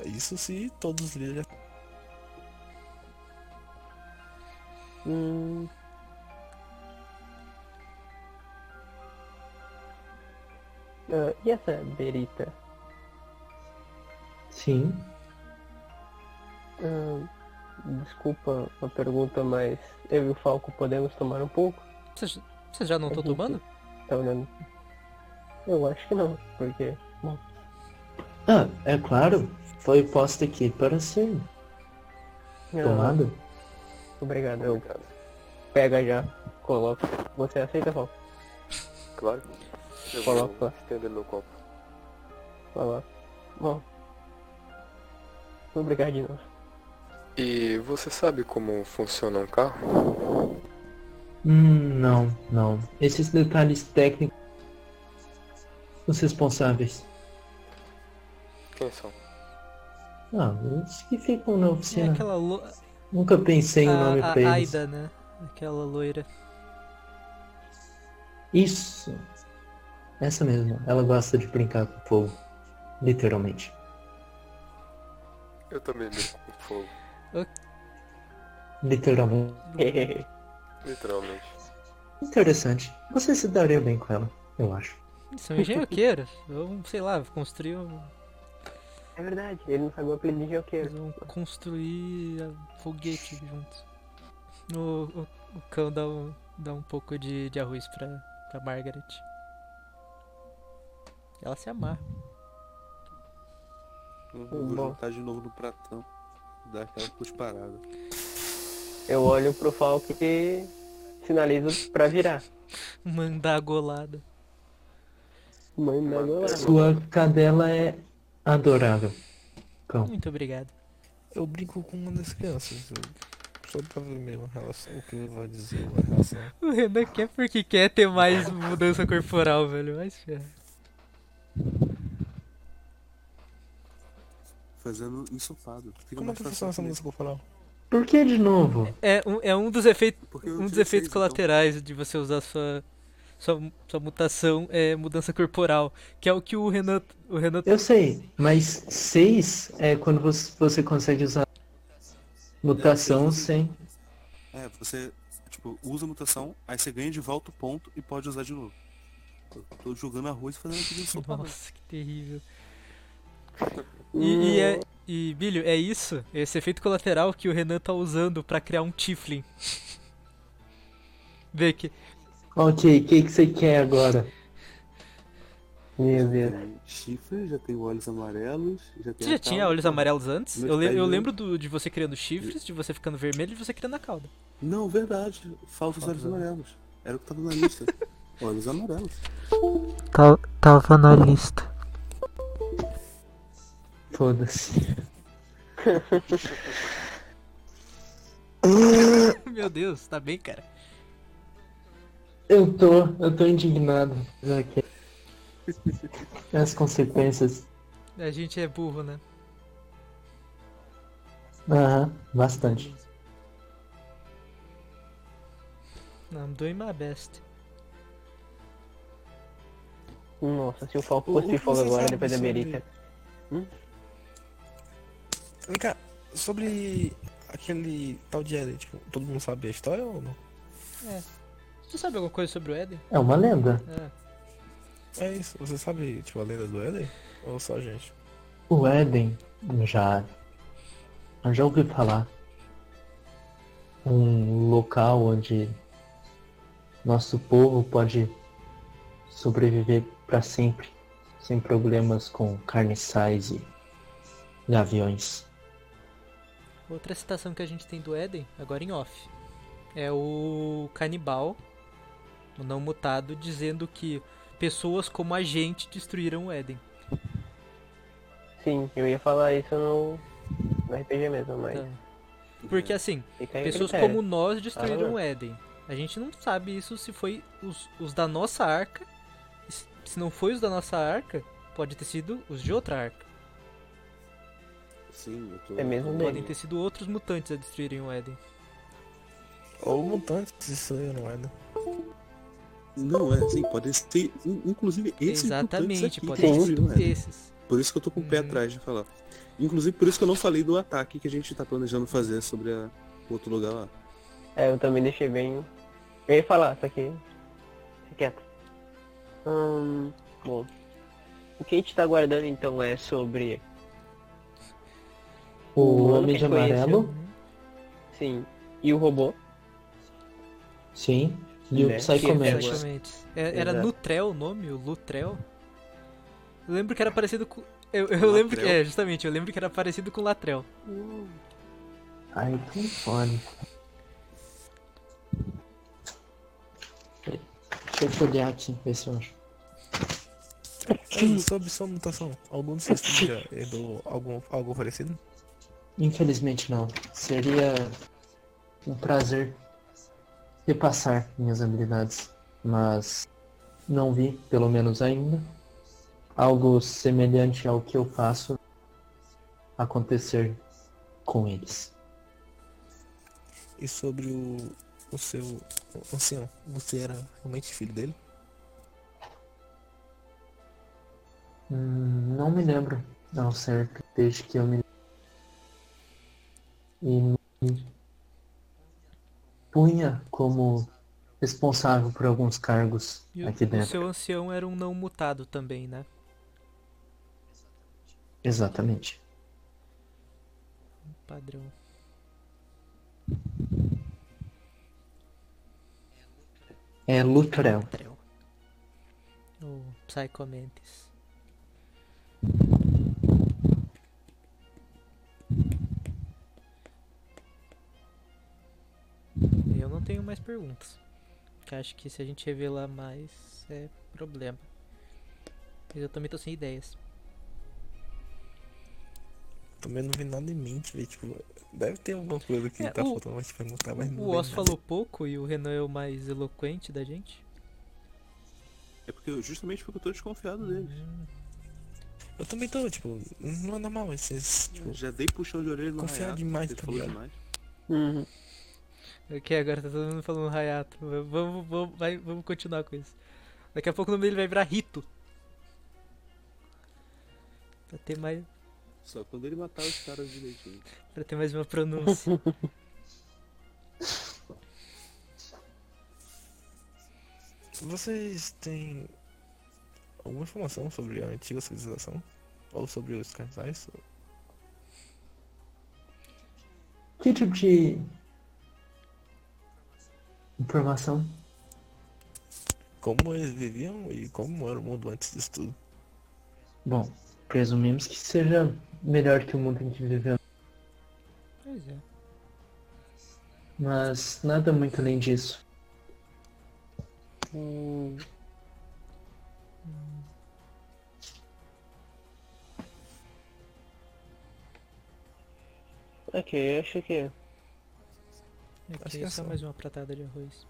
Speaker 3: É Isso se todos os líderes.
Speaker 1: Hum. Ah, e essa berita?
Speaker 2: Sim,
Speaker 1: Ah, desculpa a pergunta, mas eu e o Falco podemos tomar um pouco?
Speaker 4: Vocês vocês já não estão
Speaker 1: Uhum.
Speaker 4: tomando?
Speaker 1: Tá olhando? Eu acho que não, porque.
Speaker 2: Ah, é claro, foi posta aqui para ser
Speaker 4: É.
Speaker 1: Ah,
Speaker 2: tomada.
Speaker 1: Obrigado, eu
Speaker 7: Obrigado.
Speaker 1: pego já, coloco. Você aceita, Falco?
Speaker 7: Claro. Eu
Speaker 1: Coloca.
Speaker 7: vou estender meu copo.
Speaker 1: Vai lá. Bom. Obrigado de novo.
Speaker 7: E você sabe como funciona um carro?
Speaker 2: Hum, não, não. Esses detalhes técnicos. Os responsáveis.
Speaker 7: Quem são?
Speaker 2: Ah, os que ficam na
Speaker 4: É
Speaker 2: oficina.
Speaker 4: aquela lo...
Speaker 2: Nunca pensei em um nome
Speaker 4: a,
Speaker 2: pra
Speaker 4: a
Speaker 2: eles.
Speaker 4: Aida, né? Aquela loira.
Speaker 2: Isso. Essa mesmo. Ela gosta de brincar com o povo. Literalmente.
Speaker 7: Eu também brinco com fogo,
Speaker 2: Literalmente.
Speaker 1: É
Speaker 7: literalmente.
Speaker 2: Interessante. Você se daria bem com ela, eu acho.
Speaker 4: São engenhoqueiros. Vão, sei lá, construir um-
Speaker 1: é verdade, ele não sabe o apelido de
Speaker 4: Eles
Speaker 1: joqueiro.
Speaker 4: vão construir a- foguete juntos. O, o- o cão dá um, dá um pouco de, de arroz pra, pra Margaret. Ela se amarra.
Speaker 5: Não
Speaker 1: Hum,
Speaker 5: vou
Speaker 1: bom.
Speaker 5: juntar de novo no pratão. Dar aquela cusparada.
Speaker 1: Eu olho pro Falco e sinalizo pra virar.
Speaker 4: Mandar golada.
Speaker 1: Mãe né, da
Speaker 7: Mano,
Speaker 1: goela.
Speaker 2: Sua cadela é adorável. Cão.
Speaker 4: Muito obrigado.
Speaker 3: Eu brinco com uma das crianças. eu- Só pra ver mesmo a relação, o que eu vou dizer, uma relação.
Speaker 4: O Renan quer porque quer ter mais mudança corporal, velho. Mas ferra.
Speaker 5: Fazendo ensopado. Fica
Speaker 3: Como é
Speaker 5: mais
Speaker 3: que
Speaker 5: fácil
Speaker 3: funciona essa
Speaker 5: assim.
Speaker 3: música corporal?
Speaker 2: Por que de novo?
Speaker 4: É um, é um dos efeitos,
Speaker 5: Porque eu
Speaker 4: um dos
Speaker 5: tirei
Speaker 4: efeitos
Speaker 5: seis, então.
Speaker 4: colaterais de você usar sua, sua sua mutação é mudança corporal, que é o que o Renan o Renan tá
Speaker 2: Eu sei, mas 6 é quando você, você consegue usar mutação sem.
Speaker 5: É, você, tipo, usa a mutação, aí você ganha de volta o ponto e pode usar de novo. Eu tô jogando arroz e fazendo aquele ensopado.
Speaker 4: Nossa, que terrível. E, e é, e Bilho, é isso, esse efeito colateral que o Renan tá usando pra criar um Tiflin. Vê que
Speaker 2: Ok, o que, que você quer agora?
Speaker 1: Meu Deus.
Speaker 5: Tem chifre, já tem olhos amarelos, já tem
Speaker 4: você já
Speaker 5: a
Speaker 4: tinha
Speaker 5: cauda.
Speaker 4: olhos amarelos antes?
Speaker 5: Meus
Speaker 4: Eu, le-
Speaker 5: pés
Speaker 4: eu
Speaker 5: doem.
Speaker 4: lembro do- de você criando chifres, de você ficando vermelho e de você criando a cauda.
Speaker 5: Não, verdade. Falsos olhos amarelos. Era o que tava na lista. olhos amarelos.
Speaker 4: Tava na lista.
Speaker 2: Foda-se.
Speaker 4: Meu Deus, tá bem, cara.
Speaker 2: Eu tô, eu tô indignado. Já que... As consequências.
Speaker 4: A gente é burro, né?
Speaker 2: Aham, bastante.
Speaker 4: Não, I'm doing my best.
Speaker 1: Nossa, se o Falco
Speaker 3: O-
Speaker 1: fosse
Speaker 3: o
Speaker 1: de
Speaker 3: que
Speaker 1: fogo
Speaker 3: você
Speaker 1: agora,
Speaker 3: sabe
Speaker 1: depois da
Speaker 3: sobre-
Speaker 1: Berica.
Speaker 3: Hum? Vem cá, sobre aquele tal de Eden, tipo, todo mundo sabe a história ou não?
Speaker 4: Tu É. sabe alguma coisa sobre o Éden?
Speaker 2: É uma lenda.
Speaker 4: Ah,
Speaker 3: É isso, você sabe, tipo, a lenda do Eden? Ou só a gente?
Speaker 2: O Éden já. eu Já ouvi falar. Um local onde nosso povo pode sobreviver para sempre, sem problemas com carniçais e gaviões.
Speaker 4: outra citação que a gente tem do Éden, agora em off, é o canibal, o não mutado, dizendo que pessoas como a gente destruíram o Éden.
Speaker 1: Sim, eu ia falar isso no, no RPG mesmo,
Speaker 3: É.
Speaker 1: mas.
Speaker 4: Tá.
Speaker 5: É.
Speaker 4: Porque assim,
Speaker 1: Fica aí o
Speaker 4: Pessoas
Speaker 1: critério.
Speaker 4: como nós
Speaker 1: Ah,
Speaker 4: destruíram o Éden. A gente não sabe isso se foi os, os da nossa arca. E se- Se não foi os da nossa arca, pode ter sido os de outra arca.
Speaker 5: Sim, eu tô.
Speaker 1: É mesmo
Speaker 4: Podem
Speaker 1: dele.
Speaker 4: ter sido outros mutantes a destruírem o Éden.
Speaker 3: Ou mutantes, isso aí não é, né?
Speaker 5: Não, é, sim, podem ser. in- Inclusive, esses mutantes
Speaker 4: Exatamente,
Speaker 5: aqui um
Speaker 4: pode
Speaker 5: que
Speaker 4: ter
Speaker 1: Sim.
Speaker 4: sido
Speaker 5: destruíram ela.
Speaker 4: esses.
Speaker 5: né? Por isso que eu tô com o pé
Speaker 4: Uhum.
Speaker 5: atrás de falar. Inclusive, por isso que eu não falei do ataque que a gente tá planejando fazer sobre a- o outro lugar lá.
Speaker 1: É, eu também deixei bem. Eu ia falar, só que. Fique quieto. Hum, bom. O que a gente tá aguardando então é sobre.
Speaker 2: O
Speaker 1: Mano,
Speaker 2: Homem de
Speaker 1: quem conhece?
Speaker 2: Amarelo,
Speaker 1: Sim. E o robô?
Speaker 2: sim, e o
Speaker 1: Né? Que é
Speaker 2: Psychomantis.
Speaker 4: Exatamente. É- Era
Speaker 1: Exato.
Speaker 4: Nutrel o nome, o Lutrel. Eu lembro que era parecido com. Eu, eu lembro que.
Speaker 5: Latrel?
Speaker 4: É, justamente, eu lembro que era parecido com Latrel.
Speaker 2: Ai, que fone. Deixa eu olhar aqui, ver se eu acho.
Speaker 3: Ei, Tipo, sobre sua mutação, algum de vocês tem já herdou algum, algo parecido?
Speaker 2: Infelizmente não. Seria um prazer repassar minhas habilidades, mas não vi, pelo menos ainda, algo semelhante ao que eu faço acontecer com eles.
Speaker 3: E sobre o, o seu ancião, você era realmente filho dele?
Speaker 2: Hum, não me lembro ao certo, desde que eu me e me punha como responsável por alguns cargos
Speaker 4: E o,
Speaker 2: aqui
Speaker 4: o
Speaker 2: dentro.
Speaker 4: seu ancião era um não mutado também, né?
Speaker 2: Exatamente.
Speaker 4: Padrão.
Speaker 2: É Lutrel.
Speaker 4: Trel. O Psychomantis. Eu não tenho mais perguntas. Porque acho que se a gente revelar mais é problema. Mas eu também tô sem ideias.
Speaker 3: Também não vi nada em mente, velho. Tipo, deve ter alguma coisa que
Speaker 4: É,
Speaker 3: tá
Speaker 4: o-
Speaker 3: faltando, mas tipo, não tá mais
Speaker 4: O Oz falou pouco e o Renan é o mais eloquente da gente.
Speaker 5: É porque eu- justamente porque eu tô desconfiado dele.
Speaker 3: Eu também tô, tipo, não é normal, vocês, tipo,
Speaker 5: Já dei puxão de orelha no
Speaker 3: Confiar
Speaker 5: Hayato,
Speaker 3: demais,
Speaker 5: ele
Speaker 3: tá
Speaker 5: falou
Speaker 3: ligado?
Speaker 5: demais.
Speaker 1: Uhum.
Speaker 4: Ok, agora tá todo mundo falando Hayato. V- Vamos, vamos, vai- vamos continuar com isso. Daqui a pouco o nome dele vai virar Rito. Pra ter mais,
Speaker 5: Só quando ele matar os caras direitinho.
Speaker 4: pra ter mais uma pronúncia.
Speaker 3: vocês têm alguma informação sobre a antiga civilização? Ou sobre os carnais?
Speaker 2: Que tipo de informação?
Speaker 3: Como eles viviam e como era o mundo antes disso tudo?
Speaker 2: Bom, presumimos que seja melhor que o mundo em que vivemos,
Speaker 4: pois é.
Speaker 2: mas nada muito além disso.
Speaker 1: Ok, acho que.
Speaker 3: Acho que
Speaker 4: Ok,
Speaker 3: é
Speaker 4: só
Speaker 3: só.
Speaker 4: mais uma pratada de arroz.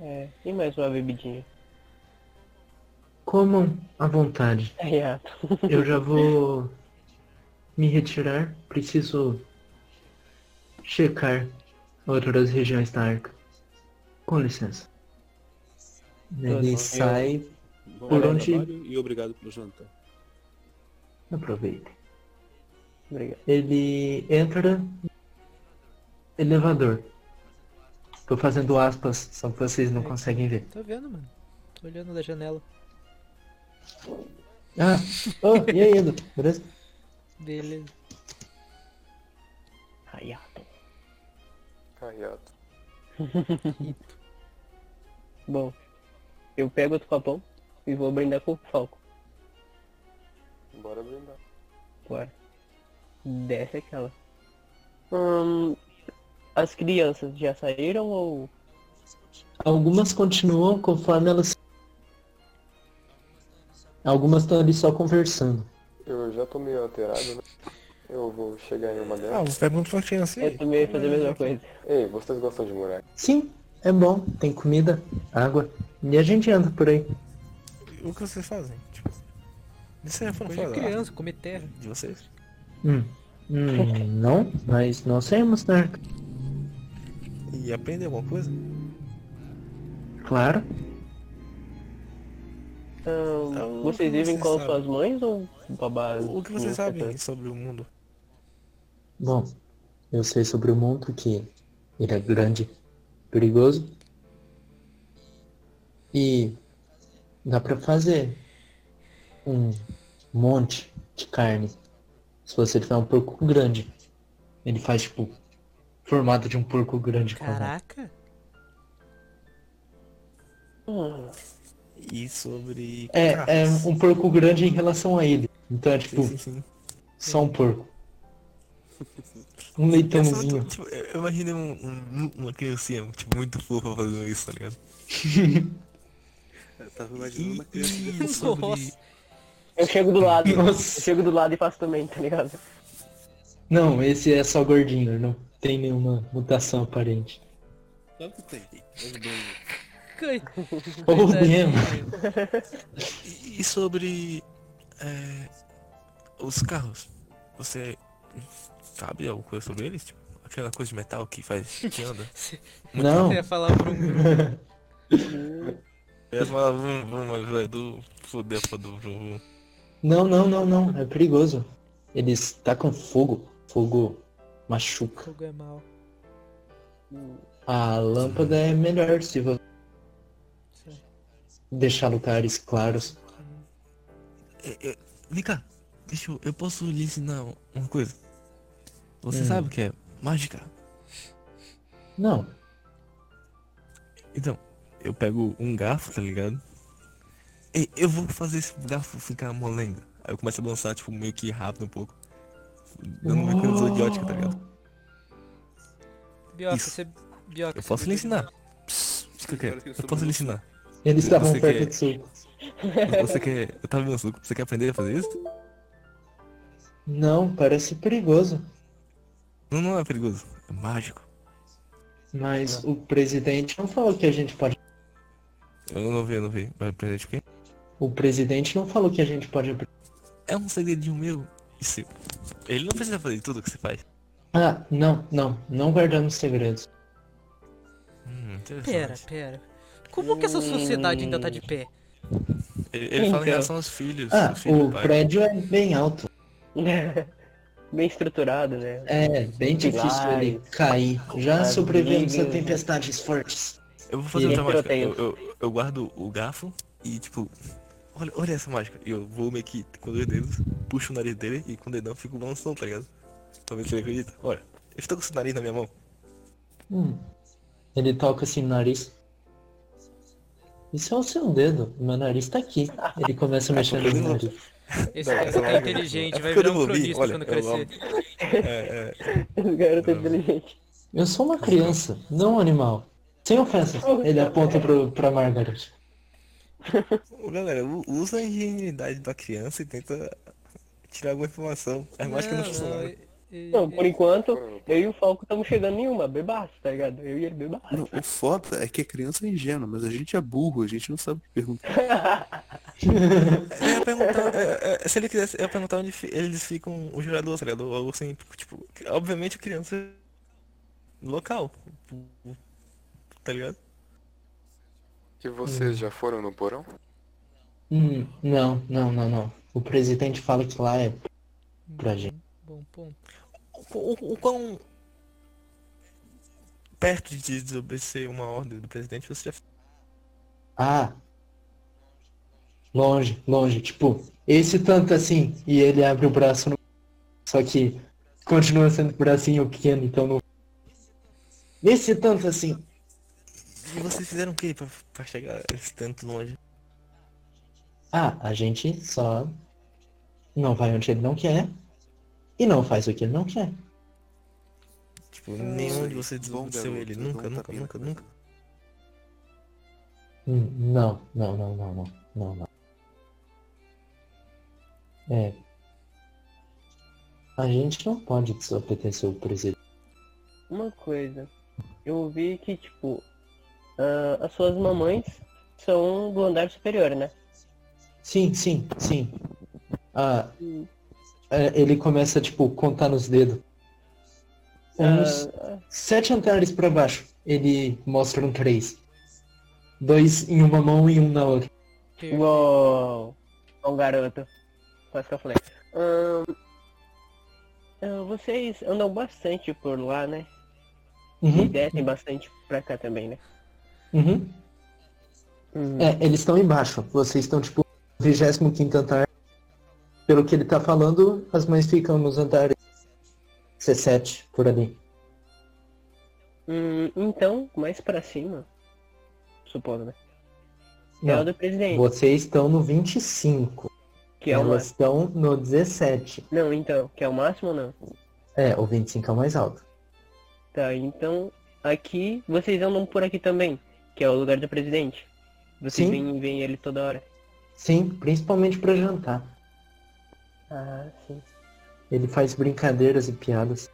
Speaker 1: É. E mais uma bebidinha.
Speaker 2: Comam à vontade.
Speaker 1: É, Yato.
Speaker 2: Eu já vou me retirar. Preciso checar outras regiões da arca. Com licença. Ele
Speaker 5: Então,
Speaker 2: sai,
Speaker 5: Bom
Speaker 2: Por onde-
Speaker 5: trabalho E obrigado pelo jantar.
Speaker 2: aproveita.
Speaker 1: Obrigado.
Speaker 2: Ele entra no elevador. Tô fazendo aspas, só que vocês não conseguem ver.
Speaker 4: Tô vendo, mano. Tô olhando da janela
Speaker 2: Ah, oh, e aí, Edu? Beleza?
Speaker 4: dele.
Speaker 1: Hayato.
Speaker 7: Hayato.
Speaker 1: Bom, eu pego outro copão e vou brindar com o Falco.
Speaker 7: Bora brindar.
Speaker 1: Bora. Desce aquela. Hum, as crianças já saíram ou.
Speaker 2: Algumas continuam conforme elas. Algumas estão ali só conversando.
Speaker 7: Eu já tô meio alterado, né? Eu vou chegar em uma
Speaker 9: Ah,
Speaker 7: delas.
Speaker 9: você pergunta pra criança
Speaker 3: assim,
Speaker 9: aí.
Speaker 1: Eu também ia fazer a
Speaker 9: Hum,
Speaker 1: mesma coisa.
Speaker 7: Ei, vocês gostam de muralha?
Speaker 2: Sim, é bom, tem comida, água. E a gente anda por aí.
Speaker 9: O que vocês fazem? Tipo, isso
Speaker 3: é
Speaker 9: aí foi
Speaker 4: Coisa de é criança, comer terra.
Speaker 3: Uhum.
Speaker 9: de vocês?
Speaker 2: Hum. Hum, não, mas nós temos, né?
Speaker 9: E aprendem alguma coisa?
Speaker 2: Claro.
Speaker 1: Hum,
Speaker 9: Então,
Speaker 1: vocês vivem
Speaker 9: vocês
Speaker 1: com
Speaker 9: sabem.
Speaker 1: suas mães ou babá?
Speaker 9: O que vocês
Speaker 1: Nossa,
Speaker 9: sabem sobre o mundo?
Speaker 2: Bom, eu sei sobre o mundo que ele é grande, perigoso. E dá pra fazer um monte de carne. Se você tiver um porco grande. Ele faz tipo formato de um porco grande. com a mão.
Speaker 4: Caraca.
Speaker 1: hum,
Speaker 9: E sobre. carros?
Speaker 2: É, é um porco grande em relação a ele. Então é tipo
Speaker 9: Sim, sim, sim. é
Speaker 2: só um porco. Um
Speaker 3: Eu só tô-
Speaker 2: leitãozinho.
Speaker 3: tipo, eu eu imaginei um, um- uma criancinha tipo, muito fofa fazendo isso, tá ligado?
Speaker 5: Eu tava imaginando
Speaker 3: E,
Speaker 5: uma criança de
Speaker 3: e sobre.
Speaker 4: Nossa.
Speaker 1: Eu chego do lado.
Speaker 2: Nossa.
Speaker 1: Eu chego do lado e faço também, tá ligado?
Speaker 2: Não, esse é só gordinho, ele não tem nenhuma mutação aparente.
Speaker 5: Claro que tem. Mas bem,
Speaker 4: Coi-
Speaker 2: Ou
Speaker 4: coisa
Speaker 2: mesmo.
Speaker 4: de-
Speaker 3: E sobre é, os carros, você sabe alguma coisa sobre eles? Tipo, aquela coisa de metal que faz que anda?
Speaker 4: Você
Speaker 2: Não,
Speaker 4: ia falar pra um
Speaker 3: Eu ia falar, vamos, vamos ajudar o Edu, foder a porra do Bruno.
Speaker 2: não, não, não, não. É perigoso. Eles tacam fogo. Fogo machuca.
Speaker 4: fogo é mal.
Speaker 2: A lâmpada é melhor se você deixar lugares claros.
Speaker 3: É, é, vem cá, deixa eu, eu posso lhe ensinar uma coisa. Você
Speaker 2: Hum.
Speaker 3: sabe o que é mágica?
Speaker 2: Não.
Speaker 3: Então, eu pego um garfo, tá ligado? E eu vou fazer esse garfo ficar molenga. Aí eu começo a dançar, tipo, meio que rápido um pouco. Dando uma coisa idiótica, tá ligado?
Speaker 4: Bioca,
Speaker 3: Isso.
Speaker 4: você. Bioca,
Speaker 3: Eu
Speaker 4: você-
Speaker 3: posso lhe ensinar. Psst, isso que eu quero. Eu posso lhe ensinar.
Speaker 2: Eles estavam
Speaker 3: Você
Speaker 2: perto
Speaker 3: quer-
Speaker 2: do suco.
Speaker 3: Você quer. Eu tava vendo suco. Você quer aprender a fazer isso?
Speaker 2: Não, parece perigoso.
Speaker 3: Não, não é perigoso. É mágico.
Speaker 2: Mas o presidente não falou que a gente pode.
Speaker 3: Eu não vi, eu não vi. Vai aprender de quem?
Speaker 2: O presidente não falou que a gente pode.
Speaker 3: É um segredinho meu e seu. Ele não precisa fazer tudo o que você faz.
Speaker 2: Ah, não, não. Não guardamos segredos.
Speaker 3: Hum, interessante.
Speaker 4: Pera, pera. Como que essa sociedade ainda tá de pé?
Speaker 3: Ele, ele fala em
Speaker 1: Então.
Speaker 3: relação aos filhos.
Speaker 2: Ah,
Speaker 3: filho,
Speaker 2: o
Speaker 3: pai.
Speaker 2: prédio é bem alto.
Speaker 1: Bem estruturado, né?
Speaker 2: É, bem difícil ele cair. Já
Speaker 1: Pilares,
Speaker 2: sobrevivemos a
Speaker 1: níveis, né?
Speaker 2: tempestades fortes.
Speaker 3: Eu vou fazer
Speaker 2: E um.
Speaker 3: outra mágica.
Speaker 1: tiroteio.
Speaker 3: Eu, eu, eu guardo o garfo e tipo. Olha, olha essa mágica. E eu vou meio que com dois dedos, puxo o nariz dele e com o dedão fico balançando, tá ligado? Talvez ele acredita. Olha, eu estou com esse nariz na minha mão.
Speaker 2: Hum. Ele toca assim no nariz. Isso é o seu dedo. Meu nariz tá aqui. Ele começa a mexer
Speaker 3: Ah, porque
Speaker 2: no
Speaker 3: eu-
Speaker 2: nariz.
Speaker 4: Esse
Speaker 3: Não,
Speaker 4: cara
Speaker 3: essa
Speaker 4: é
Speaker 3: mágica-
Speaker 4: inteligente,
Speaker 3: é
Speaker 4: vai
Speaker 3: porque eu
Speaker 4: virar um
Speaker 3: devolvi,
Speaker 4: cronista
Speaker 3: olha,
Speaker 4: quando
Speaker 3: eu amo.
Speaker 4: crescer.
Speaker 3: É, é,
Speaker 1: Esse garoto é inteligente.
Speaker 2: Eu sou uma criança, não um animal. Sem ofensa. Ele aponta pro, pra Margaret.
Speaker 3: Ô, Galera, u- usa a ingenuidade da criança e tenta tirar alguma informação. A mágica não, funciona.
Speaker 4: e- e-
Speaker 1: Não, por enquanto,
Speaker 7: Foram-
Speaker 1: eu e o Falco estamos chegando em uma, bebaço, tá ligado? Eu e ele bebaço.
Speaker 5: o foda é que a criança é ingênua, mas a gente é burro, a gente não sabe o que perguntar.
Speaker 3: Eu ia perguntar, é, é, se ele quisesse, eu ia perguntar onde fi- eles ficam o gerador, tá ligado? Ou algo assim, tipo, obviamente a criança é local. Tá ligado?
Speaker 7: E vocês já foram no porão?
Speaker 2: Hum, não, não, não, não. O presidente fala que lá é pra gente.
Speaker 4: Bom ponto.
Speaker 3: O, o- o quão perto de desobedecer uma ordem do presidente você já
Speaker 2: Ah. Longe, longe. Tipo, esse tanto assim. E ele abre o braço no. Só que continua sendo bracinho pequeno, então não. Esse tanto assim.
Speaker 3: E vocês fizeram o que pra, pra chegar esse tanto longe?
Speaker 2: Ah, a gente só não vai onde ele não quer e não faz o que ele não quer.
Speaker 3: Tipo, nenhum de vocês
Speaker 5: Bom
Speaker 3: desobedeceu
Speaker 5: garoto,
Speaker 3: ele.
Speaker 5: dá um
Speaker 3: Nunca, nunca,
Speaker 5: tapinha na
Speaker 3: nunca,
Speaker 5: cabeça.
Speaker 3: nunca.
Speaker 2: Hum, Não, não, não, não, não, não, não. É. A gente não pode desobedecer o presidente.
Speaker 1: Uma coisa, eu ouvi que, tipo, ah, as suas mamães são do andar superior, né?
Speaker 2: Sim, sim, sim. Ah, é, ele começa, tipo, contar nos dedos. Uns
Speaker 1: Ah,
Speaker 2: sete andares pra baixo. Ele mostra um três. Dois em uma mão e um na outra.
Speaker 4: Perfeito.
Speaker 1: uou, um garoto. Quase que eu falei. Ahn, ah, vocês andam bastante por lá, né? E
Speaker 2: Uhum,
Speaker 1: descem bastante pra cá também, né?
Speaker 2: uhum.
Speaker 1: Hum,
Speaker 2: É, eles estão embaixo. Vocês estão, tipo, no 25 andar. Pelo que ele tá falando, as mães ficam nos andares 17, por ali.
Speaker 1: hum, então, mais pra cima, supondo, né? É o
Speaker 2: Não,
Speaker 1: do presidente,
Speaker 2: vocês estão no 25.
Speaker 1: que é o
Speaker 2: elas
Speaker 1: máximo.
Speaker 2: estão no 17.
Speaker 1: Não, então, que é o máximo ou não?
Speaker 2: É, o 25 é o mais alto.
Speaker 1: Tá, então aqui vocês andam por aqui também, que é o lugar do presidente. Vocês
Speaker 2: Sim.
Speaker 1: veem, veem ele toda hora.
Speaker 2: Sim, principalmente pra jantar.
Speaker 1: Ah, sim.
Speaker 2: Ele faz brincadeiras e piadas.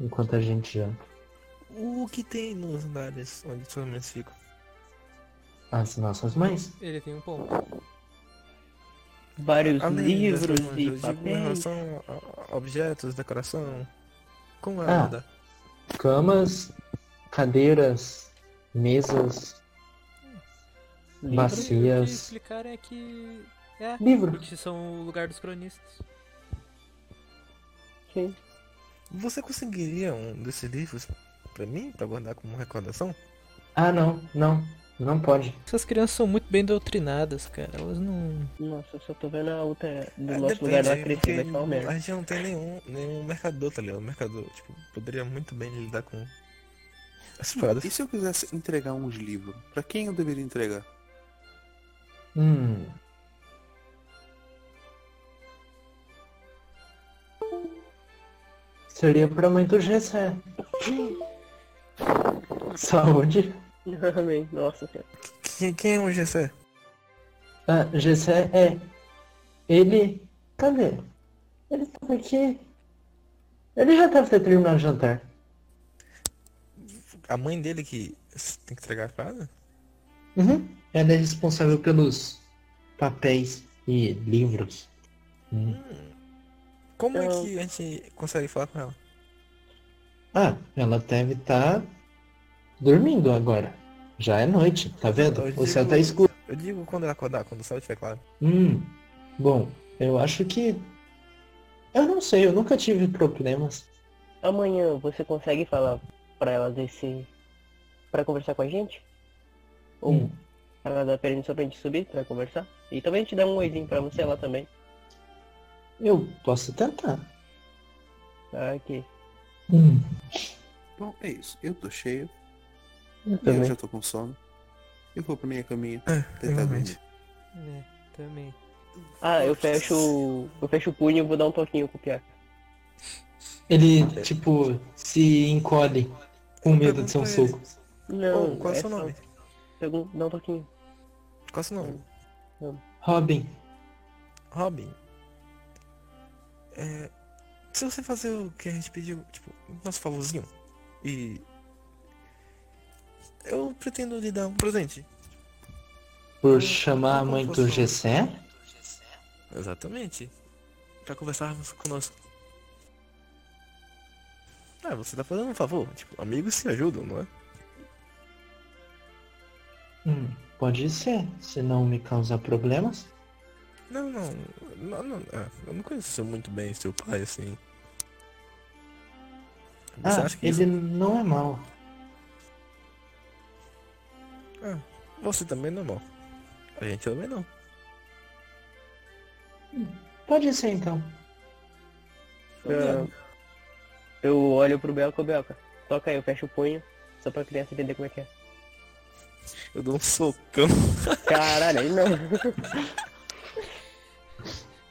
Speaker 2: Enquanto a gente janta.
Speaker 3: O que tem nos andares onde suas mães ficam?
Speaker 2: As nossas mães.
Speaker 4: Ele tem um ponto.
Speaker 1: Vários
Speaker 3: Além das
Speaker 1: livros
Speaker 3: mães, eu
Speaker 1: e
Speaker 3: digo em
Speaker 1: papéis.
Speaker 3: relação a, a objetos, decoração. Como é
Speaker 2: Ah.
Speaker 3: o andar?
Speaker 2: Camas, cadeiras, mesas,
Speaker 1: livros.
Speaker 2: Mas-
Speaker 4: O que
Speaker 2: Macias.
Speaker 4: explicaram é que. É,
Speaker 2: Livro.
Speaker 4: porque são o lugar dos cronistas.
Speaker 1: Sim.
Speaker 3: Você conseguiria um desses livros pra mim, pra guardar como recordação?
Speaker 2: Ah, não, não, não pode.
Speaker 4: Essas crianças são muito bem doutrinadas, cara. Elas não.
Speaker 1: Nossa, eu só tô vendo a outra do
Speaker 3: Ah,
Speaker 1: nosso lugar lá crescer,
Speaker 3: depende,
Speaker 1: vai
Speaker 3: porque
Speaker 1: ficar é o mesmo.
Speaker 3: A gente não tem nenhum, nenhum mercador, tá ligado? O mercador, tipo, poderia muito bem lidar com
Speaker 1: Hum,
Speaker 3: essas paradas.
Speaker 5: E se eu quisesse entregar uns livros? Pra quem eu deveria entregar?
Speaker 2: Hum. Seria pra mãe do Gessé. Saúde.
Speaker 1: Amém. Nossa senhora.
Speaker 3: Quem, quem é o GC?
Speaker 2: Ah, Gessé é. Ele. Cadê? Ele tava aqui. Ele já deve ter terminado de jantar.
Speaker 3: A mãe dele que tem que entregar a parada?
Speaker 2: Uhum. Ela é responsável pelos papéis e livros.
Speaker 3: Como é
Speaker 1: Eu-
Speaker 3: que a gente consegue falar com ela?
Speaker 2: Ah, ela deve estar dormindo agora. Já é noite, tá vendo?
Speaker 3: Eu
Speaker 2: O céu
Speaker 3: digo-
Speaker 2: tá escuro.
Speaker 3: Eu digo quando ela acordar, quando o céu estiver claro.
Speaker 2: Hum. Bom, eu acho que. Eu não sei, eu nunca tive problemas.
Speaker 1: Amanhã você consegue falar pra ela descer pra conversar com a gente? Ou
Speaker 2: Hum.
Speaker 1: pra ela dar permissão pra gente subir pra conversar? E também te dar um oizinho pra você lá também.
Speaker 2: Eu posso tentar.
Speaker 1: Tá, aqui.
Speaker 2: Hum.
Speaker 5: Bom, é isso. Eu tô cheio.
Speaker 3: Uhum.
Speaker 2: Eu
Speaker 5: Eu
Speaker 2: também.
Speaker 5: já tô com sono. Eu vou pra minha caminha. Tentar
Speaker 3: Realmente.
Speaker 5: dormir.
Speaker 4: É, também.
Speaker 1: Ah, eu fecho. o- Eu fecho o punho e vou dar um toquinho com o Pia.
Speaker 2: Ele, tipo, se encolhe com medo de ser um
Speaker 3: Pergunta pra
Speaker 2: soco.
Speaker 1: Não,
Speaker 3: Ô, qual é o seu
Speaker 1: Oh, só-
Speaker 3: nome?
Speaker 1: Pergun- Dá um toquinho.
Speaker 3: Qual é o seu nome?
Speaker 2: Robin,
Speaker 3: Robin. É, se você fazer o que a gente pediu, tipo, nosso favorzinho, e. Eu pretendo lhe dar um presente. Hum.
Speaker 2: por chamar a
Speaker 3: como
Speaker 2: mãe do
Speaker 3: posso-
Speaker 2: Gessé?
Speaker 3: Exatamente. Pra conversarmos conosco. Ah, você tá fazendo um favor. Tipo, amigos se ajudam, não é?
Speaker 2: Hum, pode ser, se não me causar problemas.
Speaker 3: Não, não. não, não é, eu não conheço muito bem seu pai, assim. Você
Speaker 2: ah,
Speaker 3: acha que
Speaker 2: ele
Speaker 3: isso-
Speaker 2: não é mau.
Speaker 3: você também não é mal? A gente também não.
Speaker 2: Pode ser então.
Speaker 1: Eu, eu olho pro Belka, ô Belka, toca aí, eu fecho o punho, só pra criança entender como é que é.
Speaker 3: Eu dou um socão.
Speaker 1: Caralho, aí não.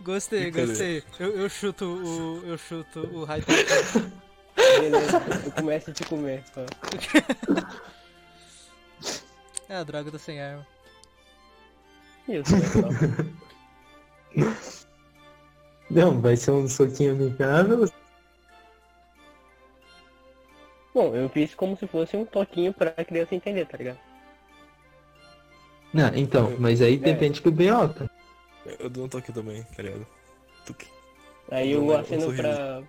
Speaker 4: Gostei,
Speaker 3: Brincadeira.
Speaker 4: gostei. Eu, eu chuto o. Eu chuto o hype.
Speaker 1: Beleza, eu começo a te comer. Só.
Speaker 4: É a droga da sem arma.
Speaker 1: Isso, né,
Speaker 2: Não, vai ser um soquinho amigável.
Speaker 1: Bom, eu fiz como se fosse um toquinho pra criança entender, tá ligado?
Speaker 2: Não, então, mas aí depende do Beota.
Speaker 3: Eu dou um toque também, tá ligado? Tuque.
Speaker 1: Aí eu
Speaker 3: Não,
Speaker 6: é
Speaker 3: não, um
Speaker 1: aceno
Speaker 3: sorriso.
Speaker 1: pra,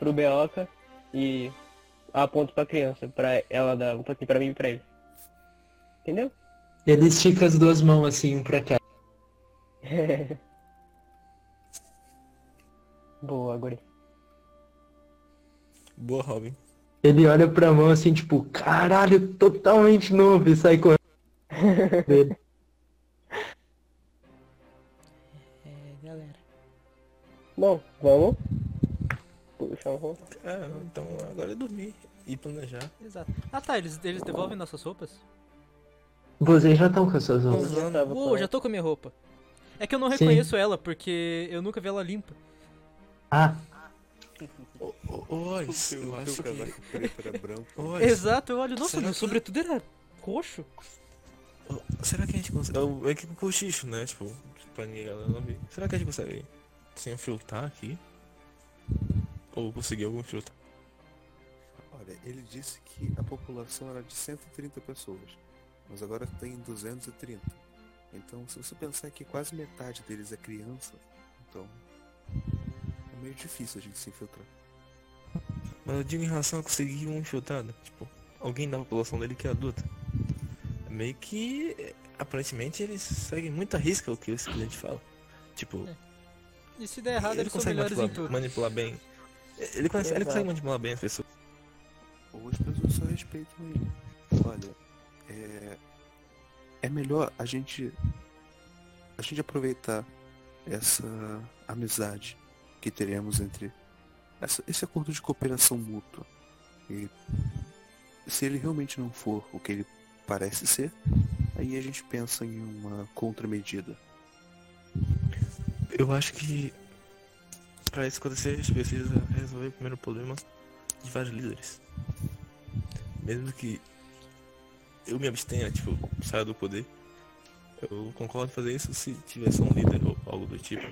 Speaker 1: pro Beoca e aponto pra criança, pra ela dar um toquinho pra mim e pra ele. Entendeu?
Speaker 2: Ele estica as duas mãos assim, um pra cá.
Speaker 1: Boa, agora.
Speaker 3: Boa, Robin.
Speaker 2: Ele olha pra mão assim, tipo, caralho, totalmente novo e sai correndo. dele.
Speaker 4: É, galera.
Speaker 1: Bom, vamos. Puxa, vamos.
Speaker 3: Ah, então agora é dormir e planejar.
Speaker 4: Exato. Ah tá, eles, eles devolvem nossas roupas?
Speaker 2: Vocês já estão com as suas mãos.
Speaker 1: Já tava
Speaker 4: Uou,
Speaker 1: com-
Speaker 4: já tô com a minha roupa. É que eu não
Speaker 2: Sim.
Speaker 4: reconheço ela, porque eu nunca vi ela limpa.
Speaker 2: Ah,
Speaker 6: Oi,
Speaker 5: Seu, teu casaco preto era branco.
Speaker 4: Exato, eu olho, nossa,
Speaker 6: Será
Speaker 4: meu
Speaker 6: que-
Speaker 4: sobretudo era roxo.
Speaker 6: Será que a gente consegue?
Speaker 3: É o- É que com o xixo, né? Tipo, pra ninguém galera não ver. Será que a gente consegue sem filtrar aqui? Ou conseguir algum filtro?
Speaker 5: Olha, ele disse que a população era de 130 pessoas, mas agora tem 230. Então, se você pensar que quase metade deles é criança, então é meio difícil a gente se infiltrar.
Speaker 3: Mas eu digo em relação a conseguir um infiltrado. Tipo, alguém da população dele que é adulta. Meio que. eh, Aparentemente eles seguem muita risca o que esse cliente fala. Tipo,
Speaker 4: E se der errado,
Speaker 3: ele
Speaker 4: eles são
Speaker 3: consegue
Speaker 4: melhores em
Speaker 3: manipular,
Speaker 4: tudo.
Speaker 3: manipular bem. Ele consegue, ele
Speaker 1: Exato.
Speaker 3: consegue manipular bem as pessoas.
Speaker 5: Ou as pessoas só respeitam ele. Olha, é, é melhor a gente a gente aproveitar essa amizade que teremos entre essa- esse acordo de cooperação mútua. E se ele realmente não for o que ele parece ser, aí a gente pensa em uma contramedida.
Speaker 6: Eu acho que pra isso acontecer a gente precisa resolver o primeiro problema de vários líderes.
Speaker 3: Mesmo que eu me abstenha, tipo, saia do poder. Eu concordo em fazer isso se tivesse um líder ou algo do tipo.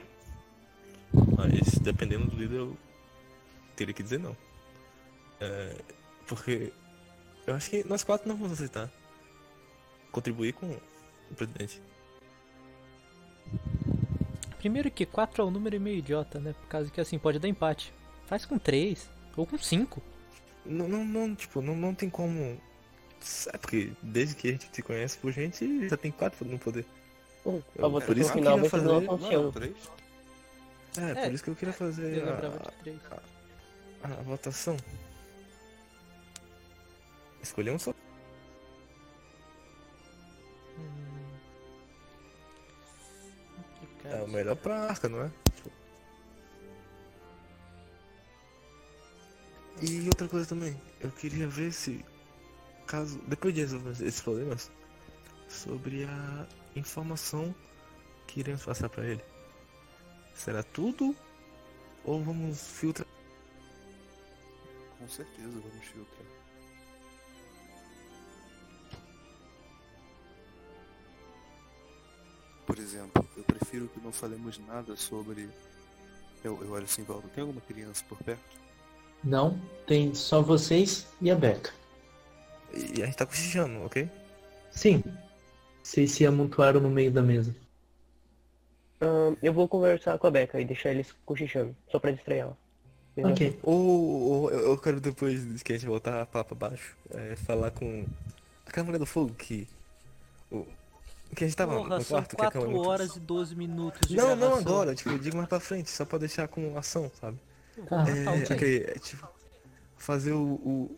Speaker 3: Mas dependendo do líder eu teria que dizer não. É, porque eu acho que nós quatro não vamos aceitar contribuir com o presidente.
Speaker 4: Primeiro que 4 é um número meio idiota, né? Por causa que assim, pode dar empate. Faz com 3, ou com 5.
Speaker 6: Não, não, não, tipo, não, não tem como. É porque desde que a gente se conhece por gente, já tem quatro no poder.
Speaker 1: Pra você
Speaker 6: É, Por
Speaker 1: no
Speaker 6: isso que
Speaker 1: final,
Speaker 6: eu ia
Speaker 1: vocês não
Speaker 6: fazer-
Speaker 1: funcionam.
Speaker 5: três?
Speaker 6: É,
Speaker 4: É,
Speaker 6: por isso que eu queria fazer
Speaker 4: Eu lembrava
Speaker 6: a,
Speaker 4: de 3.
Speaker 6: a votação. Escolher um só.
Speaker 4: ah,
Speaker 3: É o melhor pra arca, não é?
Speaker 6: E outra coisa também, eu queria ver se, caso, depois de resolver esses problemas, sobre a informação que iremos passar pra ele. Será tudo? Ou vamos filtrar?
Speaker 5: Com certeza vamos filtrar. Por exemplo, eu prefiro que não falemos nada sobre. Eu, eu olho assim, Valdo, tem alguma criança por perto?
Speaker 2: não, tem só vocês e a Beca.
Speaker 6: E a gente tá cochichando, ok?
Speaker 2: Sim, vocês se amontoaram no meio da mesa.
Speaker 1: Ahn, eu vou conversar com a Beca e deixar eles cochichando, só pra distrair ela. Entendeu?
Speaker 2: Ok,
Speaker 6: Ou, ou eu eu quero depois que a gente voltar lá pra baixo, é, falar com aquela mulher do fogo que
Speaker 3: Que a gente tava no-
Speaker 4: Porra,
Speaker 3: no
Speaker 4: são
Speaker 3: quarto, que a
Speaker 4: 4
Speaker 3: cama é
Speaker 4: horas e 12 minutos de
Speaker 3: Não, não
Speaker 4: gravação.
Speaker 3: agora, tipo, eu digo mais pra frente, só pra deixar com ação, sabe?
Speaker 4: Ah,
Speaker 2: Tá,
Speaker 3: É,
Speaker 2: tá, ok.
Speaker 3: aquele, é, tipo, fazer o. O,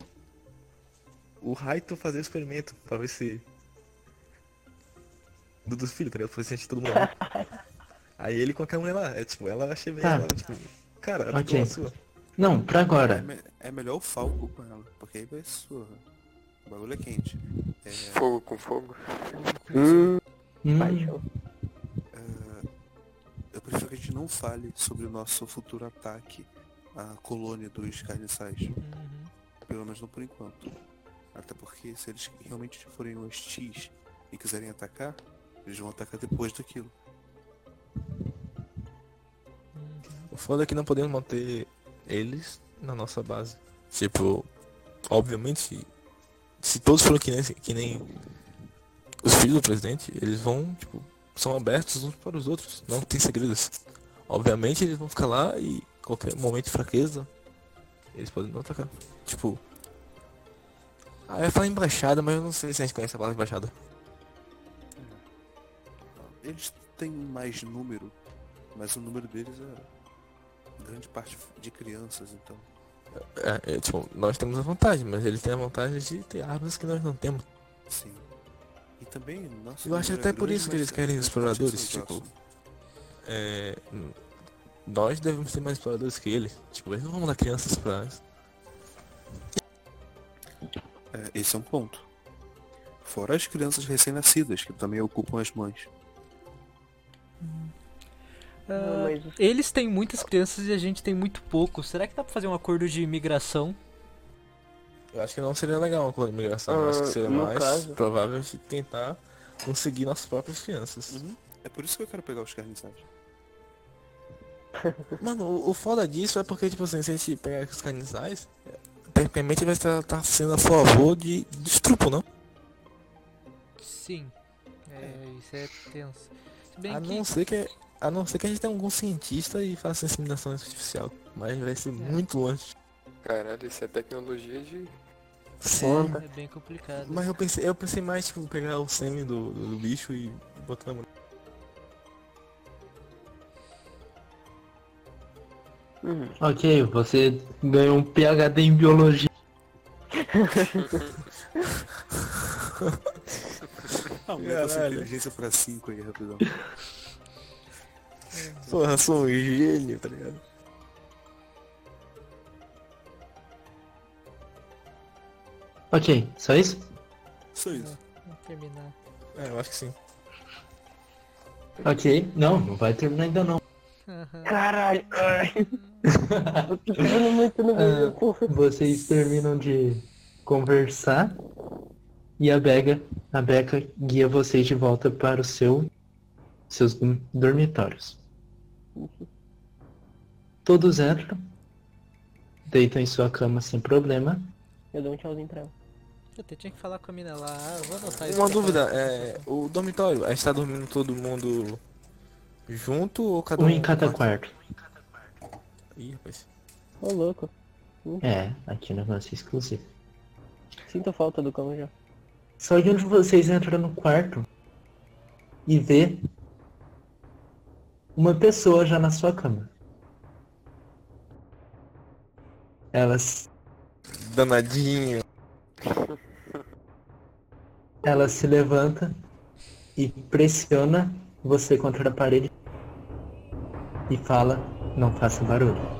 Speaker 3: o Raito fazer o experimento, pra ver se. Do, dos filhos, tá ligado? Pra ver se a gente todo mundo. Aí ele com a mulher lá, é tipo, ela achei bem,
Speaker 2: Tá.
Speaker 3: ela, tipo, cara, ela
Speaker 2: Ok.
Speaker 3: ficou sua.
Speaker 2: Não, pra
Speaker 5: É,
Speaker 2: agora.
Speaker 5: me- é melhor o Falco com ela, porque aí vai surra. O bagulho é quente. É,
Speaker 7: Fogo com fogo.
Speaker 2: Hum,
Speaker 1: Paixão.
Speaker 5: eu prefiro que a gente não fale sobre o nosso futuro ataque à colônia dos carniçais.
Speaker 4: Uhum.
Speaker 5: Pelo menos não por enquanto. Até porque se eles realmente forem hostis e quiserem atacar, eles vão atacar depois daquilo.
Speaker 3: O foda é que não podemos manter eles na nossa base. Tipo, obviamente, se, se todos forem que nem, que nem os filhos do presidente, eles vão, tipo, são abertos uns para os outros, não tem segredos. Obviamente eles vão ficar lá e qualquer momento de fraqueza, eles podem não atacar. Tipo. Ah, eu ia falar embaixada, mas eu não sei se a gente conhece a palavra embaixada.
Speaker 5: Eles têm mais número, mas o número deles é grande parte de crianças, então.
Speaker 3: É, é, tipo, nós temos a vantagem, mas eles têm a vantagem de ter armas que nós não temos.
Speaker 5: Sim. E também, nossa.
Speaker 3: Eu acho
Speaker 5: número é
Speaker 3: até por
Speaker 5: grande,
Speaker 3: isso que
Speaker 5: mas
Speaker 3: eles querem
Speaker 5: grande parte
Speaker 3: exploradores,
Speaker 5: são
Speaker 3: tipo,
Speaker 5: idosos.
Speaker 3: É, n- nós devemos ter mais exploradores que ele. Tipo, eles não vão dar crianças pra nós.
Speaker 5: É, esse é um ponto. Fora as crianças recém-nascidas, que também ocupam as mães.
Speaker 4: Ah,
Speaker 1: Não, mas os-
Speaker 4: Eles têm muitas crianças e a gente tem muito pouco. Será que dá pra fazer um acordo de imigração?
Speaker 3: Eu acho que não seria legal uma colônia de imigração. eu acho que
Speaker 1: Ah,
Speaker 3: seria
Speaker 1: no
Speaker 3: mais
Speaker 1: caso-
Speaker 3: provável de tentar conseguir nossas próprias crianças.
Speaker 5: É por isso que eu quero pegar os carniçais.
Speaker 3: Mano, o, o foda disso é porque, tipo assim, se a gente pegar os canizais, é, tecnicamente vai estar tá sendo a favor de, de estrupo, não?
Speaker 4: Sim. É, isso é tenso. Se bem
Speaker 3: A
Speaker 4: que é,
Speaker 3: não ser que. A não ser que a gente tenha algum cientista e faça inseminação artificial. Mas vai
Speaker 4: É.
Speaker 3: ser muito longe.
Speaker 7: Caralho, isso é tecnologia de.
Speaker 3: Sim.
Speaker 4: é bem complicado.
Speaker 3: Mas eu pensei, eu pensei mais, tipo, pegar o sêmen do, do, do bicho e botar na mulher.
Speaker 1: Hum,
Speaker 2: Ok, você ganhou um PhD em biologia.
Speaker 5: Ah,
Speaker 3: é
Speaker 5: aumenta essa
Speaker 3: Caralho.
Speaker 5: inteligência pra 5 aí, rapidão.
Speaker 3: Porra, sou um gênio, tá ligado?
Speaker 2: Ok, só isso?
Speaker 5: Só isso.
Speaker 4: Vamos terminar.
Speaker 3: É, eu acho que sim.
Speaker 2: Ok, não, não vai terminar ainda não.
Speaker 4: Aham.
Speaker 1: Caralho! Ai. Eu tô pegando muito no meu cu.
Speaker 2: Vocês terminam de conversar e a Bega, a Beca guia vocês de volta para o seu seus dorm- dormitórios. Todos entram, deitam em sua cama sem problema.
Speaker 1: Eu dou um tchauzinho pra ela.
Speaker 4: Eu até tinha que falar com a mina lá. Ah, eu vou anotar isso.
Speaker 3: Uma
Speaker 4: pra
Speaker 3: dúvida,
Speaker 4: falar.
Speaker 3: é. O dormitório, a gente tá dormindo todo mundo junto ou cada um?
Speaker 2: Um em cada quarto.
Speaker 3: Ih, rapaz.
Speaker 1: Ô louco,
Speaker 2: É, aqui não vai ser exclusivo.
Speaker 1: sinto falta do cão já.
Speaker 2: Só que um de vocês entra no quarto e vê uma pessoa já na sua cama. Ela, s-
Speaker 3: Danadinho.
Speaker 2: ela se levanta e pressiona você contra a parede e fala, não faça barulho.